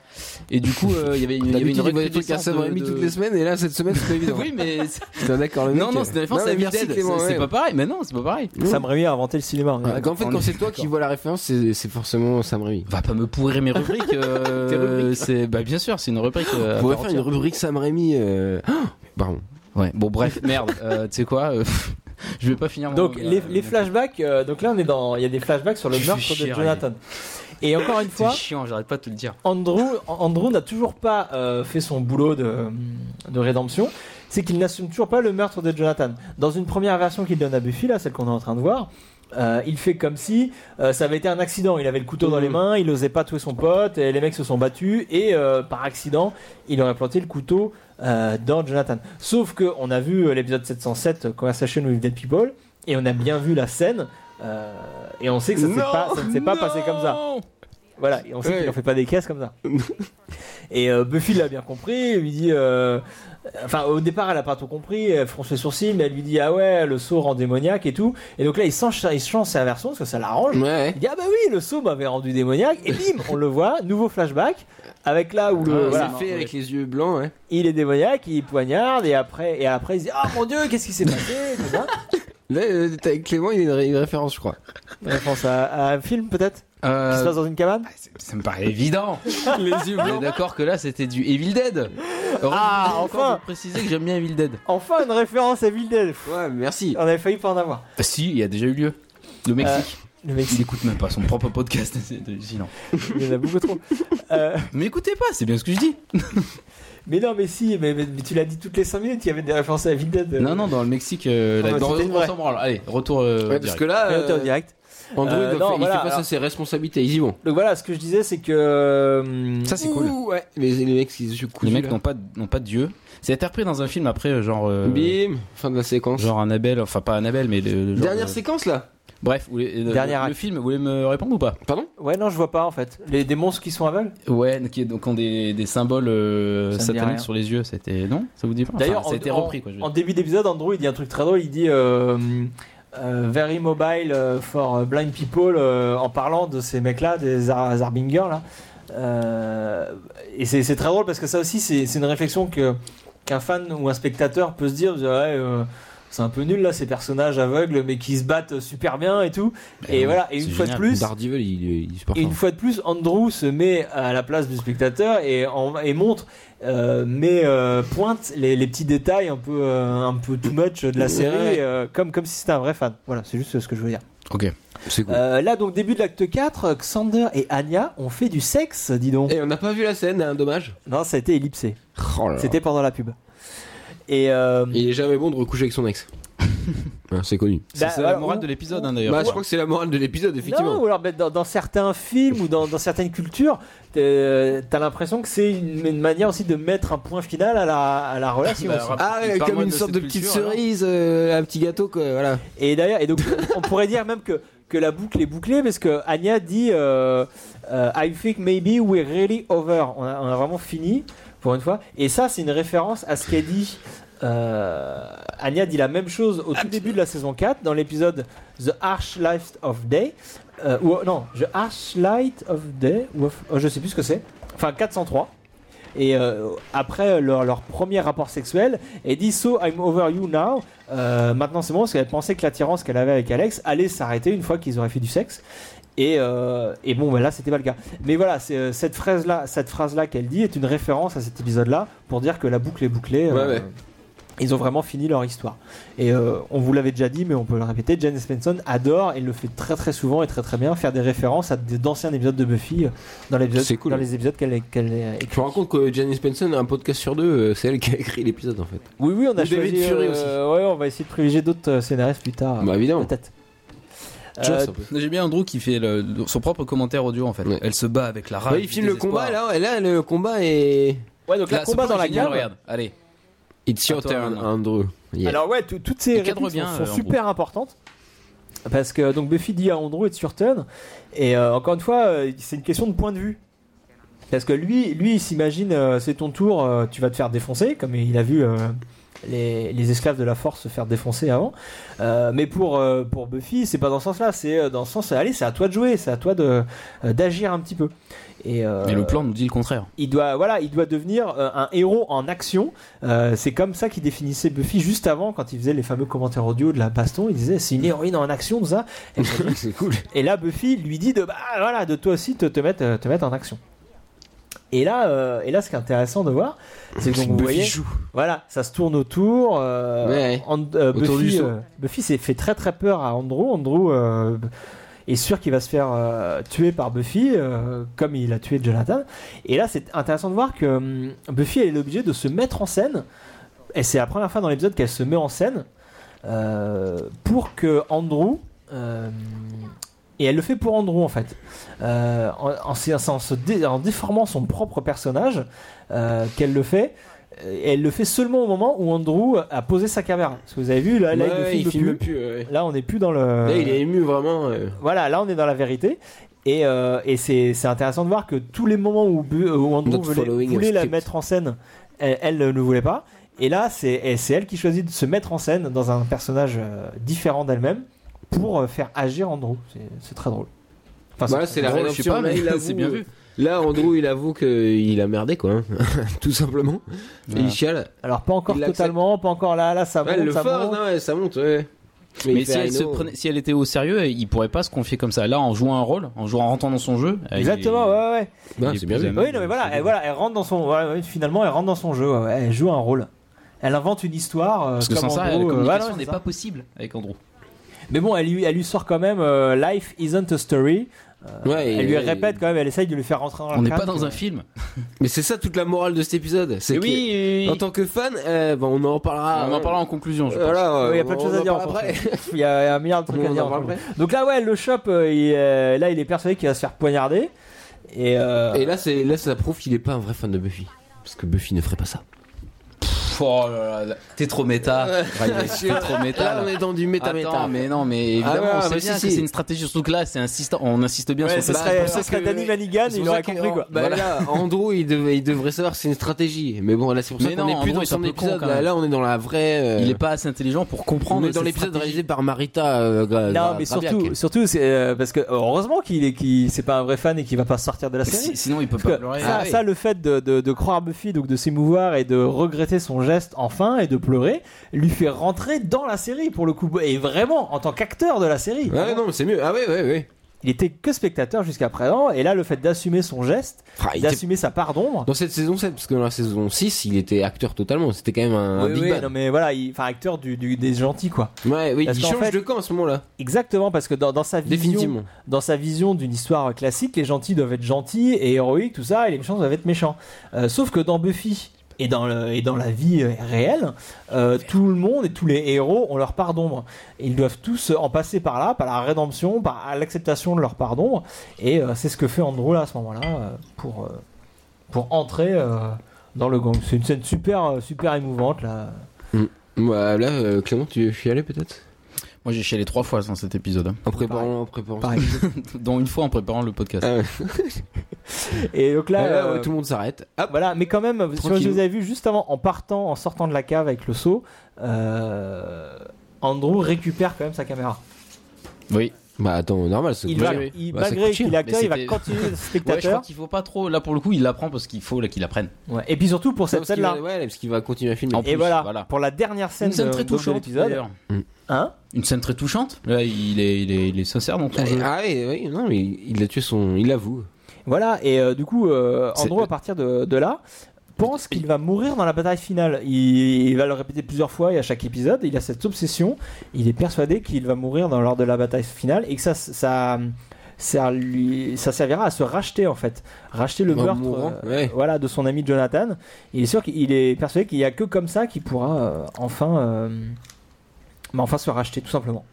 Speaker 3: Et du coup, euh, il y avait, il y avait
Speaker 2: D'habitude,
Speaker 3: une
Speaker 2: il voit des trucs à
Speaker 3: recrudescence
Speaker 2: Sam
Speaker 3: de-
Speaker 2: Raimi
Speaker 3: de-
Speaker 2: toutes
Speaker 3: (laughs)
Speaker 2: les semaines, et là, cette semaine, c'est pas évident.
Speaker 3: Oui, mais c'est-
Speaker 2: Putain, d'accord, le mec. euh,
Speaker 3: non, non, c'est une référence
Speaker 2: Non,
Speaker 3: à
Speaker 2: mais merci,
Speaker 3: Evil Dead.
Speaker 2: Clément,
Speaker 3: C'est c'est
Speaker 2: ouais.
Speaker 3: pas pareil. Mais non, c'est pas pareil.
Speaker 1: Sam Raimi a inventé le cinéma.
Speaker 2: Ah, qu'en fait,
Speaker 3: On
Speaker 2: quand
Speaker 3: est-
Speaker 2: c'est toi qui
Speaker 3: d'accord.
Speaker 2: vois la référence, c'est c'est forcément Sam Raimi.
Speaker 3: Va pas me pourrir mes rubriques. (laughs) euh,
Speaker 2: Tes rubriques.
Speaker 3: C'est bah bien sûr, c'est une rubrique.
Speaker 2: On
Speaker 3: euh, à
Speaker 2: pourrait
Speaker 3: part
Speaker 2: faire une
Speaker 3: entière.
Speaker 2: rubrique Sam Raimi. euh, oh, (gasps) Pardon.
Speaker 3: Ouais. Bon bref, merde. Euh, (laughs) tu sais quoi euh, pff, je vais pas finir mon
Speaker 1: Donc
Speaker 3: manga,
Speaker 1: les,
Speaker 3: euh,
Speaker 1: les
Speaker 3: non.
Speaker 1: flashbacks, euh, donc là on est dans, il y a des flashbacks sur le
Speaker 3: Tu fais
Speaker 1: meurtre
Speaker 3: chier,
Speaker 1: de Jonathan. Et encore une
Speaker 3: C'est
Speaker 1: fois,
Speaker 3: chiant, j'arrête pas de te le dire.
Speaker 1: Andrew, Andrew n'a toujours pas euh, fait son boulot de, de rédemption, c'est qu'il n'assume toujours pas le meurtre de Jonathan. Dans une première version qu'il donne à Buffy, là, celle qu'on est en train de voir, euh, il fait comme si euh, ça avait été un accident. Il avait le couteau
Speaker 2: Mmh.
Speaker 1: dans les mains, il n'osait pas tuer son pote, et les mecs se sont battus, et euh, par accident, il aurait planté le couteau euh, dans Jonathan. Sauf que on a vu euh, l'épisode 707, euh, Conversation with Dead People, et on a bien vu la scène. euh, et on sait que ça ne s'est
Speaker 2: Non,
Speaker 1: pas, ça ne s'est pas
Speaker 2: non.
Speaker 1: passé comme ça. Voilà, et on sait
Speaker 2: Ouais.
Speaker 1: qu'il en fait pas des caisses
Speaker 2: (laughs)
Speaker 1: comme ça. et euh, Buffy l'a bien compris, elle lui dit. euh, Enfin, au départ, elle a pas tout compris, elle fronce les sourcils, mais elle lui dit Ah ouais, le saut rend démoniaque et tout. Et donc là, il change, il change sa version parce que ça l'arrange.
Speaker 2: Ouais.
Speaker 1: Il dit Ah bah oui, le saut m'avait rendu démoniaque. Et bim, on le voit, nouveau flashback, avec là où le.
Speaker 2: Ah,
Speaker 1: voilà,
Speaker 2: c'est fait avec les yeux blancs, ouais.
Speaker 1: Il est démoniaque, il poignarde, et après, et après il se dit Ah mon dieu, qu'est-ce qui s'est passé tout
Speaker 2: (laughs)
Speaker 1: ça.
Speaker 2: Là, euh, t'as- Clément, il y a une ré- une référence, je crois.
Speaker 1: Réponse à, à un film peut-être
Speaker 3: Euh,
Speaker 1: Qui se passe dans une cabane
Speaker 3: c'est- ça me
Speaker 1: (laughs)
Speaker 3: paraît évident. les yeux On est d'accord que là c'était du Evil Dead.
Speaker 1: Ah,
Speaker 3: Heureusement,
Speaker 1: enfin.
Speaker 3: de préciser que j'aime bien Evil Dead.
Speaker 1: Enfin, une référence à Evil Dead.
Speaker 2: Ouais, merci.
Speaker 1: On avait failli pas en avoir.
Speaker 3: Bah, si, il y a déjà eu lieu. Le Mexique.
Speaker 1: Le mec,
Speaker 3: Il écoute même pas son propre podcast. (laughs) C'est hallucinant.
Speaker 1: il y en a beaucoup trop. Euh,
Speaker 3: Mais écoutez pas, c'est bien ce que je dis.
Speaker 1: Mais non, mais si, mais, mais- mais tu l'as dit toutes les 5 minutes, il y avait des références à Evil Dead. euh,
Speaker 3: Non, non, dans le Mexique, euh,
Speaker 1: Ah,
Speaker 3: là,
Speaker 1: bah,
Speaker 3: dans-
Speaker 1: c'était
Speaker 3: on
Speaker 1: vrai.
Speaker 3: s'en branle. Allez, retour. euh,
Speaker 2: Ouais, parce
Speaker 3: direct.
Speaker 2: que là,
Speaker 1: Réauteur
Speaker 2: euh,
Speaker 1: direct.
Speaker 2: Andrew,
Speaker 1: Euh,
Speaker 2: il doit
Speaker 1: non,
Speaker 2: faire- il
Speaker 1: voilà,
Speaker 2: fait face à
Speaker 1: alors-
Speaker 2: ses responsabilités, ils y vont.
Speaker 1: Donc voilà, ce que je disais, c'est que. euh,
Speaker 3: Ça, c'est cool.
Speaker 2: Ouh, ouais. Mais les mecs, ils se
Speaker 3: les
Speaker 2: couillent.
Speaker 3: mecs n'ont pas, n'ont pas de dieu. C'est été repris dans un film après, euh, genre. euh,
Speaker 2: Bim, fin de la séquence.
Speaker 3: Genre Annabelle, enfin pas Annabelle, mais le. le genre,
Speaker 2: Dernière
Speaker 3: euh,
Speaker 2: séquence là
Speaker 3: Bref, vous voulez- euh,
Speaker 1: Dernier
Speaker 3: le, le
Speaker 1: acte.
Speaker 3: film, vous voulez me répondre ou pas
Speaker 2: Pardon
Speaker 1: Ouais, non, je vois pas en fait. Les des monstres qui sont aveugles
Speaker 3: Ouais, qui donc ont des, des symboles euh,
Speaker 1: Ça me dit rien.
Speaker 3: sataniques sur les yeux, c'était. Non Ça vous dit pas Enfin,
Speaker 1: D'ailleurs,
Speaker 3: ça a été
Speaker 1: en-
Speaker 3: repris quoi. je veux
Speaker 1: En
Speaker 3: dire.
Speaker 1: début d'épisode, Andrew il dit un truc très drôle. Il dit euh, euh, Very mobile euh, for blind people euh, en parlant de ces mecs-là, des Zar- Zarbingers là. Euh, et c'est c'est très drôle parce que ça aussi, c'est c'est une réflexion que qu'un fan ou un spectateur peut se dire Ouais, euh, c'est un peu nul là, ces personnages aveugles mais qui se battent super bien et tout.
Speaker 3: Mais
Speaker 1: et
Speaker 3: non,
Speaker 1: voilà, et
Speaker 3: c'est
Speaker 1: une fois de
Speaker 3: génial.
Speaker 1: plus.
Speaker 2: Daredevil, il, est- il est super
Speaker 1: Et
Speaker 2: fort.
Speaker 1: une fois de plus, Andrew se met à la place du spectateur et, en- et montre, euh, mais euh, pointe les, les petits détails un peu, euh, un peu too much de la série,
Speaker 2: Ouais.
Speaker 1: euh, comme, comme si c'était un vrai fan. Voilà, c'est juste ce que je veux dire.
Speaker 2: Ok, c'est cool.
Speaker 1: Euh, là, donc, début de l'acte 4, Xander et Anya ont fait du sexe, dis donc.
Speaker 2: Et on n'a pas vu la scène, hein, dommage.
Speaker 1: Non, ça a été ellipsé.
Speaker 2: Oh là là.
Speaker 1: C'était pendant la pub. Et euh,
Speaker 2: Il est jamais bon de recoucher avec son (laughs) ex. Ah, Mm. c'est connu.
Speaker 1: bah,
Speaker 3: C'est la
Speaker 1: voilà,
Speaker 3: morale
Speaker 1: ou-
Speaker 3: de l'épisode hein, d'ailleurs.
Speaker 2: Bah, je crois que c'est la morale de l'épisode, effectivement.
Speaker 1: Non, ou alors bah, dans, dans certains films ou dans, dans certaines cultures, t'es- euh, t'as l'impression que c'est une, une manière aussi de mettre un point final à la, à la relation.
Speaker 3: Bah,
Speaker 1: aussi.
Speaker 2: ah, ouais,
Speaker 3: Parle-moi
Speaker 2: comme une
Speaker 3: de
Speaker 2: sorte de
Speaker 3: cette
Speaker 2: petite
Speaker 3: culture, alors.
Speaker 2: cerise, euh, un petit gâteau, quoi, voilà.
Speaker 1: Et d'ailleurs, et donc on pourrait dire même que que la boucle est bouclée parce que Anya dit euh, euh, I think maybe we're really over. On a, on a vraiment fini pour une fois. Et ça, c'est une référence à ce qu'a dit. euh, Anya dit la même chose au tout début de la saison 4 dans l'épisode The Harsh Light of Day euh, ou non The Harsh Light of Day ou of- oh, je sais plus ce que c'est enfin 403 et euh, après leur, leur premier rapport sexuel elle dit so I'm over you now euh, maintenant, c'est bon parce qu'elle pensait que l'attirance qu'elle avait avec Alex allait s'arrêter une fois qu'ils auraient fait du sexe. Et, euh, et bon, bah là, c'était pas le cas. Mais voilà, c'est, euh, cette phrase-là, cette phrase-là qu'elle dit est une référence à cet épisode-là pour dire que la boucle est bouclée. euh,
Speaker 2: Ouais, ouais.
Speaker 1: Ils ont vraiment fini leur histoire. Et euh, on vous l'avait déjà dit, mais on peut le répéter. Jane Spenson adore et le fait très très souvent et très très bien faire des références à des- d'anciens épisodes de Buffy euh, dans, l'épisode-
Speaker 2: C'est cool.
Speaker 1: dans les épisodes qu'elle qu'elle euh, écrit.
Speaker 2: Je me rends compte que Janice Benson a un podcast sur deux, euh, c'est elle qui a écrit l'épisode, en fait.
Speaker 1: Oui, oui, on a
Speaker 2: Ou David
Speaker 1: choisi. euh,
Speaker 2: Fury
Speaker 1: ouais, on va essayer de privilégier d'autres euh, scénaristes plus tard.
Speaker 2: Bah, évidemment.
Speaker 1: Peut-être.
Speaker 2: Jones,
Speaker 1: Euh,
Speaker 2: un peu.
Speaker 3: J'aime bien Andrew qui fait le- son propre commentaire audio en fait.
Speaker 2: Ouais.
Speaker 3: Elle se bat avec la rage.
Speaker 1: Bah,
Speaker 2: Ouais, il
Speaker 3: du
Speaker 2: filme le
Speaker 3: Ah, désespoir.
Speaker 2: combat, là, et là, le combat est...
Speaker 1: ouais, donc
Speaker 3: Là,
Speaker 1: le
Speaker 3: ce
Speaker 1: combat
Speaker 3: plan
Speaker 1: dans
Speaker 3: est
Speaker 1: la
Speaker 3: génial,
Speaker 1: cave.
Speaker 3: Regarde, allez.
Speaker 2: It's
Speaker 3: your turn,
Speaker 2: Andrew. Yeah.
Speaker 1: Alors ouais, tout- toutes ces
Speaker 3: Il cadre
Speaker 1: répliques
Speaker 3: bien,
Speaker 1: sont-
Speaker 3: euh,
Speaker 1: sont,
Speaker 3: en
Speaker 1: super importantes. Parce que donc Buffy dit à Andrew et sur Turn, et euh, encore une fois, euh, c'est une question de point de vue. Parce que lui, lui il s'imagine, euh, c'est ton tour, euh, tu vas te faire défoncer, comme il a vu euh, les, les esclaves de la force se faire défoncer avant. Euh, mais pour, euh, pour Buffy, c'est pas dans ce sens-là, c'est euh, dans le sens, allez, c'est à toi de jouer, c'est à toi de- euh, d'agir un petit peu. Et, euh,
Speaker 3: Mais le plan nous dit le contraire.
Speaker 1: il doit, voilà, il doit devenir euh, un héros en action. Euh, c'est comme ça qu'il définissait Buffy juste avant, quand il faisait les fameux commentaires audio de la baston. Il disait c'est une héroïne en action, tout ça. Et,
Speaker 2: (laughs) c'est cool.
Speaker 1: et là, Buffy lui dit de bah voilà, de toi aussi te, te mettre, euh, te mettre en action. Et Et là, euh, et là, ce qui est intéressant de voir, c'est que donc, vous voyez, voilà, ça se tourne autour. euh,
Speaker 2: Ouais.
Speaker 1: And- euh,
Speaker 2: Autour du
Speaker 1: Buffy,
Speaker 2: saut.
Speaker 1: euh, Buffy s'est fait très très peur à Andrew. Andrew euh, est sûr qu'il va se faire euh, tuer par Buffy, euh, comme il a tué Jonathan. Et là, c'est intéressant de voir que hum, Buffy elle est obligée de se mettre en scène. Et c'est la première fois dans l'épisode qu'elle se met en scène euh, pour que Andrew. euh, et elle le fait pour Andrew en fait, Euh, en, en, se- en se dé- en déformant son propre personnage, euh, qu'elle le fait. Et elle le fait seulement au moment où Andrew a posé sa caméra. Parce que vous avez vu, Ah, là, là,
Speaker 2: Ouais,
Speaker 1: il ne filme plus.
Speaker 2: plus, ouais.
Speaker 1: Là, on n'est plus dans le.
Speaker 2: Là, il est ému vraiment. euh.
Speaker 1: Voilà, là, on est dans la vérité. Et, euh, et c'est c'est intéressant de voir que tous les moments où, Bu- euh, où Andrew
Speaker 2: Not
Speaker 1: voulait,
Speaker 2: following
Speaker 1: voulait
Speaker 2: a
Speaker 1: la
Speaker 2: script.
Speaker 1: mettre en scène, elle, elle ne voulait pas. Et là, c'est et c'est elle qui choisit de se mettre en scène dans un personnage euh, différent d'elle-même pour euh, faire agir Andrew. C'est- C'est très drôle. Enfin,
Speaker 2: Voilà, Bah, c'est la
Speaker 3: drôle,
Speaker 2: rédemption,
Speaker 3: je sais pas,
Speaker 2: là,
Speaker 3: mais
Speaker 2: il avoue,
Speaker 3: (laughs) c'est bien vu.
Speaker 2: euh, Là, Andrew, il avoue qu'il a merdé, quoi. hein. (laughs) Tout simplement.
Speaker 3: Ah.
Speaker 2: Et
Speaker 3: Voilà.
Speaker 2: il chiale.
Speaker 1: Alors, pas encore
Speaker 2: il l'accepte.
Speaker 1: totalement, pas encore là, là, ça monte,
Speaker 2: Ouais, le
Speaker 1: ça
Speaker 2: force, hein.
Speaker 1: monte.
Speaker 2: non, ouais, ça monte, ouais. Mais,
Speaker 3: Mais
Speaker 2: il fait,
Speaker 3: si elle,
Speaker 2: I
Speaker 3: se
Speaker 2: know.
Speaker 3: prenait- si elle était au sérieux, il pourrait pas se confier comme ça. Là, en jouant un rôle, en jouant, en rentrant dans son jeu. euh, il-
Speaker 1: Exactement, ouais, ouais.
Speaker 2: Non,
Speaker 3: il est
Speaker 2: Bah, c'est bien
Speaker 3: plus
Speaker 2: vu.
Speaker 3: aimable.
Speaker 1: Oui, non, mais voilà, elle, voilà, elle rentre dans son. ouais, ouais, finalement, elle rentre dans son jeu. ouais, ouais, elle joue un rôle. Elle invente une histoire. euh,
Speaker 3: Parce que
Speaker 1: comme
Speaker 3: sans ça,
Speaker 1: Andrew,
Speaker 3: la
Speaker 1: euh,
Speaker 3: communication
Speaker 1: voilà, c'est
Speaker 3: n'est
Speaker 1: ça.
Speaker 3: pas possible avec Andrew.
Speaker 1: Mais bon, elle lui, elle lui sort quand même euh, Life isn't a story.
Speaker 2: Ouais,
Speaker 1: elle
Speaker 2: et-
Speaker 1: lui répète quand même, elle essaye de lui faire rentrer dans la
Speaker 3: On n'est
Speaker 1: crâne,
Speaker 3: pas dans
Speaker 1: quoi.
Speaker 3: un film.
Speaker 2: Mais c'est ça toute la morale de cet épisode. C'est
Speaker 3: Et
Speaker 2: que,
Speaker 3: oui,
Speaker 2: en tant que fan, euh, bon, on en reparlera.
Speaker 3: on en parlera en conclusion. Je pense.
Speaker 2: Voilà,
Speaker 1: Ouais, Il y a
Speaker 2: on-
Speaker 1: plein de
Speaker 2: on
Speaker 1: choses à
Speaker 2: en
Speaker 1: dire
Speaker 2: parle
Speaker 1: encore.
Speaker 2: après.
Speaker 1: (laughs) Il y a un milliard de trucs
Speaker 2: On
Speaker 1: à
Speaker 2: en
Speaker 1: dire.
Speaker 2: parle
Speaker 1: encore.
Speaker 2: après.
Speaker 1: Donc là, ouais, elle le chope. euh, il, euh, là, il est persuadé qu'il va se faire poignarder. Et, euh,
Speaker 2: Et là, c'est là, ça prouve qu'il est pas un vrai fan de Buffy. Parce que Buffy ne ferait pas ça.
Speaker 3: Pff, oh là là là. T'es trop méta. Riley, T'es trop méta.
Speaker 2: Là,
Speaker 3: là.
Speaker 2: on est dans du
Speaker 3: Attends,
Speaker 2: méta-méta.
Speaker 3: mais non, mais évidemment,
Speaker 2: ouais,
Speaker 3: on sait
Speaker 2: mais
Speaker 3: bien
Speaker 2: si,
Speaker 3: que
Speaker 2: si.
Speaker 3: c'est une stratégie. Surtout que là, c'est insistant. On insiste bien
Speaker 1: ouais,
Speaker 3: sur
Speaker 1: ce
Speaker 2: bah,
Speaker 1: serait,
Speaker 2: c'est pour
Speaker 1: ce
Speaker 2: ça
Speaker 1: serait
Speaker 2: que-
Speaker 1: Danny Manigan,
Speaker 2: C'est pour
Speaker 1: Ah, il aurait
Speaker 2: ça que-
Speaker 1: compris quoi.
Speaker 2: Bah
Speaker 1: Voilà.
Speaker 2: là, Andrew, il devait, il devrait savoir que c'est une stratégie. Mais bon, là, c'est pour ça
Speaker 3: Mais
Speaker 2: qu'on
Speaker 3: non,
Speaker 2: n'est plus
Speaker 3: Andrew
Speaker 2: dans
Speaker 3: est un
Speaker 2: son
Speaker 3: peu con,
Speaker 2: épisode.
Speaker 3: quand
Speaker 2: là,
Speaker 3: même.
Speaker 2: là, on est dans la vraie. euh,
Speaker 3: Il est pas assez intelligent pour
Speaker 2: on
Speaker 3: comprendre.
Speaker 2: est dans
Speaker 3: ses
Speaker 2: l'épisode
Speaker 3: stratégies.
Speaker 2: réalisé par Marita. euh, Gra-
Speaker 1: Non,
Speaker 2: Gra-
Speaker 1: mais
Speaker 2: Grabiac.
Speaker 1: surtout, surtout c'est, euh, parce que heureusement qu'il est, qu'il- c'est pas un vrai fan et qu'il va pas sortir de la série.
Speaker 3: Si- Sinon, il peut
Speaker 1: Parce
Speaker 3: pas
Speaker 1: que
Speaker 3: pleurer.
Speaker 1: ça,
Speaker 2: Ah oui.
Speaker 1: ça, le fait de, de- de croire Buffy, donc de s'émouvoir et de regretter son geste enfin et de pleurer, lui fait rentrer dans la série pour le coup. Et vraiment, en tant qu'acteur de la série,
Speaker 2: Ouais, non, mais c'est mieux. Ah ouais, ouais, ouais.
Speaker 1: il était que spectateur jusqu'à présent. Et là, le fait d'assumer son geste,
Speaker 2: Ah, il était-
Speaker 1: d'assumer sa part d'ombre.
Speaker 2: Dans cette saison 7, parce que dans la saison 6, il était acteur totalement. C'était quand même un, un
Speaker 1: Oui,
Speaker 2: big
Speaker 1: oui,
Speaker 2: bad.
Speaker 1: non, mais voilà, il- enfin acteur du, du- des gentils quoi.
Speaker 2: Ouais, oui,
Speaker 1: Parce
Speaker 2: il
Speaker 1: qu'en
Speaker 2: change
Speaker 1: fait-
Speaker 2: de camp à ce moment-là.
Speaker 1: Exactement, parce que dans, dans sa vision,
Speaker 2: Définitivement.
Speaker 1: dans sa vision d'une histoire classique, les gentils doivent être gentils et héroïques, tout ça, et les méchants doivent être méchants. Euh, sauf que dans Buffy et dans, le- et dans la vie euh, réelle, euh, tout le monde et tous les héros ont leur part d'ombre. Et Ils doivent tous en passer par là, par la rédemption, par l'acceptation de leur part d'ombre. Et euh, c'est ce que fait Andrew là, à ce moment-là euh, pour, euh, pour entrer euh, dans le gang. C'est une scène super, euh, super émouvante là.
Speaker 2: Ouais, là, euh, Clément, tu suis allé peut-être
Speaker 3: Moi, j'ai chialé trois fois dans cet épisode. hein.
Speaker 2: En préparant, en préparant.
Speaker 1: Pareil.
Speaker 3: Dont une fois en préparant le podcast.
Speaker 2: Ah ouais.
Speaker 1: Et donc là,
Speaker 2: Là, là,
Speaker 1: euh,
Speaker 2: ouais, tout le monde s'arrête. Hop.
Speaker 1: Voilà, mais quand même, si
Speaker 2: Tranquille.
Speaker 1: je vous avais vu juste avant, en partant, en sortant de la cave avec le seau, euh, Andrew récupère quand même sa caméra.
Speaker 3: Oui.
Speaker 2: Bah attends, normal. ce
Speaker 1: Il
Speaker 2: coup.
Speaker 1: va,
Speaker 3: oui.
Speaker 1: il-
Speaker 2: Bah, ça
Speaker 1: malgré
Speaker 2: coûte cher.
Speaker 1: qu'il est acteur,
Speaker 3: Mais
Speaker 1: il va
Speaker 3: c'était-
Speaker 1: continuer d'être
Speaker 3: (laughs) Ouais, je crois
Speaker 1: spectateur.
Speaker 3: qu'il faut pas trop. Là, pour le coup, il apprend parce qu'il faut là, qu'il apprenne.
Speaker 1: Ouais. Et puis surtout pour
Speaker 2: Non,
Speaker 1: cette
Speaker 2: parce qu'il
Speaker 1: scène-là.
Speaker 2: va, ouais, parce qu'il va continuer à filmer.
Speaker 3: En
Speaker 1: Et
Speaker 3: plus,
Speaker 1: voilà,
Speaker 3: voilà.
Speaker 1: pour la dernière scène
Speaker 3: Une
Speaker 1: de,
Speaker 3: scène très
Speaker 1: donc de
Speaker 3: touchante.
Speaker 1: l'épisode.
Speaker 3: d'ailleurs.
Speaker 1: Hein
Speaker 3: Une scène très touchante. Là, il est, il est, il est sincère dans son jeu.
Speaker 2: Ah oui, oui, non, mais il a tué son. Il avoue.
Speaker 1: voilà, et euh, du coup, euh,
Speaker 3: C'est-
Speaker 1: Andrew, à partir de, de là, pense qu'il va mourir dans la bataille finale. Il, il va le répéter plusieurs fois et à chaque épisode, il a cette obsession. Il est persuadé qu'il va mourir dans, lors de la bataille finale et que ça, ça, ça, lui, ça servira à se racheter en fait. Racheter le
Speaker 2: En
Speaker 1: meurtre
Speaker 2: mourant,
Speaker 1: euh,
Speaker 2: ouais.
Speaker 1: voilà, de son ami Jonathan. Il est sûr qu'il est persuadé qu'il n'y a que comme ça qu'il pourra euh, enfin, euh, bah, enfin se racheter tout simplement.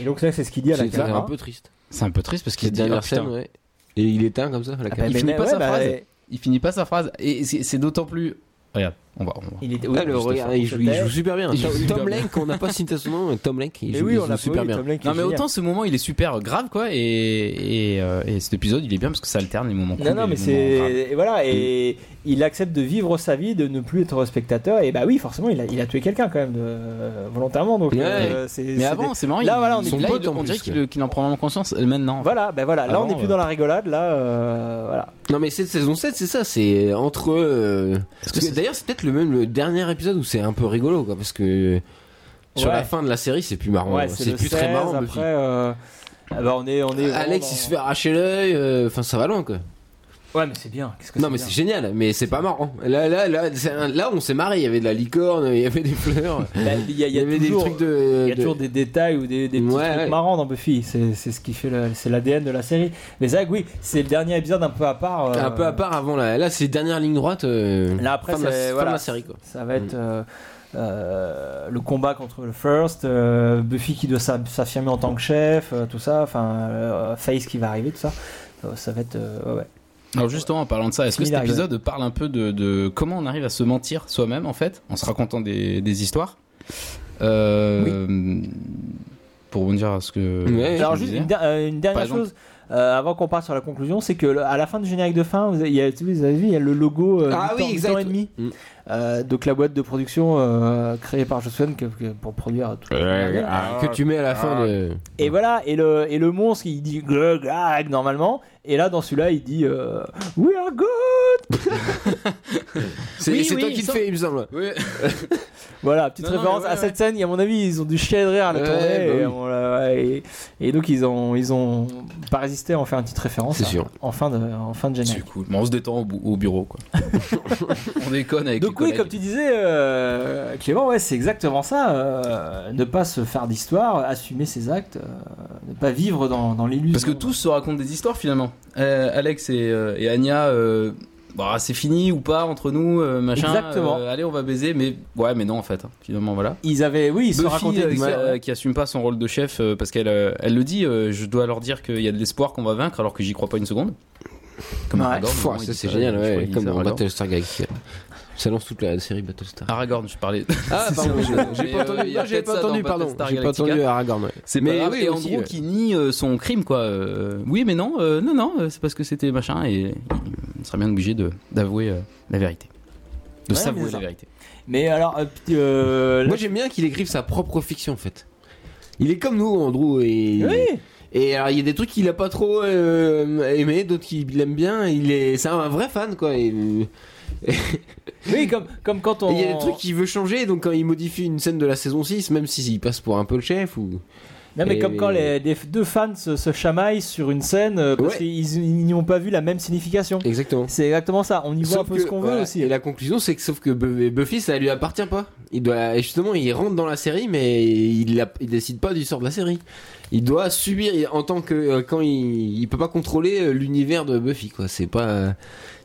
Speaker 1: Et donc, ça, c'est ce qu'il dit à la
Speaker 2: C'est ça a l'air
Speaker 1: caméra.
Speaker 2: un peu triste.
Speaker 3: C'est un peu triste parce qu'il
Speaker 2: Cette
Speaker 3: se dit
Speaker 2: dernière
Speaker 3: oh, putain.
Speaker 2: scène, ouais. Et il éteint comme ça, la
Speaker 1: Ah,
Speaker 2: caméra.
Speaker 1: bah,
Speaker 3: finit
Speaker 1: mais-
Speaker 3: pas sa
Speaker 1: bah,
Speaker 3: phrase.
Speaker 1: et-
Speaker 3: Il finit pas sa phrase. Et c'est c'est d'autant plus. Regarde, on va. On va.
Speaker 1: Il était
Speaker 2: Ah, le regard, il joue, il joue super bien.
Speaker 3: Il joue super
Speaker 2: Tom
Speaker 3: bien.
Speaker 2: Lenk, on n'a pas cité son nom, mais Tom Lenk, il
Speaker 1: Mais
Speaker 2: joue,
Speaker 1: oui,
Speaker 2: il
Speaker 1: on
Speaker 2: joue
Speaker 1: l'a
Speaker 2: super bien.
Speaker 3: Non, mais autant ce moment, il est super grave, quoi. Et, et, euh, et cet épisode, il est bien parce que ça alterne les moments.
Speaker 1: Non,
Speaker 3: cool
Speaker 1: non,
Speaker 3: et
Speaker 1: mais
Speaker 3: les moments graves.
Speaker 1: c'est. et Voilà, et il accepte de vivre sa vie, de ne plus être spectateur. Et bah oui, forcément, il a, il a tué quelqu'un quand même, de- volontairement. Donc,
Speaker 2: Ouais.
Speaker 1: euh, c'est.
Speaker 3: Mais
Speaker 1: c'est
Speaker 3: avant,
Speaker 1: des-
Speaker 3: c'est marrant.
Speaker 1: Là,
Speaker 3: il-
Speaker 1: voilà, on est
Speaker 3: son
Speaker 2: potes,
Speaker 3: pote,
Speaker 2: en
Speaker 3: on dirait
Speaker 2: plus,
Speaker 3: qu'il qu'il en prend vraiment conscience euh, maintenant.
Speaker 1: Voilà, ben voilà, là
Speaker 3: Avant,
Speaker 1: on n'est plus
Speaker 3: euh,
Speaker 1: dans la rigolade, là. euh, voilà.
Speaker 2: Non, mais cette saison 7, c'est ça, c'est entre. euh,
Speaker 3: Parce que
Speaker 2: parce que
Speaker 3: c'est-
Speaker 2: D'ailleurs, c'est peut-être le même le dernier épisode où c'est un peu rigolo, quoi, parce que. Sur
Speaker 1: Ouais.
Speaker 2: la fin de la série, c'est plus marrant.
Speaker 1: ouais,
Speaker 2: c'est
Speaker 1: le
Speaker 2: plus très
Speaker 1: 16,
Speaker 2: marrant. Buffy.
Speaker 1: Après, euh, ah bah, on est. On est
Speaker 2: Alex,
Speaker 1: vraiment
Speaker 2: il
Speaker 1: dans-
Speaker 2: se fait arracher l'œil. euh, Enfin, ça va loin, quoi.
Speaker 1: Ouais, mais c'est bien. Qu'est-ce que
Speaker 2: Non mais c'est génial, mais c'est pas marrant. Là, là, là, c'est un- là, on s'est marré. Il y avait de la licorne, il y avait des fleurs,
Speaker 1: Là, Bah, Il y a, il
Speaker 2: il
Speaker 1: y
Speaker 2: y
Speaker 1: a
Speaker 2: avait
Speaker 1: toujours,
Speaker 2: des trucs de.
Speaker 1: il y a
Speaker 2: de-
Speaker 1: toujours des détails ou des, des petits
Speaker 2: Ouais,
Speaker 1: trucs
Speaker 2: ouais.
Speaker 1: marrants dans Buffy. C'est c'est ce qui fait le- c'est l'ADN de la série. Mais Zach, oui, c'est le dernier épisode un peu à part. euh,
Speaker 2: Un peu à part avant là. Là, c'est dernière ligne droite. euh,
Speaker 1: Là, après,
Speaker 2: fin de la-
Speaker 1: c'est-
Speaker 2: fin de
Speaker 1: voilà.
Speaker 2: la série quoi.
Speaker 1: Ça va être euh, euh, le combat contre le First, euh, Buffy qui doit s'aff- s'affirmer en tant que chef, euh, tout ça, enfin, euh, Face qui va arriver, tout ça. Euh, Ça va être. euh, ouais, ouais.
Speaker 3: Alors justement, en parlant de ça, est-ce que cet
Speaker 1: Similar,
Speaker 3: épisode parle un peu de, de comment on arrive à se mentir soi-même, en fait, en se racontant des, des histoires Euh, Pour vous dire ce que...
Speaker 2: Ouais.
Speaker 3: je
Speaker 1: Alors,
Speaker 3: me
Speaker 1: juste
Speaker 3: disais.
Speaker 1: une, der- euh, une dernière
Speaker 3: Par exemple.
Speaker 1: chose, euh, avant qu'on parte sur la conclusion, c'est que le- à la fin du générique de fin, vous avez, il y a- vous avez vu, il y a le logo euh,
Speaker 2: Ah
Speaker 1: huit
Speaker 2: oui,
Speaker 1: ans- huit
Speaker 2: exact.
Speaker 1: ans et demi.
Speaker 2: Mm.
Speaker 1: Euh, donc la boîte de production euh, créée par Joss Whedon que- que- pour produire tout.
Speaker 2: que tu mets à la fin de.
Speaker 1: Et voilà, et le, et le monstre il dit glug, glag normalement, et là dans celui-là il dit euh, We are good.
Speaker 2: C'est
Speaker 3: Oui,
Speaker 2: c'est toi
Speaker 3: oui,
Speaker 2: qui le
Speaker 3: ça-
Speaker 2: fais, il me semble.
Speaker 1: Voilà, petite
Speaker 3: Non, non,
Speaker 1: référence
Speaker 3: mais ouais,
Speaker 1: à cette scène. Et à mon avis, ils ont dû chier de rire à la
Speaker 2: Ouais,
Speaker 1: tournée.
Speaker 2: bah
Speaker 1: et,
Speaker 2: oui.
Speaker 1: on l'a- ouais, et- et donc, ils ont, ils ont pas résisté à en faire une petite référence.
Speaker 2: C'est
Speaker 1: hein,
Speaker 2: sûr.
Speaker 1: En fin de, en fin de
Speaker 3: C'est
Speaker 1: générique.
Speaker 3: cool. Bon, on se détend au, bu- au bureau,
Speaker 1: (laughs)
Speaker 3: quoi. on déconne avec
Speaker 1: Donc,
Speaker 3: les
Speaker 1: oui,
Speaker 3: collègues.
Speaker 1: comme tu disais, euh, Clément, ouais, c'est exactement ça. euh, ne pas se faire d'histoire, assumer ses actes, euh, ne pas vivre dans, dans l'illusion.
Speaker 3: Parce que tous se racontent des histoires, finalement. Euh, Alex et, euh, et Anya... euh, bah, c'est fini ou pas entre nous, euh, machin.
Speaker 1: Exactement.
Speaker 3: euh, allez, on va baiser, mais ouais, mais non, en fait, hein. finalement, voilà.
Speaker 1: Ils avaient, oui, ils se
Speaker 3: Buffy,
Speaker 1: racontaient
Speaker 3: euh,
Speaker 1: des
Speaker 3: qui,
Speaker 1: histoires,
Speaker 3: euh,
Speaker 1: ouais.
Speaker 3: qui assume pas son rôle de chef euh, parce qu'elle euh, elle le dit euh, je dois leur dire qu'il y a de l'espoir qu'on va vaincre alors que j'y crois pas une seconde comme
Speaker 1: Ouais.
Speaker 3: Aragorn
Speaker 2: Pff,
Speaker 3: au moment, il
Speaker 2: ça
Speaker 3: dit
Speaker 2: c'est
Speaker 3: ça,
Speaker 2: génial,
Speaker 3: je
Speaker 2: ouais,
Speaker 3: crois qu'il
Speaker 2: comme
Speaker 3: dit ça,
Speaker 2: dans
Speaker 3: Aragorn.
Speaker 2: Battlestar Galactica. (laughs) Ça lance toute la série Battlestar.
Speaker 3: Aragorn je parlais
Speaker 2: Ah,
Speaker 3: c'est
Speaker 2: pardon,
Speaker 3: vrai,
Speaker 2: j'ai
Speaker 3: je-
Speaker 2: j'ai
Speaker 3: mais,
Speaker 2: pas
Speaker 3: euh, il
Speaker 2: entendu,
Speaker 3: y a
Speaker 2: non, j'ai
Speaker 3: peut-être
Speaker 2: pas
Speaker 3: ça dans
Speaker 2: entendu, pardon.
Speaker 3: Battlestar
Speaker 2: J'ai pas
Speaker 3: Galactica.
Speaker 2: entendu Aragorn. ouais.
Speaker 3: c'est
Speaker 2: Mais
Speaker 3: mais grave,
Speaker 2: oui,
Speaker 3: et en
Speaker 2: aussi,
Speaker 3: gros
Speaker 2: ouais.
Speaker 3: qui nie euh, son crime quoi euh, oui mais non euh, non non euh, c'est parce que c'était machin et il serait bien obligé de d'avouer euh, la vérité de
Speaker 1: Ouais, mais
Speaker 3: s'avouer
Speaker 1: ça.
Speaker 3: la vérité
Speaker 1: Mais alors, euh, petit, euh,
Speaker 2: Moi j'aime bien qu'il écrive sa propre fiction en fait. Il est comme nous, Andrew, et,
Speaker 1: oui,
Speaker 2: et alors il y a des trucs qu'il a pas trop euh, aimé, d'autres qu'il aime bien. Il est, c'est un vrai fan quoi. Et, et
Speaker 1: oui, comme, comme quand on.
Speaker 2: il y a des trucs qu'il veut changer, donc quand il modifie une scène de la saison 6, même s'il passe pour un peu le chef ou.
Speaker 1: Non mais
Speaker 2: Et-
Speaker 1: comme quand les, les deux fans se, se chamaillent sur une scène euh, parce
Speaker 2: Ouais.
Speaker 1: qu'ils ils n'y ont pas vu la même signification.
Speaker 2: Exactement.
Speaker 1: C'est exactement ça, on y voit
Speaker 2: Sauf
Speaker 1: un peu
Speaker 2: que,
Speaker 1: ce qu'on veut
Speaker 2: voilà,
Speaker 1: aussi.
Speaker 2: Et la conclusion, c'est que sauf que Bu- Buffy, ça lui appartient pas. Il doit, et justement, il rentre dans la série, mais il, la- il décide pas du sort de la série. Il doit subir il- en tant que euh, quand il, il peut pas contrôler euh, l'univers de Buffy, quoi. C'est pas, euh,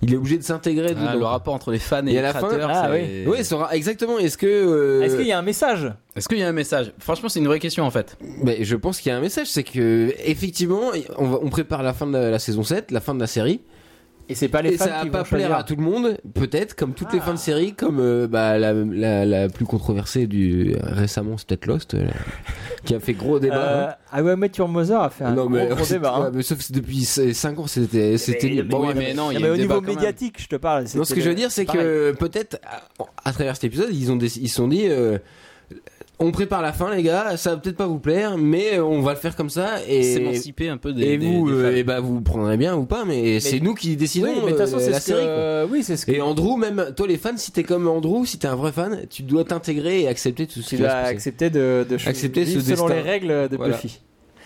Speaker 2: il est obligé de s'intégrer.
Speaker 3: Ah,
Speaker 2: dedans.
Speaker 3: le rapport entre les fans et,
Speaker 2: Et à
Speaker 3: les
Speaker 2: la fin-
Speaker 3: créateurs
Speaker 1: ah,
Speaker 3: c'est-
Speaker 2: Ouais, ce ra- exactement. Est-ce que, euh,
Speaker 1: Est-ce qu'il y a un message
Speaker 3: est-ce qu'il y a un message franchement c'est une vraie question en fait
Speaker 2: Mais je pense qu'il y a un message, c'est que effectivement, on, va- on prépare la fin de la, la saison 7, la fin de la série.
Speaker 1: Et c'est pas Ah, les
Speaker 2: Et
Speaker 1: fans
Speaker 2: ça va
Speaker 1: qui
Speaker 2: pas
Speaker 1: vont
Speaker 2: plaire
Speaker 1: choisir.
Speaker 2: à tout le monde, peut-être, comme toutes les
Speaker 1: Ah.
Speaker 2: fins de série, comme euh, bah, la, la, la plus controversée du récemment, c'est peut-être Lost, euh, (laughs) qui a fait gros débat.
Speaker 1: Euh, I Will Met Your Mother a fait
Speaker 2: hein.
Speaker 1: Euh, un gros, gros
Speaker 2: (laughs) c'est-
Speaker 1: débat.
Speaker 2: ouais,
Speaker 1: hein.
Speaker 2: hein. mais sauf que depuis 5 ans, c'était c'était nul.
Speaker 3: bon,
Speaker 2: Bon,
Speaker 3: oui, mais non, il y a
Speaker 1: mais Ah
Speaker 3: eu
Speaker 1: bah, au
Speaker 3: débat
Speaker 1: niveau
Speaker 3: quand même.
Speaker 1: médiatique, je te parle.
Speaker 2: non, ce
Speaker 1: c'était
Speaker 2: que je veux
Speaker 1: le-
Speaker 2: dire, c'est
Speaker 1: pareil.
Speaker 2: que peut-être à, à travers cet épisode, ils ont des- ils se sont dit. euh, on prépare la fin, les gars. Ça va peut-être pas vous plaire, mais on va le faire comme ça. Et,
Speaker 3: s'émanciper un peu des
Speaker 2: et
Speaker 3: des-
Speaker 2: vous,
Speaker 3: des
Speaker 2: euh,
Speaker 3: fans.
Speaker 2: eh ben, vous prendrez bien ou pas, mais c'est nous qui décidons
Speaker 1: Oui, mais de toute
Speaker 2: euh,
Speaker 1: façon, c'est
Speaker 2: la
Speaker 1: ce que-
Speaker 2: série. quoi.
Speaker 1: Oui, c'est ce que.
Speaker 2: Et Andrew, même toi, les fans, si t'es comme Andrew, si t'es un vrai fan, tu dois t'intégrer et accepter tout ce
Speaker 1: Tu
Speaker 2: qui va
Speaker 1: dois
Speaker 2: se passer.
Speaker 1: accepter de, de cho-
Speaker 2: Accepter
Speaker 1: vivre
Speaker 2: ce
Speaker 1: selon
Speaker 2: destin.
Speaker 1: les règles de
Speaker 2: Voilà.
Speaker 1: Buffy.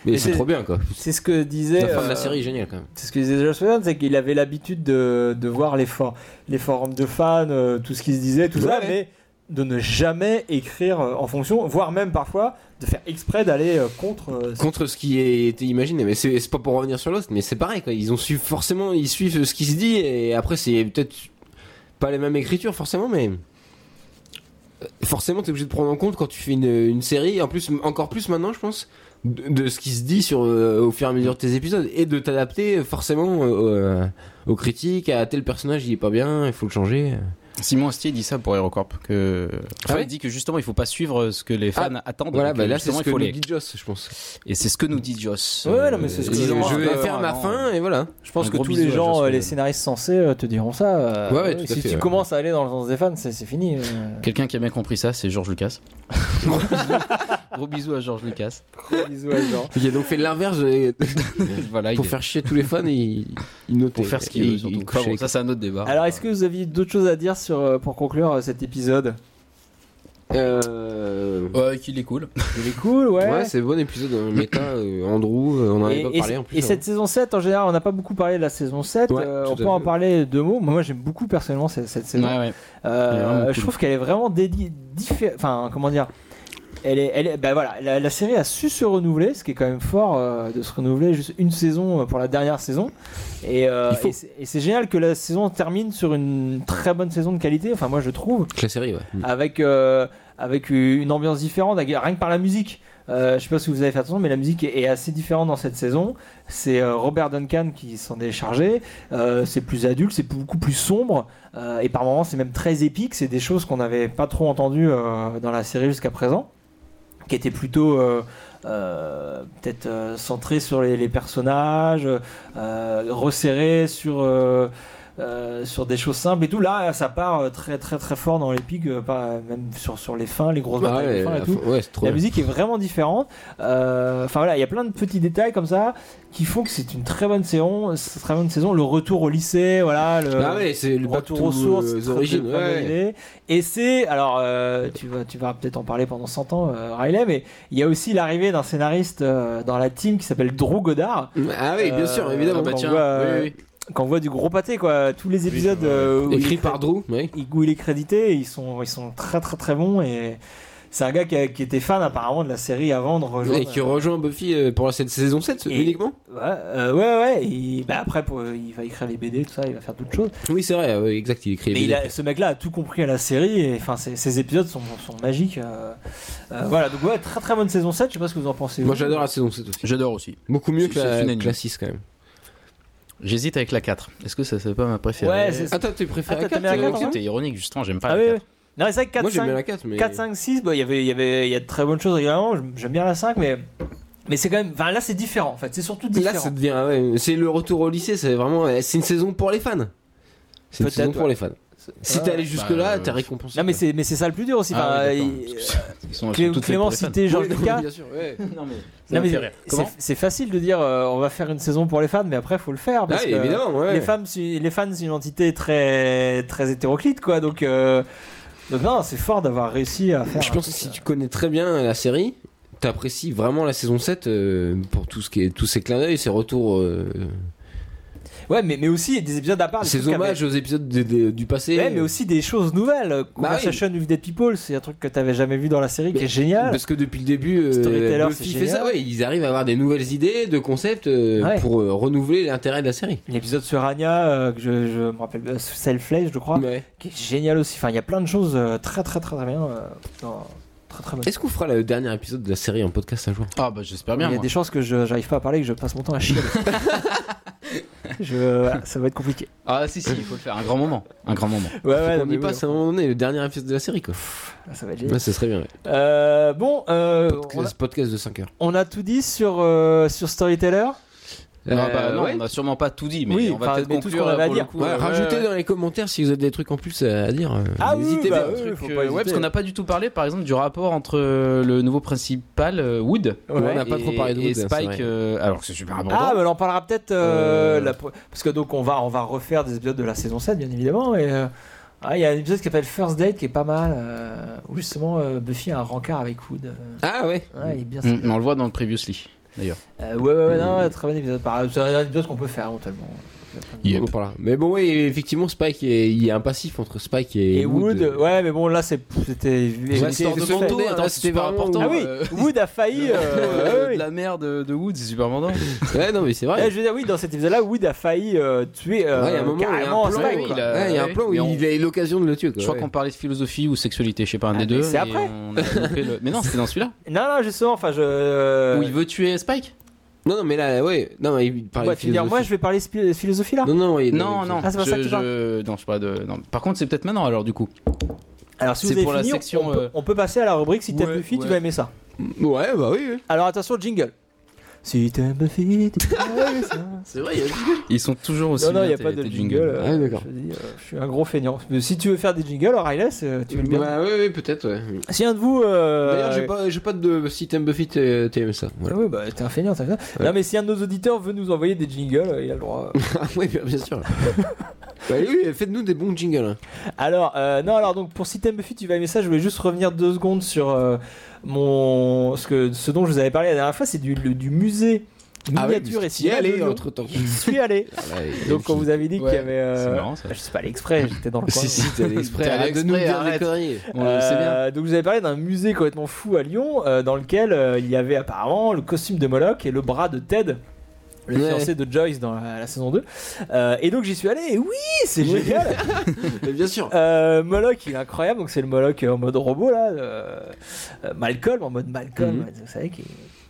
Speaker 2: Mais
Speaker 1: Et
Speaker 2: c'est
Speaker 1: c'est-
Speaker 2: trop bien quoi.
Speaker 1: C'est ce que disait.
Speaker 2: La fin de
Speaker 1: euh,
Speaker 2: la série est géniale quand même.
Speaker 1: C'est ce que disait Josh Whedon, c'est qu'il avait l'habitude de, de voir les, for- les forums de fans, euh, tout ce qui se disait, tout ça,
Speaker 2: Ouais.
Speaker 1: mais de ne jamais écrire euh, en fonction, voire même parfois de faire exprès d'aller euh, contre. euh,
Speaker 2: Contre ce qui a été imaginé, mais c'est c'est pas pour revenir sur Lost, mais c'est pareil quoi. Ils ont su forcément, ils suivent ce qui se dit et après c'est peut-être pas les mêmes écritures forcément, mais euh, forcément t'es obligé de prendre en compte quand tu fais une, une série, en plus encore plus maintenant je pense, de, de ce qui se dit sur euh, au fur et à mesure de tes épisodes et de t'adapter forcément euh, aux critiques, à tel personnage il est pas bien, il faut le changer.
Speaker 3: Simon Astier dit ça pour Aerocorp que
Speaker 2: Ah
Speaker 3: Enfin,
Speaker 2: ouais
Speaker 3: il dit que justement il faut pas suivre ce que les fans attendent
Speaker 2: Voilà,
Speaker 3: et que
Speaker 2: bah là c'est
Speaker 3: justement,
Speaker 2: ce
Speaker 3: il
Speaker 2: que
Speaker 3: faut
Speaker 2: nous
Speaker 3: les-
Speaker 2: dit Joss, je pense.
Speaker 3: et c'est ce que nous dit Joss
Speaker 1: Ouais,
Speaker 3: Euh,
Speaker 1: non, mais c'est ce que
Speaker 3: ils
Speaker 1: je
Speaker 3: ont
Speaker 1: pense.
Speaker 2: je
Speaker 3: joué
Speaker 2: vais
Speaker 3: à
Speaker 2: faire ma
Speaker 3: avant,
Speaker 2: fin
Speaker 3: euh,
Speaker 2: et voilà.
Speaker 1: Je pense
Speaker 3: un
Speaker 1: que
Speaker 3: gros
Speaker 1: tous
Speaker 3: bisou
Speaker 1: les
Speaker 3: à
Speaker 1: gens,
Speaker 3: Joss
Speaker 1: euh, les
Speaker 3: Whedon.
Speaker 1: scénaristes censés euh, te diront ça. euh,
Speaker 2: Ouais, ouais, tout à
Speaker 1: si
Speaker 2: fait,
Speaker 1: tu
Speaker 2: ouais.
Speaker 1: commences à aller dans le sens des fans, c'est c'est fini. euh.
Speaker 3: Quelqu'un qui a bien compris ça, c'est
Speaker 1: (laughs)
Speaker 3: Georges Lucas. Gros bisous à Georges Lucas.
Speaker 1: Gros bisous à Jean.
Speaker 2: Il a donc fait l'inverse euh,
Speaker 3: Voilà,
Speaker 2: pour
Speaker 3: il est-
Speaker 2: faire chier tous les fans et il, il notait.
Speaker 3: pour faire ce qu'il
Speaker 2: Et
Speaker 3: veut.
Speaker 2: il-
Speaker 3: surtout.
Speaker 2: il
Speaker 3: Enfin
Speaker 2: couchait
Speaker 3: bon, ça c'est un autre débat.
Speaker 1: Alors, est-ce que vous aviez d'autres choses à dire sur, euh, pour conclure euh, cet épisode
Speaker 2: Euh,
Speaker 3: Ouais, qu'il est cool.
Speaker 1: Il est cool,
Speaker 2: ouais, c'est bon épisode euh, méta.
Speaker 1: (clears throat)
Speaker 2: euh, Andrew, euh, on en avait
Speaker 1: Et,
Speaker 2: pas
Speaker 1: et-
Speaker 2: parlé en plus.
Speaker 1: et
Speaker 2: hein.
Speaker 1: cette saison 7, en général, on n'a pas beaucoup parlé de la saison 7.
Speaker 2: Ouais,
Speaker 1: euh,
Speaker 2: tout
Speaker 1: on
Speaker 2: à
Speaker 1: peut en
Speaker 2: fait.
Speaker 1: parler deux mots. Moi, moi, j'aime beaucoup personnellement cette, cette saison.
Speaker 3: Ouais, ouais.
Speaker 1: Euh,
Speaker 2: Elle est vraiment
Speaker 1: je
Speaker 2: cool.
Speaker 1: trouve qu'elle est vraiment dédiée. diffé- Enfin, comment dire elle est, elle est, bah voilà, la, la série a su se renouveler, ce qui est quand même fort euh, de se renouveler juste une saison euh, pour la dernière saison. Et, euh,
Speaker 2: Il faut.
Speaker 1: et c'est- et c'est génial que la saison termine sur une très bonne saison de qualité. Enfin, moi, je trouve
Speaker 2: La série, ouais. Mm.
Speaker 1: avec, euh, avec une ambiance différente, avec- rien que par la musique. Euh, je sais pas si vous avez fait attention, mais la musique est, est assez différente dans cette saison. C'est euh, Robert Duncan qui s'en est chargé. Euh, c'est plus adulte, c'est beaucoup plus sombre. Euh, et par moments, c'est même très épique. C'est des choses qu'on n'avait pas trop entendues euh, dans la série jusqu'à présent, qui étaient plutôt euh, euh, peut-être euh, centrées sur les, les personnages, euh, resserrées sur. euh, euh, sur des choses simples et tout. Là, ça part euh, très très très fort dans l'épique, euh, pas même sur, sur les fins, les grosses
Speaker 2: Ah
Speaker 1: batailles de
Speaker 2: ouais,
Speaker 1: fin et
Speaker 2: la
Speaker 1: tout.
Speaker 2: fin- ouais, c'est trop
Speaker 1: La
Speaker 2: bien.
Speaker 1: musique est vraiment différente. Euh, Enfin voilà, il y a plein de petits détails comme ça qui font que c'est une très bonne saison. c'est une Très bonne saison. Le retour au lycée, voilà. Le...
Speaker 2: Ah ouais, c'est le
Speaker 1: le euh, retour
Speaker 2: bateau,
Speaker 1: aux sources,
Speaker 2: euh,
Speaker 1: c'est
Speaker 2: les
Speaker 1: très,
Speaker 2: origines.
Speaker 1: très bonne
Speaker 2: ouais.
Speaker 1: idée. Et c'est, alors euh, tu vas, tu vas peut-être en parler pendant 100 ans, euh, Riley, mais il y a aussi l'arrivée d'un scénariste euh, dans la team qui s'appelle Drew Goddard,
Speaker 2: Ah oui, bien sûr,
Speaker 1: Euh,
Speaker 2: évidemment.
Speaker 1: bah,
Speaker 3: bah
Speaker 1: on
Speaker 3: tiens,
Speaker 1: voit,
Speaker 3: oui, oui.
Speaker 1: qu'on voit du gros pâté quoi. Tous les épisodes
Speaker 3: c'est vrai.
Speaker 1: euh, où il
Speaker 2: Écrit
Speaker 1: crée-
Speaker 2: par Drew, ouais.
Speaker 1: il- où il est crédité, ils sont, ils sont très très très bons et c'est un gars qui, a- qui était fan apparemment de la série avant de rejoindre.
Speaker 2: Et qui rejoint Buffy euh, pour cette saison 7
Speaker 1: Et-
Speaker 2: uniquement
Speaker 1: Ouais, euh, ouais, ouais. et- bah après, pour- il va écrire les BD, tout ça, il va faire d'autres choses.
Speaker 2: Oui, c'est vrai, ouais, exact, il écrit.
Speaker 1: Mais
Speaker 2: les
Speaker 1: il
Speaker 2: BD.
Speaker 1: a- ce mec-là a tout compris à la série et enfin, ces, ces épisodes sont, sont magiques. euh, euh, voilà, donc ouais, très très bonne saison 7, je sais pas ce que vous en pensez.
Speaker 2: Moi
Speaker 1: vous.
Speaker 2: j'adore la saison 7 aussi.
Speaker 3: J'adore aussi.
Speaker 2: Beaucoup mieux
Speaker 3: C'est-
Speaker 2: que
Speaker 3: c'est
Speaker 2: la,
Speaker 3: unanime.
Speaker 2: que la 6 quand même.
Speaker 3: J'hésite avec la 4. Est-ce que ça c'est pas ma préférée
Speaker 1: Ouais, c'est ça.
Speaker 2: Attends, tu préfères
Speaker 1: Ah,
Speaker 2: la
Speaker 1: t'as
Speaker 2: 4
Speaker 1: mis la
Speaker 2: euh,
Speaker 1: quatre,
Speaker 2: Maxime
Speaker 1: hein
Speaker 3: C'était ironique justement, j'aime pas
Speaker 1: Ah
Speaker 3: la
Speaker 1: oui,
Speaker 3: 4.
Speaker 1: oui. Non, c'est vrai que 4,
Speaker 2: Moi j'aime
Speaker 1: 5,
Speaker 2: bien la 4, mais.
Speaker 1: 4, 5, 6, bah, il y avait- il y, avait, il y a de très bonnes choses régulièrement. J'aime- J'aime bien la 5, mais, mais c'est quand même. Enfin, là, c'est différent en fait. C'est surtout différent.
Speaker 2: Là ça devient. ah ouais, c'est le retour au lycée, c'est vraiment. euh, C'est une saison pour les fans. C'est une
Speaker 1: Peut-être,
Speaker 2: saison pour
Speaker 1: ouais.
Speaker 2: les fans. Si
Speaker 1: Ouais.
Speaker 2: t'es allé jusque-là,
Speaker 3: Bah,
Speaker 2: t'es
Speaker 3: euh,
Speaker 2: récompensé.
Speaker 1: Non, mais
Speaker 2: quoi.
Speaker 1: c'est mais c'est ça le plus dur aussi.
Speaker 3: Ah
Speaker 1: Enfin,
Speaker 3: ouais, d'accord,
Speaker 1: il-
Speaker 3: parce que Ils sont, elles sont
Speaker 1: Clé-
Speaker 3: toutes faites
Speaker 1: Clément
Speaker 3: pour les fans.
Speaker 1: cité Georges
Speaker 2: Oui, non,
Speaker 1: Lucas.
Speaker 2: Bien sûr, ouais.
Speaker 3: Non, mais ça
Speaker 1: Non,
Speaker 3: me
Speaker 1: mais
Speaker 3: fait rire.
Speaker 1: c'est
Speaker 3: Comment
Speaker 1: c'est facile de dire euh, on va faire une saison pour les fans, mais après faut le faire parce
Speaker 2: Ah,
Speaker 1: que
Speaker 2: évidemment, ouais.
Speaker 1: les femmes, c'est- les fans, c'est une entité très très hétéroclite quoi. Donc, euh, donc non, c'est fort d'avoir réussi à faire.
Speaker 2: Je
Speaker 1: un
Speaker 2: pense que
Speaker 1: truc,
Speaker 2: si
Speaker 1: euh,
Speaker 2: tu connais très bien la série, t'apprécies vraiment la saison 7 euh, pour tout ce qui est, tous ces clins d'œil, ces retours, euh,
Speaker 1: euh, Ouais, Ah, mais mais aussi des épisodes à part. des
Speaker 2: ces
Speaker 1: trucs avec-
Speaker 2: hommages aux épisodes de- de- du passé.
Speaker 1: Ouais, mais aussi des choses nouvelles. Conversation with Dead People, c'est un truc que t'avais jamais vu dans la série qui
Speaker 2: Mais-
Speaker 1: est génial.
Speaker 2: Parce que depuis le début, euh,
Speaker 1: Storyteller, c'est
Speaker 2: Buffy fait
Speaker 1: génial.
Speaker 2: ça. Ouais, ils arrivent à avoir des nouvelles idées, de concepts euh,
Speaker 1: Ouais.
Speaker 2: pour euh, renouveler l'intérêt de la série.
Speaker 1: L'épisode sur Anya, euh, que je, je me rappelle, euh, Selfless, je crois,
Speaker 2: Ouais.
Speaker 1: qui est génial aussi. Enfin, il y a plein de choses euh, très très très très bien. euh, dans- Très, très bonnes
Speaker 2: Est-ce qu'on fera le dernier épisode de la série en podcast un jour
Speaker 3: Ah bah j'espère bien.
Speaker 1: Il y a
Speaker 3: moi.
Speaker 1: des chances que je j'arrive pas à parler et que je passe mon temps à chialer.
Speaker 2: (laughs)
Speaker 1: je, voilà, ça va être compliqué.
Speaker 3: Ah si si, il faut le faire. Un grand moment. Un grand moment.
Speaker 1: Ouais, (laughs)
Speaker 2: On y
Speaker 1: hein.
Speaker 2: passe à un moment donné, le dernier épisode de la série quoi.
Speaker 1: Ah, Ça va être
Speaker 2: Ouais, ça serait bien. ouais.
Speaker 1: Euh, bon, euh, on, a,
Speaker 2: Podcast, podcast de 5 heures.
Speaker 1: on a tout dit sur, euh, sur Storyteller.
Speaker 2: Euh,
Speaker 3: non, bah, non,
Speaker 2: ouais.
Speaker 3: on a sûrement pas tout dit, mais
Speaker 1: Oui,
Speaker 3: on va
Speaker 1: enfin,
Speaker 3: peut-être
Speaker 1: mais tout ce
Speaker 3: conclure
Speaker 1: qu'on avait à
Speaker 3: pour le
Speaker 1: dire.
Speaker 3: coup,
Speaker 2: Ouais,
Speaker 3: euh,
Speaker 2: rajoutez
Speaker 3: ouais,
Speaker 2: dans les commentaires si vous avez des trucs en plus à à dire. euh,
Speaker 1: Ah oui,
Speaker 2: N'hésitez
Speaker 1: bah,
Speaker 2: pas.
Speaker 1: oui.
Speaker 3: truc,
Speaker 1: faut
Speaker 3: euh,
Speaker 1: pas
Speaker 3: ouais,
Speaker 1: hésiter.
Speaker 3: parce qu'on n'a pas du tout parlé, par exemple, du rapport entre euh, le nouveau principal euh, Wood.
Speaker 1: Ouais.
Speaker 2: On n'a pas
Speaker 3: et-
Speaker 2: trop parlé de
Speaker 3: et
Speaker 2: Wood, c'est vrai.
Speaker 3: Spike, euh, alors que c'est super important.
Speaker 1: Ah, mais on en parlera peut-être euh,
Speaker 2: Euh.
Speaker 1: la pro- parce que donc on va on va refaire des épisodes de la saison 7 bien évidemment et euh, ah, il y a un épisode qui s'appelle First Date qui est pas mal euh, où justement euh, Buffy a un rencard avec Wood. Euh,
Speaker 2: Ah ouais.
Speaker 1: ouais, il est bien.
Speaker 3: Mm,
Speaker 1: celui-là.
Speaker 3: on le voit dans le Previously, d'ailleurs.
Speaker 1: Euh, ouais ouais ouais
Speaker 2: Mm.
Speaker 1: non, très bon épisode. Par- C'est un épisode qu'on peut faire éventuellement.
Speaker 2: On parlera. Mais bon, oui, effectivement, Spike, est- il y a un passif entre Spike et,
Speaker 1: Et Wood, ouais, mais bon, là, c'est- c'était.
Speaker 2: une
Speaker 1: c'était-
Speaker 2: histoire de
Speaker 1: c'était-
Speaker 2: manteau,
Speaker 1: c'était-
Speaker 2: attends,
Speaker 3: c'était
Speaker 2: c'était
Speaker 3: hein, super
Speaker 2: vraiment-
Speaker 3: important.
Speaker 1: Ah oui,
Speaker 3: euh,
Speaker 1: Wood a failli.
Speaker 2: (laughs)
Speaker 3: (laughs)
Speaker 1: euh,
Speaker 3: euh,
Speaker 1: oui.
Speaker 3: de la mère de, de Wood, c'est super important.
Speaker 2: Ouais, non, mais c'est vrai.
Speaker 1: Eh, je veux dire, oui, dans cet épisode-là, Wood a failli euh, tuer euh,
Speaker 2: Ouais, il y a un moment, il y a
Speaker 1: carrément
Speaker 2: un plan,
Speaker 1: Spike,
Speaker 2: où-
Speaker 1: quoi.
Speaker 3: il a-
Speaker 2: ouais, il y a un
Speaker 3: ouais,
Speaker 2: plan où
Speaker 3: mais on-
Speaker 2: il a eu l'occasion de le tuer. Quoi.
Speaker 3: Je crois
Speaker 2: ouais.
Speaker 3: qu'on parlait de philosophie ou sexualité, je sais pas, un
Speaker 1: Ah,
Speaker 3: des
Speaker 1: mais
Speaker 3: deux.
Speaker 1: c'est
Speaker 3: et
Speaker 1: après.
Speaker 3: on a loupé le- Mais non, c'était dans celui-là.
Speaker 1: Non, non, justement, enfin, je. euh,
Speaker 3: Où il veut tuer Spike
Speaker 2: Non, non, mais là, ouais. Non, mais il parlait
Speaker 1: Quoi,
Speaker 2: de
Speaker 1: tu veux dire, moi, je
Speaker 2: philosophie.
Speaker 1: vais parler spi- philosophie là
Speaker 2: Non, non, il-
Speaker 3: Non,
Speaker 2: il-
Speaker 3: non.
Speaker 1: Ah, c'est pas ça
Speaker 3: je-
Speaker 1: que tu parles.
Speaker 3: je- Non, je sais pas de. non. Par contre, c'est peut-être maintenant alors, du coup.
Speaker 1: Alors, si
Speaker 3: c'est
Speaker 1: vous avez
Speaker 3: pour la
Speaker 1: fini, on-
Speaker 3: section,
Speaker 1: on,
Speaker 3: euh,
Speaker 1: peut, on peut passer à la rubrique si t'aimes
Speaker 3: ouais,
Speaker 1: Buffy,
Speaker 3: ouais.
Speaker 1: tu vas aimer ça.
Speaker 2: Ouais, bah oui. oui.
Speaker 1: Alors, attention, jingle. Si t'aimes Buffy, tu vas aimer
Speaker 2: (laughs) Oh,
Speaker 1: ça.
Speaker 3: C'est vrai, Ils sont toujours aussi.
Speaker 1: Non, non, il
Speaker 3: bien,
Speaker 1: n'y a
Speaker 3: tes-
Speaker 1: pas de
Speaker 3: tes
Speaker 1: jingle.
Speaker 3: jingles.
Speaker 1: euh,
Speaker 2: Ah, d'accord.
Speaker 1: je, te dis, euh, je suis un gros feignant. Mais si tu veux faire des jingles, Riley, c'est- tu veux le bien.
Speaker 2: Bah, oui, oui, peut-être, ouais.
Speaker 1: Si un de vous. euh,
Speaker 2: D'ailleurs, j'ai pas, j'ai pas de. Si t'aimes Buffy, t'es- t'aimes ça. Voilà.
Speaker 1: Oui, bah t'es un feignant, t'as fait ça.
Speaker 2: Ouais. (laughs)
Speaker 1: Non, mais si un de nos auditeurs veut nous envoyer des jingles, euh, il a le droit.
Speaker 2: Ah, oui, bien, bien sûr. Ouais, oui, faites-nous des bons jingles. hein.
Speaker 1: Alors, euh, non, alors donc pour si t'aimes Buffy, tu vas aimer ça. Je voulais juste revenir deux secondes sur euh, mon ce que ce dont je vous avais parlé la dernière fois, c'est du, le- du musée miniature et
Speaker 2: Ah si
Speaker 1: cinéma de
Speaker 2: allez hein.
Speaker 1: Lyon.
Speaker 2: entre (laughs) temps.
Speaker 1: J'y suis allé. Donc quand vous avez dit qu'il y
Speaker 3: Ouais,
Speaker 1: avait,
Speaker 3: c'est
Speaker 1: euh, (laughs)
Speaker 3: marrant, ça.
Speaker 1: je sais pas, allé exprès, j'étais dans le coin.
Speaker 2: (laughs) Si, si, t'es allé exprès.
Speaker 3: T'es allé
Speaker 2: Arrête de nous
Speaker 3: exprès,
Speaker 2: dire des
Speaker 3: arrête.
Speaker 2: conneries.
Speaker 3: On le sait bien.
Speaker 1: Euh, donc je vous avais parlé d'un musée complètement fou à Lyon euh, dans lequel euh, il y avait apparemment le costume de Moloch et le bras de Ted. Le
Speaker 2: Ouais.
Speaker 1: fiancé de Joyce dans la, la saison 2. Euh, et donc j'y suis allé et oui, c'est génial.
Speaker 2: (laughs) Mais bien sûr.
Speaker 1: Euh, Moloch, il est incroyable. Donc c'est le Moloch euh, en mode robot là. euh, euh, Malcolm en mode Malcolm,
Speaker 2: Mhm.
Speaker 1: vous savez qui.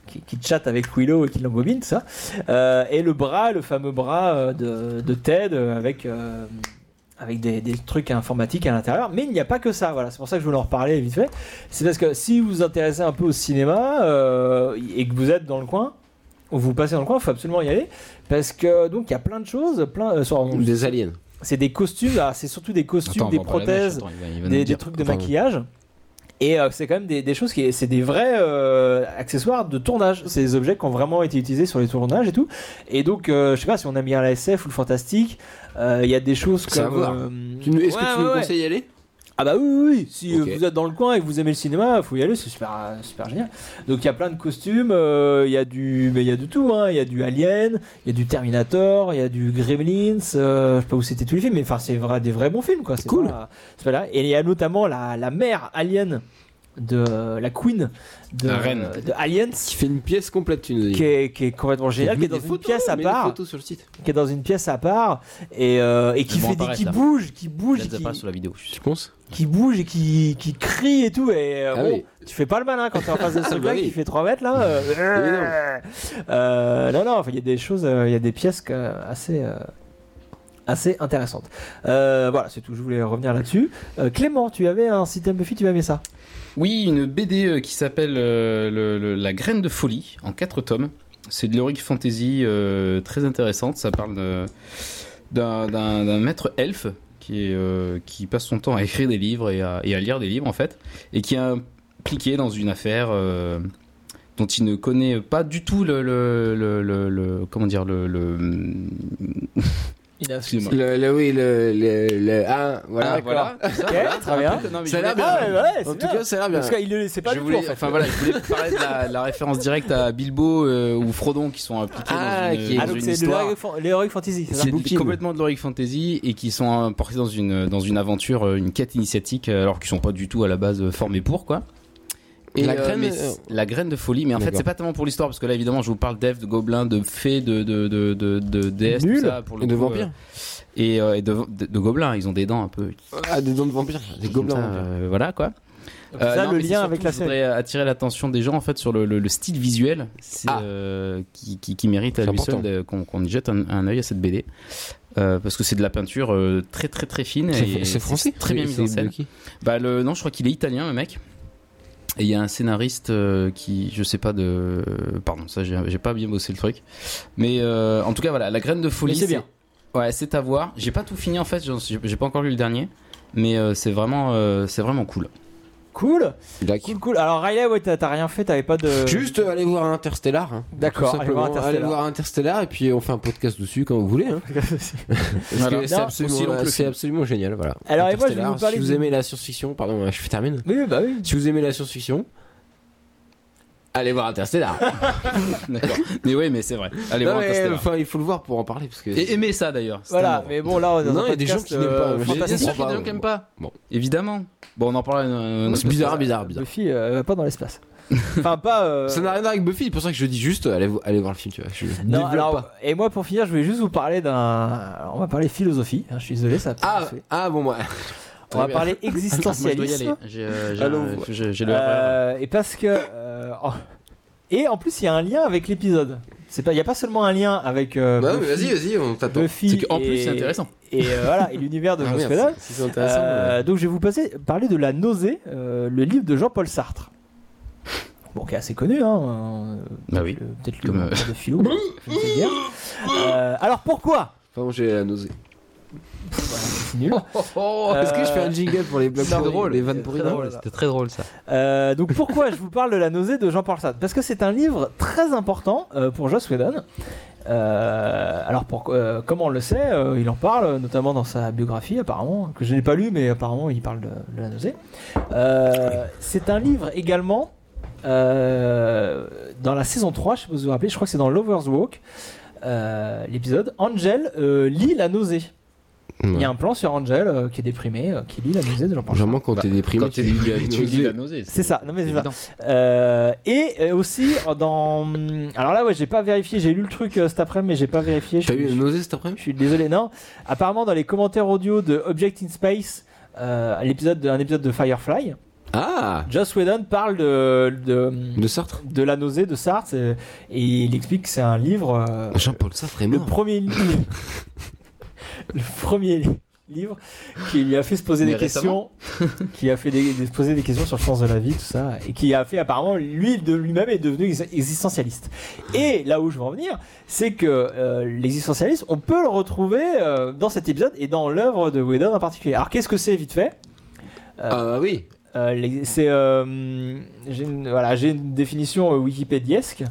Speaker 1: Qui, qui chatte avec Willow et qui l'embobine, tout ça. Euh, et le bras, le fameux bras euh, de, de Ted euh, avec, euh, avec des, des trucs informatiques à l'intérieur. Mais il n'y a pas que ça, voilà. C'est pour ça que je voulais en reparler vite fait. C'est parce que si vous vous intéressez un peu au cinéma euh, et que vous êtes dans le coin, ou vous passez dans le coin, il faut absolument y aller. Parce que donc il y a plein de choses, plein, euh, sur-
Speaker 2: Des aliens.
Speaker 1: c'est des costumes, ah, c'est surtout des costumes,
Speaker 3: Attends, on
Speaker 1: des
Speaker 3: va en parler,
Speaker 1: prothèses,
Speaker 3: attends, il va- il va nous
Speaker 1: des, des
Speaker 3: dire.
Speaker 1: trucs de
Speaker 2: Pardon.
Speaker 1: maquillage. Et euh, c'est quand même des, des choses qui, c'est des vrais euh, accessoires de tournage. C'est des objets qui ont vraiment été utilisés sur les tournages et tout. Et donc, euh, je sais pas si on aime bien la SF ou le fantastique. euh, Il y a des choses
Speaker 2: C'est à
Speaker 1: comme.
Speaker 2: voir.
Speaker 1: euh,
Speaker 2: Tu nous- Est-ce
Speaker 1: ouais,
Speaker 2: que tu nous
Speaker 1: ouais, ouais.
Speaker 2: conseilles d'y aller
Speaker 1: Ah bah oui, oui, oui. si euh,
Speaker 2: Ok.
Speaker 1: vous êtes dans le coin et que vous aimez le cinéma, faut y aller, c'est super, euh, super génial. Donc il y a plein de costumes, euh, il y a du, mais il y a de tout, hein. il y a du Alien, il y a du Terminator, il y a du Gremlins, euh, je sais pas où c'était tous les films, mais enfin c'est vrai, des vrais bons films quoi. C'est
Speaker 2: Cool.
Speaker 1: pas- c'est pas là. Et il y a notamment la, la mère Alien de euh, la Queen de,
Speaker 3: La reine.
Speaker 1: de Aliens.
Speaker 2: Qui fait une pièce complète, tu nous dis.
Speaker 1: Qui est, qui est complètement génial, qui est dans une pièce à part,
Speaker 2: photos sur le site.
Speaker 1: qui est dans une pièce à part et, euh, et qui
Speaker 3: Elles vont
Speaker 1: fait des,
Speaker 3: apparaître,
Speaker 1: qui
Speaker 3: là.
Speaker 1: bouge, qui bouge,
Speaker 3: Là, ça
Speaker 1: qui-
Speaker 3: apparaît sur la vidéo. je suis
Speaker 2: Tu
Speaker 3: sûr.
Speaker 2: penses
Speaker 1: qui bouge et qui, qui crie et tout. Et euh,
Speaker 2: Ah
Speaker 1: bon,
Speaker 2: oui.
Speaker 1: tu fais pas le malin quand t'es en face de ce
Speaker 2: Bah
Speaker 1: gars
Speaker 2: oui.
Speaker 1: qui fait 3 mètres là. euh, euh, non, non, enfin, il y a des choses, euh, il y a des pièces que- assez. euh, assez intéressantes Euh, voilà, c'est tout. Je voulais revenir là-dessus. Euh, Clément, tu avais un système Buffy, tu aimais ça
Speaker 3: Oui, une BD euh, qui s'appelle euh, le- le- La graine de folie en quatre tomes. C'est de l'heroic fantasy euh, très intéressante. Ça parle de- d'un d'un- d'un maître elfe qui, est, euh, qui passe son temps à écrire des livres et à, et à lire des livres en fait, et qui est impliqué dans une affaire euh, dont il ne connaît pas du tout le, le- le- le- le- comment dire le, le-
Speaker 1: Il a
Speaker 3: (laughs) Excusez-moi.
Speaker 2: Le, le- oui, le, le, le- ah, voilà.
Speaker 3: Ah, voilà. Ça,
Speaker 1: Ok,
Speaker 3: voilà.
Speaker 1: très bien.
Speaker 3: Non, mais
Speaker 2: Ça a
Speaker 3: je
Speaker 2: l'air
Speaker 3: voulais-
Speaker 1: Ah, ouais, ouais,
Speaker 2: En
Speaker 1: c'est
Speaker 2: tout
Speaker 1: bien.
Speaker 2: cas, ça a l'air
Speaker 1: Parce
Speaker 2: bien.
Speaker 1: qu'il le sait pas
Speaker 3: je
Speaker 1: du
Speaker 3: voulais,
Speaker 1: tout. En fait.
Speaker 3: enfin voilà, je voulais parler de la, la référence directe à Bilbo euh, ou Frodon qui sont impliqués
Speaker 2: Ah,
Speaker 3: dans une,
Speaker 2: qui est-
Speaker 3: dans
Speaker 1: ah, donc
Speaker 3: une
Speaker 1: c'est de
Speaker 3: histoire.
Speaker 1: l'heroic fan- l'heroic fantasy, c'est ça
Speaker 2: C'est
Speaker 3: C'est
Speaker 2: Bookin.
Speaker 3: complètement de l'heroic fantasy et qui sont euh, portés dans une dans une aventure, euh, une quête initiatique, euh, alors qu'ils sont pas du tout à la base euh, formés pour quoi. Et
Speaker 2: La
Speaker 3: la,
Speaker 2: graine,
Speaker 3: graine,
Speaker 2: euh,
Speaker 3: la graine de folie, mais en fait
Speaker 2: D'accord.
Speaker 3: c'est pas tellement pour l'histoire parce que là évidemment je vous parle d'elfes, de gobelins, de fées, de de de de, de déesses,
Speaker 1: Nul.
Speaker 3: tout ça pour le
Speaker 2: Et de
Speaker 3: coup, euh,
Speaker 2: vampires.
Speaker 3: et, euh, et de, de- de gobelins, ils ont des dents un peu.
Speaker 2: Ah, des dents de vampires. Des gobelins.
Speaker 3: Comme ça,
Speaker 2: vampires.
Speaker 3: euh, voilà quoi.
Speaker 1: Donc
Speaker 3: Euh,
Speaker 1: ça,
Speaker 3: non,
Speaker 1: le
Speaker 3: mais c'est
Speaker 1: lien
Speaker 3: surtout,
Speaker 1: avec la
Speaker 3: Je
Speaker 1: série.
Speaker 3: voudrais euh, attirer l'attention des gens en fait sur le, le- le style visuel, c'est,
Speaker 2: Ah.
Speaker 3: euh, qui, qui- qui mérite à
Speaker 2: C'est
Speaker 3: lui
Speaker 2: important.
Speaker 3: seul de- qu'on qu'on y jette un, un œil à cette BD. Euh, parce que c'est de la peinture euh, très très très fine.
Speaker 2: C'est
Speaker 3: et
Speaker 2: fr- C'est français.
Speaker 3: Très bien
Speaker 2: C'est-
Speaker 3: mise en
Speaker 2: c'est
Speaker 3: scène.
Speaker 2: de qui
Speaker 3: Bah, le, non, je crois qu'il est italien le mec. Et il y a un scénariste euh, qui, je sais pas de. Pardon, ça j'ai j'ai pas bien bossé le truc. Mais euh, en tout cas, voilà, la graine de folie.
Speaker 1: Mais c'est bien.
Speaker 3: Ouais, c'est à voir. J'ai pas tout fini en fait, j'en suis- j'ai pas encore lu le dernier. Mais euh, c'est vraiment, euh, c'est vraiment cool.
Speaker 1: Cool,
Speaker 2: Il a qui
Speaker 1: cool, cool. Alors Riley, ouais, t'as t'as rien fait, t'avais pas de. (laughs)
Speaker 2: Juste euh, allez voir Interstellar. hein.
Speaker 1: D'accord,
Speaker 2: Tout
Speaker 1: allez voir
Speaker 2: simplement,
Speaker 1: Interstellar.
Speaker 2: Allez voir Interstellar et puis euh, on fait un podcast dessus quand vous voulez. hein. Parce
Speaker 3: Voilà.
Speaker 2: que c'est
Speaker 1: Non,
Speaker 3: aussi long
Speaker 2: absolument,
Speaker 3: que le
Speaker 2: c'est absolument génial. Voilà.
Speaker 1: Alors, et moi, je vais
Speaker 2: Interstellar,
Speaker 1: vous parler
Speaker 2: Si vous
Speaker 1: du-
Speaker 2: aimez la science-fiction, pardon, hein, je termine.
Speaker 1: Oui, bah oui.
Speaker 2: Si vous aimez la science-fiction, allez voir Interstellar.
Speaker 3: (laughs) D'accord. mais oui, mais c'est vrai. Allez
Speaker 2: Non,
Speaker 3: voir
Speaker 2: mais, euh,
Speaker 3: Interstellar.
Speaker 2: enfin, il faut le voir pour en parler parce que.
Speaker 3: Et aimer ça d'ailleurs. c'est
Speaker 1: Voilà,
Speaker 3: un-
Speaker 1: mais bon, là, on est dans
Speaker 2: Non,
Speaker 1: un
Speaker 2: il y a des
Speaker 1: podcast,
Speaker 2: gens qui n'aiment pas,
Speaker 1: euh,
Speaker 2: mais
Speaker 3: Mais Bien
Speaker 1: fantastique.
Speaker 3: sûr
Speaker 2: Bon,
Speaker 3: qu'il y a des
Speaker 2: bah,
Speaker 3: gens qui aiment pas.
Speaker 2: bon.
Speaker 3: Évidemment. Bon, on en parle. euh,
Speaker 2: c'est bizarre, bizarre, bizarre.
Speaker 1: Buffy, euh, va pas dans l'espace.
Speaker 2: (laughs)
Speaker 1: enfin, pas. euh,
Speaker 2: Ça n'a rien à voir avec Buffy, c'est pour ça que je dis juste, allez, vo- allez voir le film, tu vois. Je
Speaker 1: non,
Speaker 2: développe
Speaker 1: alors,
Speaker 2: pas.
Speaker 1: et moi, pour finir, je voulais juste vous parler d'un. alors, On va parler philosophie. hein, je suis désolé, ça. a pas
Speaker 2: Ah,
Speaker 1: fait.
Speaker 2: ah bon, moi.
Speaker 1: on va
Speaker 2: bien.
Speaker 1: parler
Speaker 3: Attends, moi, je dois y aller.
Speaker 1: existentialisme.
Speaker 3: J'ai euh, j'ai-
Speaker 2: Allons.
Speaker 3: euh, j'ai- j'ai le.
Speaker 1: Euh, et parce que. euh, en- Et en plus, il y a un lien avec l'épisode. C'est pas, il y a pas seulement un lien avec euh,
Speaker 2: Bah, mais
Speaker 1: Buffy,
Speaker 2: vas-y, vas-y, on t'attend.
Speaker 1: Buffy
Speaker 3: C'est qu'en
Speaker 1: et-
Speaker 3: plus, c'est intéressant.
Speaker 1: Et euh, voilà, et l'univers de
Speaker 2: Ah, merde,
Speaker 1: Joss
Speaker 2: si c'est intéressant.
Speaker 1: Euh, donc je vais vous passer, parler de La Nausée, euh, le livre de Jean-Paul Sartre. Bon, qui est assez connu, hein. euh,
Speaker 3: Bah oui.
Speaker 1: euh, Peut-être le
Speaker 3: Comme, euh,
Speaker 1: de philo. je ne sais bien. Euh, alors
Speaker 3: (laughs)
Speaker 1: pourquoi
Speaker 2: Enfin, j'ai la nausée.
Speaker 1: euh,
Speaker 2: Oh,
Speaker 1: C'est nul.
Speaker 2: Est-ce que je fais un jingle pour les blagues
Speaker 1: c'est
Speaker 2: pourries,
Speaker 1: drôle,
Speaker 2: les vannes
Speaker 1: c'est
Speaker 2: pourries
Speaker 1: très
Speaker 2: non
Speaker 1: drôle.
Speaker 3: C'était très drôle ça.
Speaker 1: Euh, donc pourquoi je vous parle de La Nausée de Jean-Paul Sartre Parce que c'est un livre très important euh, pour Joss Whedon. Euh, alors, pour, euh, comme on le sait, euh, il en parle, notamment dans sa biographie, apparemment, que je n'ai pas lu, mais apparemment, il parle de, de la nausée. Euh, c'est un livre également, euh, dans la saison 3, je sais pas si vous vous rappelez, je crois que c'est dans Lover's Walk, euh, l'épisode, Angel euh, lit la nausée. Il y a un plan sur Angel euh, qui est déprimé, euh, qui lit la nausée de Jean-Paul.
Speaker 2: Vraiment, quand
Speaker 3: Bah,
Speaker 2: t'es déprimé,
Speaker 3: Quand
Speaker 2: (laughs) tu
Speaker 3: tu
Speaker 2: lis la
Speaker 3: tu lis la
Speaker 2: nausée.
Speaker 3: nausée.
Speaker 1: C'est ça, non mais c'est ça.
Speaker 3: évident.
Speaker 1: Euh, et euh, aussi euh, dans. Alors là, ouais, j'ai pas vérifié, j'ai lu le truc euh, cet après-midi, mais j'ai pas vérifié. Je
Speaker 2: T'as
Speaker 1: suis,
Speaker 2: eu la
Speaker 1: je,
Speaker 2: nausée cet après-midi
Speaker 1: suis désolé, non. Apparemment, dans les commentaires audio de Object in Space, euh, à l'épisode de- un épisode de Firefly,
Speaker 2: Ah
Speaker 1: Joss Whedon parle de, de,
Speaker 2: De Sartre
Speaker 1: de la nausée de Sartre euh, et, il explique que c'est un livre. euh,
Speaker 2: Ah, Jean-Paul Sartre est
Speaker 1: le
Speaker 2: mort.
Speaker 1: premier livre. (laughs) le premier li- livre qui lui a fait se poser
Speaker 3: Mais
Speaker 1: des questions. qui a fait des- des- se poser des questions sur le sens de la vie, tout ça. Et qui a fait apparemment, lui, de lui-même est devenu ex- existentialiste. Et là où je veux en venir, c'est que euh, l'existentialisme, on peut le retrouver euh, dans cet épisode et dans l'œuvre de Whedon en particulier. Alors qu'est-ce que c'est, vite fait
Speaker 2: Ah bah oui
Speaker 1: euh, les- c'est euh, j'ai une, voilà, j'ai une définition euh, wikipédiesque.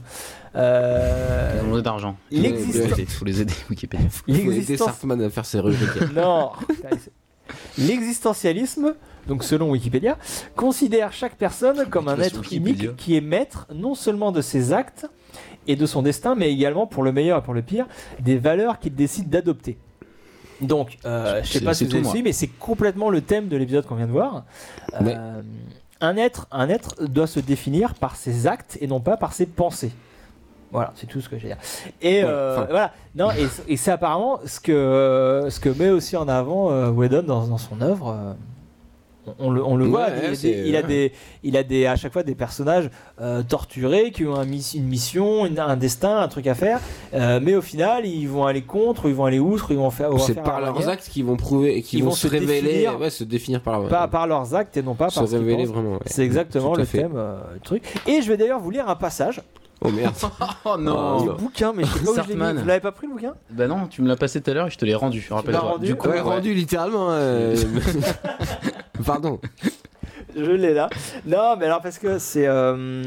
Speaker 1: Euh,
Speaker 3: Ils ont d'argent.
Speaker 1: Il
Speaker 3: Faut les-
Speaker 1: existe-
Speaker 3: faut les- Faut les aider, (laughs) Wikipédia.
Speaker 2: Faut aider
Speaker 1: l'existence-
Speaker 2: Sartman à faire ses rubriques.
Speaker 1: Non. L'existentialisme, donc selon Wikipédia, considère chaque personne comme un
Speaker 3: toute façon,
Speaker 1: être
Speaker 3: Wikipédia.
Speaker 1: unique qui est maître non seulement de ses actes et de son destin, mais également, pour le meilleur et pour le pire, des valeurs qu'il décide d'adopter. Donc, euh, je sais
Speaker 3: C'est-
Speaker 1: pas si
Speaker 3: c'est
Speaker 1: vous
Speaker 3: tout,
Speaker 1: avez
Speaker 3: moi.
Speaker 1: suivi, mais c'est complètement le thème de l'épisode qu'on vient de voir. Euh,
Speaker 2: Ouais.
Speaker 1: un, être, un être doit se définir par ses actes et non pas par ses pensées. Voilà, c'est tout ce que j'ai à dire. Et
Speaker 2: Ouais,
Speaker 1: euh,
Speaker 2: enfin.
Speaker 1: voilà, non, et,
Speaker 2: (laughs)
Speaker 1: et c'est apparemment ce que, euh, ce que met aussi en avant euh, Whedon dans, dans son œuvre. euh, on, on le, on le
Speaker 2: Ouais,
Speaker 1: voit,
Speaker 2: ouais,
Speaker 1: il, a
Speaker 2: c'est-
Speaker 1: des, il a
Speaker 2: ouais.
Speaker 1: des, il a des, à chaque fois des personnages euh, torturés qui ont un mis- une mission, une- un destin, un truc à faire, euh, mais au final ils vont aller contre, ils vont aller outre, ils vont faire.
Speaker 2: C'est
Speaker 1: faire
Speaker 2: par
Speaker 1: leur
Speaker 2: leurs
Speaker 1: manière.
Speaker 2: actes qu'ils vont prouver et qu'ils
Speaker 1: Ils
Speaker 2: vont,
Speaker 1: vont
Speaker 2: se
Speaker 1: se
Speaker 2: révéler,
Speaker 1: définir.
Speaker 2: ouais, se définir par leurs
Speaker 1: Pas par leurs actes et non pas
Speaker 2: se
Speaker 1: par ce qu'ils
Speaker 2: révéler
Speaker 1: pensent.
Speaker 2: vraiment. ouais.
Speaker 1: C'est exactement
Speaker 2: Tout à
Speaker 1: le
Speaker 2: fait.
Speaker 1: thème euh, truc. Et je vais d'ailleurs vous lire un passage
Speaker 2: Oh merde.
Speaker 3: Oh
Speaker 2: non.
Speaker 1: du
Speaker 2: bah.
Speaker 1: bouquin, mais je sais pas où je l'ai mis.
Speaker 3: Sartman.
Speaker 1: Vous l'avez pas pris le bouquin
Speaker 3: Bah non, tu me l'as passé tout à l'heure et je te l'ai rendu.
Speaker 1: m'as
Speaker 3: Rappelle-toi.
Speaker 1: rendu
Speaker 3: Du coup,
Speaker 2: Ouais,
Speaker 3: ouais.
Speaker 2: rendu littéralement. euh, (laughs) Pardon.
Speaker 1: Je l'ai là. Non, mais alors parce que c'est. euh,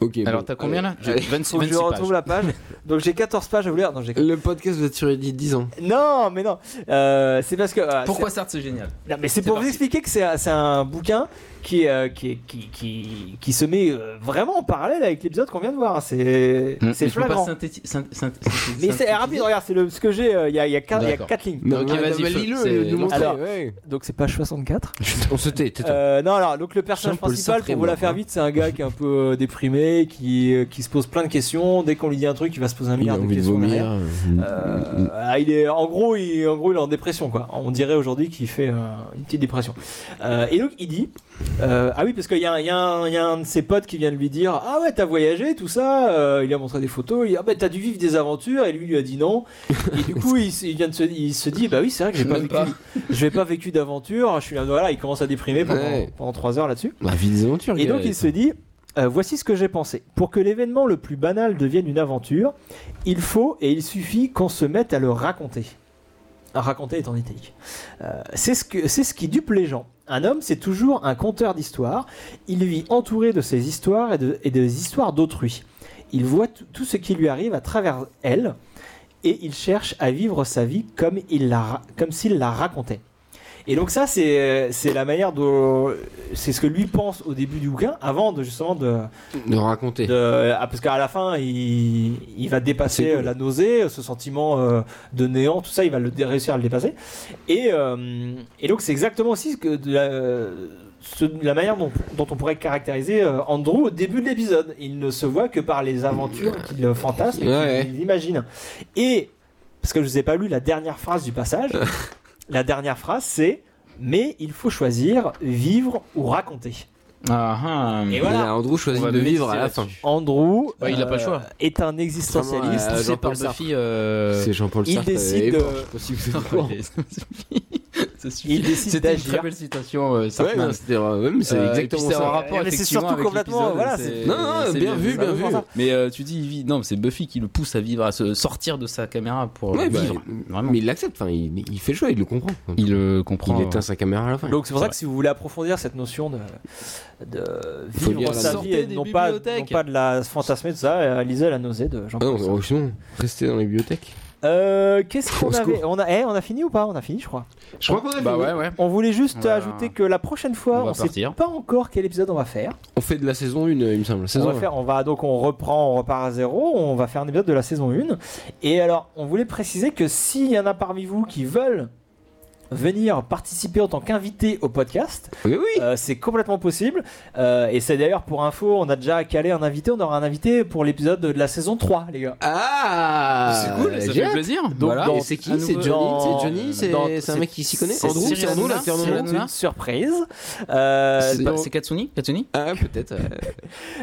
Speaker 2: Ok.
Speaker 3: Alors
Speaker 2: bon. Euh,
Speaker 3: t'as combien là J'ai
Speaker 2: Allez.
Speaker 3: 26
Speaker 1: Faut que je
Speaker 3: 26
Speaker 1: retrouve
Speaker 3: pages.
Speaker 1: la
Speaker 3: (laughs)
Speaker 1: page. Donc j'ai 14 pages à vous lire. Non, j'ai-
Speaker 2: Le podcast va durer 10 ans.
Speaker 1: non mais non. Euh, c'est parce que. euh,
Speaker 3: Pourquoi Sartre c'est génial
Speaker 1: Non, mais c'est
Speaker 3: C'est
Speaker 1: pour vous
Speaker 3: parti.
Speaker 1: expliquer que c'est un, c'est un bouquin qui, est, euh, qui, est- qui, qui, qui se met euh, vraiment en parallèle avec l'épisode qu'on vient de voir. C'est
Speaker 3: Mm.
Speaker 1: c'est
Speaker 3: Mais je peux pas
Speaker 1: flagrant.
Speaker 3: synthéti- synth- synth-
Speaker 1: Mais c'est
Speaker 3: synthétiser.
Speaker 1: rapide, regarde, c'est le- ce que j'ai. euh, Il y, a, il y, a quatre- il y a
Speaker 3: D'accord.
Speaker 1: 4 lignes.
Speaker 2: Non,
Speaker 3: Ok,
Speaker 2: non,
Speaker 3: vas-y,
Speaker 2: non,
Speaker 3: feu.
Speaker 2: lis-le
Speaker 3: C'est-
Speaker 2: et nous montrer.
Speaker 1: Alors.
Speaker 2: ouais.
Speaker 1: Donc c'est page 64.
Speaker 2: On se tait, tais-toi.
Speaker 1: Euh, non, alors, donc le personnage
Speaker 2: Jean-Paul
Speaker 1: principal,
Speaker 2: Sartre est
Speaker 1: pour vous la
Speaker 2: mort,
Speaker 1: faire
Speaker 2: hein.
Speaker 1: vite, c'est un gars qui est un peu euh, déprimé, qui, euh, qui se pose plein de questions. Dès qu'on lui dit un truc, il va se poser un
Speaker 2: Il a
Speaker 1: milliard de
Speaker 2: envie de
Speaker 1: questions.
Speaker 2: vomir.
Speaker 1: derrière. Euh, ah, il est, en, gros, il, en gros, il est en dépression, quoi. On dirait aujourd'hui qu'il fait euh, une petite dépression. Euh, et donc, il dit euh, Ah oui, parce qu'il y, a un- il y a un il y a un de ses potes qui vient de lui dire Ah ouais, t'as voyagé, tout ça. Euh, il lui a montré des photos. Il dit Ah ben, t'as dû vivre des aventures. Et lui, lui a dit non. Et du coup, il, s- il vient de se, il se dit Bah oui, c'est vrai que j'ai pas
Speaker 3: Même
Speaker 1: vécu,
Speaker 3: pas.
Speaker 1: je n'ai pas vécu d'aventure. Je suis là, voilà, il commence à déprimer pendant,
Speaker 2: Ouais.
Speaker 1: pendant 3 heures là-dessus.
Speaker 2: La vie des aventures.
Speaker 1: Et donc
Speaker 2: gars.
Speaker 1: il se dit, euh, voici ce que j'ai pensé. Pour que l'événement le plus banal devienne une aventure, il faut et il suffit qu'on se mette à le raconter. À Raconter est en italique. Euh, c'est ce que- c'est ce qui dupe les gens. Un homme, c'est toujours un conteur d'histoires. Il vit entouré de ses histoires et, de- et des histoires d'autrui. Il voit tout- tout ce qui lui arrive à travers elles et il cherche à vivre sa vie comme il la ra- comme s'il la racontait. Et donc ça, c'est euh, c'est la manière dont c'est ce que lui pense au début du bouquin, avant de justement de,
Speaker 2: De raconter.
Speaker 1: de- ah, parce qu'à la fin, il, il va
Speaker 2: C'est
Speaker 1: dépasser
Speaker 2: cool.
Speaker 1: euh, la nausée, ce sentiment euh, de néant, tout ça, il va le, dé- réussir à le dépasser. Et, euh, et donc c'est exactement aussi ce que de la, ce- la manière dont, dont on pourrait caractériser euh, Andrew au début de l'épisode. Il ne se voit que par les aventures qu'il euh, fantasme, et qu'il
Speaker 2: Ouais.
Speaker 1: qu'il imagine. Et, parce que je vous ai pas lu la dernière phrase du
Speaker 2: (laughs)
Speaker 1: passage, la dernière phrase c'est « Mais il faut choisir vivre ou raconter
Speaker 3: Ah, ah.
Speaker 1: Et
Speaker 2: Et
Speaker 1: voilà.
Speaker 2: là, Andrew
Speaker 3: On
Speaker 2: choisit
Speaker 3: va
Speaker 2: de
Speaker 3: méditer
Speaker 2: vivre à la fin.
Speaker 3: là-dessus. ».
Speaker 1: Andrew
Speaker 3: Ouais, Bah, il a pas le
Speaker 1: euh,
Speaker 3: choix.
Speaker 1: est un existentialiste.
Speaker 2: Vraiment, euh,
Speaker 3: Poussé
Speaker 2: Jean-Paul
Speaker 3: par
Speaker 2: Sartre.
Speaker 3: (laughs) Buffy. Ah, euh,
Speaker 2: C'est Jean-Paul
Speaker 1: il
Speaker 2: Sartre.
Speaker 1: décide
Speaker 2: et
Speaker 1: de-
Speaker 2: (laughs) Porsche, possible, c'est
Speaker 3: Ah,
Speaker 2: pas con.
Speaker 3: ouais, c'est- ça suffit.
Speaker 1: Il décide
Speaker 3: (laughs) C'était une très
Speaker 1: d'agir.
Speaker 3: belle citation, euh,
Speaker 2: Ouais,
Speaker 3: Sartman.
Speaker 2: non, c'était- ouais, mais c'est
Speaker 3: Euh, et puis
Speaker 2: exactement
Speaker 3: c'est en
Speaker 2: ça.
Speaker 3: rapport
Speaker 1: Eh, Mais c'est
Speaker 3: effectivement
Speaker 1: surtout
Speaker 3: avec
Speaker 1: complètement,
Speaker 3: l'épisode,
Speaker 1: voilà,
Speaker 3: c'est-
Speaker 1: c'est-
Speaker 2: Non, non,
Speaker 3: c'est
Speaker 2: bien vu, bien vu.
Speaker 3: Mais euh, tu dis, il vit- non, mais c'est Buffy qui le pousse à vivre, à se sortir de sa caméra pour euh,
Speaker 2: Ouais, bah,
Speaker 3: vivre. Vraiment.
Speaker 2: Mais il l'accepte, enfin, il, il fait le choix, il le comprend.
Speaker 3: Il le
Speaker 2: Il
Speaker 3: comprend.
Speaker 2: éteint sa caméra à la fin.
Speaker 1: Donc c'est pour
Speaker 3: C'est
Speaker 1: ça que si vous voulez approfondir cette notion de, de
Speaker 2: Faut lire
Speaker 1: vivre
Speaker 2: la-
Speaker 1: sa
Speaker 3: Sortez
Speaker 1: vie et
Speaker 3: des
Speaker 1: non pas,
Speaker 3: bibliothèques.
Speaker 1: non pas de la se fantasmer de ça, euh, lisez la nausée de
Speaker 2: Ah non,
Speaker 1: Jean-Paul.
Speaker 2: mais sinon, rester dans les bibliothèques.
Speaker 1: Euh, Qu'est-ce
Speaker 2: (laughs) Au
Speaker 1: qu'on
Speaker 2: secours.
Speaker 1: avait on a, eh, on a fini ou pas On a fini, je crois.
Speaker 2: Je crois qu'on a
Speaker 3: Bah
Speaker 2: fini.
Speaker 3: ouais, ouais.
Speaker 1: On voulait juste
Speaker 3: Bah,
Speaker 1: ajouter que la prochaine fois,
Speaker 3: on va
Speaker 1: on sait
Speaker 3: partir.
Speaker 1: pas encore quel épisode on va faire.
Speaker 2: On fait de la saison 1, il me semble.
Speaker 1: On
Speaker 2: Saison
Speaker 1: va,
Speaker 2: un.
Speaker 1: faire, on va donc on reprend, on repart à zéro, on va faire un épisode de la saison 1. Et alors, on voulait préciser que s'il y en a parmi vous qui veulent venir participer en tant qu'invité au podcast,
Speaker 2: Oui, oui.
Speaker 1: euh, c'est complètement possible. Euh, et c'est d'ailleurs pour info, on a déjà calé un invité, on aura un invité pour l'épisode de la saison 3, les gars.
Speaker 2: Ah
Speaker 3: C'est cool, ça fait
Speaker 2: génial.
Speaker 3: plaisir.
Speaker 1: Euh, Donc,
Speaker 2: Voilà.
Speaker 1: dans-
Speaker 2: Ah, Et c'est qui
Speaker 1: à
Speaker 2: C'est
Speaker 1: nouveau-
Speaker 2: Johnny
Speaker 1: dans-
Speaker 2: C'est Johnny C'est
Speaker 1: dans-
Speaker 2: c'est un mec qui s'y connaît
Speaker 1: c'est-
Speaker 2: Andrew
Speaker 1: c'est-
Speaker 2: C'est Andrew là
Speaker 3: Cyril
Speaker 2: Fernand
Speaker 3: Hanouna
Speaker 1: C'est
Speaker 2: Hanouna
Speaker 1: une surprise. Euh,
Speaker 3: C'est pas-
Speaker 2: donc-
Speaker 3: c'est Katsuni Katsuni
Speaker 2: Ah, peut-être. euh,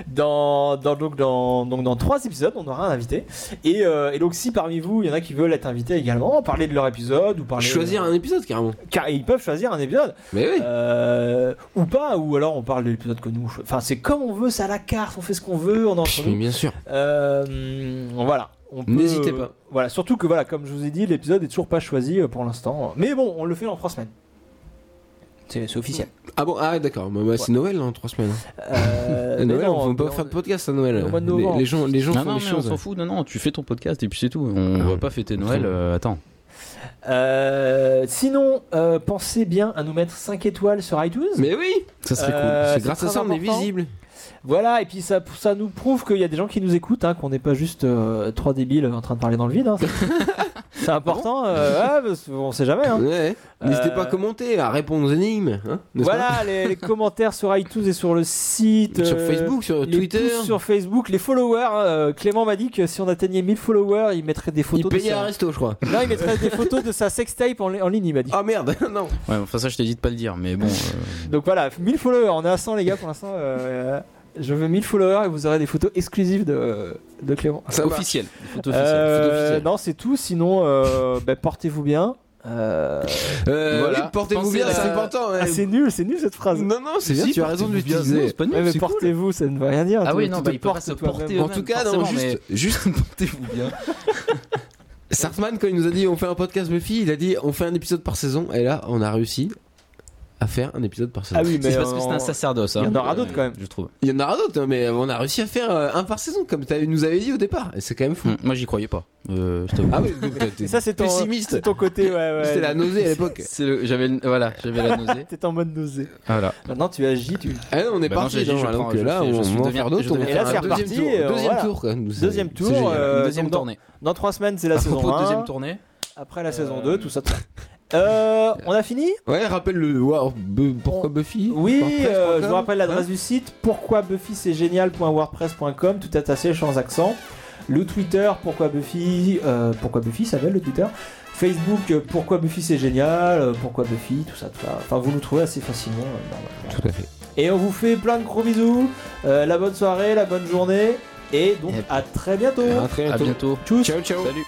Speaker 1: dans, dans- donc, dans, donc dans trois épisodes, on aura un invité. Et, euh, et donc si parmi vous, il y en a qui veulent être invités également, parler de leur épisode ou parler...
Speaker 2: Choisir un épisode carrément.
Speaker 1: Car ils peuvent choisir un épisode
Speaker 2: Mais oui.
Speaker 1: euh, ou pas, ou alors on parle de l'épisode que nous. Enfin, c'est comme on veut, c'est à la carte, on fait ce qu'on veut, on est entre
Speaker 2: Mais
Speaker 1: nous.
Speaker 2: bien sûr.
Speaker 1: Euh, voilà. on peut-
Speaker 2: N'hésitez pas.
Speaker 1: Voilà, surtout que voilà, comme je vous ai dit, l'épisode est toujours pas choisi euh, pour l'instant. Mais bon, on le fait dans trois semaines. C'est c'est officiel.
Speaker 2: Ah bon, ah d'accord, Bah, bah, c'est Noël en trois semaines. (laughs)
Speaker 1: Euh,
Speaker 2: À
Speaker 1: mais
Speaker 2: Noël,
Speaker 1: non,
Speaker 2: on ne peut
Speaker 1: on-
Speaker 2: pas faire de podcast à Noël.
Speaker 1: au mois de novembre.
Speaker 2: les, les gens, les gens
Speaker 3: Non,
Speaker 2: font
Speaker 3: non, mais
Speaker 2: des
Speaker 3: on
Speaker 2: choses.
Speaker 3: s'en fout. Non, non, tu fais ton podcast et puis c'est tout. On
Speaker 2: Ah.
Speaker 3: va pas fêter Noël. euh, attends.
Speaker 1: Euh, sinon, euh, pensez bien à nous mettre 5 étoiles sur iTunes.
Speaker 2: Mais oui, ça serait
Speaker 1: Euh,
Speaker 2: cool.
Speaker 1: c'est
Speaker 2: C'est grâce à
Speaker 1: très
Speaker 2: ça on est
Speaker 1: important.
Speaker 2: visible.
Speaker 1: Voilà, et puis ça, ça nous prouve qu'il y a des gens qui nous écoutent, hein, qu'on n'est pas juste euh, trois débiles en train de parler dans le vide.
Speaker 2: (laughs)
Speaker 1: hein. C'est important, euh, ouais, parce qu'on sait jamais. hein.
Speaker 2: Ouais. N'hésitez
Speaker 1: Euh,
Speaker 2: pas à commenter, à répondre aux énigmes, hein, n'est-ce pas
Speaker 1: Voilà, les, les commentaires sur iTunes et sur le site.
Speaker 2: Sur
Speaker 1: euh,
Speaker 2: Facebook, sur
Speaker 1: les
Speaker 2: Twitter.
Speaker 1: pouces sur Facebook, les followers. hein, euh, Clément m'a dit que si on atteignait 1000 followers, il mettrait des
Speaker 2: Il
Speaker 1: photos. de
Speaker 2: payait
Speaker 1: sa...
Speaker 2: un resto,
Speaker 1: (laughs)
Speaker 2: je crois.
Speaker 1: Non, il mettrait des photos de sa sextape en, li- en ligne, il m'a dit.
Speaker 2: Ah merde, (laughs) non.
Speaker 3: Ouais, enfin ça, je t'ai dit de pas le dire, mais bon. euh,
Speaker 1: Donc voilà, 1000 followers, on est à 100 les gars pour l'instant. euh, je veux 1000 followers et vous aurez des photos exclusives de, de Clément.
Speaker 2: Ça va.
Speaker 3: officiel. Des photos officielles,
Speaker 1: Euh,
Speaker 3: photos officielles.
Speaker 1: non, c'est tout. Sinon, euh, bah, portez-vous bien. Euh,
Speaker 2: Euh,
Speaker 3: Voilà.
Speaker 2: oui, portez-vous
Speaker 3: Pensez
Speaker 2: bien,
Speaker 3: à-
Speaker 2: c'est important. ouais.
Speaker 1: ah, c'est nul, c'est nul cette phrase.
Speaker 2: Non,
Speaker 1: (laughs)
Speaker 2: non, c'est bien,
Speaker 3: Si,
Speaker 2: tu as raison de
Speaker 3: portez-vous bien. Non,
Speaker 2: l'utiliser.
Speaker 3: c'est pas nul,
Speaker 1: Ouais, mais
Speaker 3: c'est cool.
Speaker 1: portez-vous, ça ne veut rien dire.
Speaker 3: Ah
Speaker 1: Tu-
Speaker 3: oui,
Speaker 1: tu
Speaker 3: non,
Speaker 1: te
Speaker 3: bah, il peut
Speaker 1: portes
Speaker 3: pas se
Speaker 1: toi-même.
Speaker 3: porter
Speaker 2: En tout cas, non,
Speaker 3: Forcément,
Speaker 2: juste, juste
Speaker 3: Portez-vous bien.
Speaker 2: Sartman, quand il nous a dit on fait un podcast Buffy, il a dit on fait un épisode par saison, et là on a réussi à faire un épisode par saison.
Speaker 1: Ah oui, mais
Speaker 3: C'est parce que
Speaker 1: euh,
Speaker 3: c'est un sacerdoce.
Speaker 1: il y
Speaker 3: hein.
Speaker 1: en aura d'autres, quand même.
Speaker 3: Je trouve.
Speaker 2: Il y en aura d'autres, hein, mais on a réussi à faire euh, un par saison, comme tu nous avais dit au départ, et c'est quand même fou.
Speaker 3: Hum, Moi, j'y croyais pas. Euh, je t'avoue.
Speaker 2: Ah oui, donc, t'es- t'es
Speaker 1: Et Mm. ça, c'est ton,
Speaker 2: pessimiste.
Speaker 1: c'est ton côté, ouais, ouais.
Speaker 2: C'était la nausée à l'époque.
Speaker 3: C'est le- J'avais le- voilà, j'avais la nausée.
Speaker 1: T'es en mode nausée.
Speaker 3: Voilà.
Speaker 1: Maintenant, tu agis, tu.
Speaker 2: Ah non, on est
Speaker 3: Bah non, j'ai
Speaker 2: parti,
Speaker 3: dit,
Speaker 2: non,
Speaker 3: je
Speaker 2: alors
Speaker 3: prends,
Speaker 2: que
Speaker 3: je
Speaker 2: là,
Speaker 3: fais- je
Speaker 2: on
Speaker 3: deviens-
Speaker 2: va en faire d'autres,
Speaker 3: je
Speaker 2: on va
Speaker 3: deviens-
Speaker 1: Et là,
Speaker 2: faire
Speaker 1: c'est
Speaker 2: un deuxième
Speaker 1: reparti,
Speaker 2: tour.
Speaker 1: euh,
Speaker 2: Deuxième
Speaker 1: voilà.
Speaker 2: tour, quoi. Nous, c'est-
Speaker 1: Deuxième
Speaker 2: c'est
Speaker 1: tour,
Speaker 2: génial.
Speaker 1: euh,
Speaker 3: deuxième
Speaker 1: donc dans-
Speaker 3: tournée.
Speaker 1: Dans trois semaines, c'est la
Speaker 3: À
Speaker 1: saison
Speaker 3: propos de
Speaker 1: 1.
Speaker 3: deuxième tournée.
Speaker 1: Après la
Speaker 3: Euh,
Speaker 1: saison 2, tout ça. tout ça. Euh, on a fini
Speaker 2: Ouais, rappelle le. waouh, Bu- pourquoi Buffy
Speaker 1: Oui,
Speaker 2: WordPress.com,
Speaker 1: euh, je vous rappelle l'adresse du site pourquoi Buffy c'est génial.wordpress.com, tout attaché sans accent. Le Twitter pourquoi Buffy, euh, pourquoi Buffy s'appelle le Twitter. Facebook euh, pourquoi Buffy c'est génial, euh, pourquoi Buffy, tout ça, tout ça. Enfin, vous nous trouvez assez facilement. euh, dans la-
Speaker 2: Tout à fait.
Speaker 1: Et on vous fait plein de gros bisous. euh, la bonne soirée, la bonne journée, et donc
Speaker 3: Et-
Speaker 1: à très bientôt.
Speaker 2: À très
Speaker 3: À
Speaker 2: bientôt.
Speaker 3: bientôt.
Speaker 1: Tchuss.
Speaker 2: Ciao, ciao.
Speaker 3: Salut.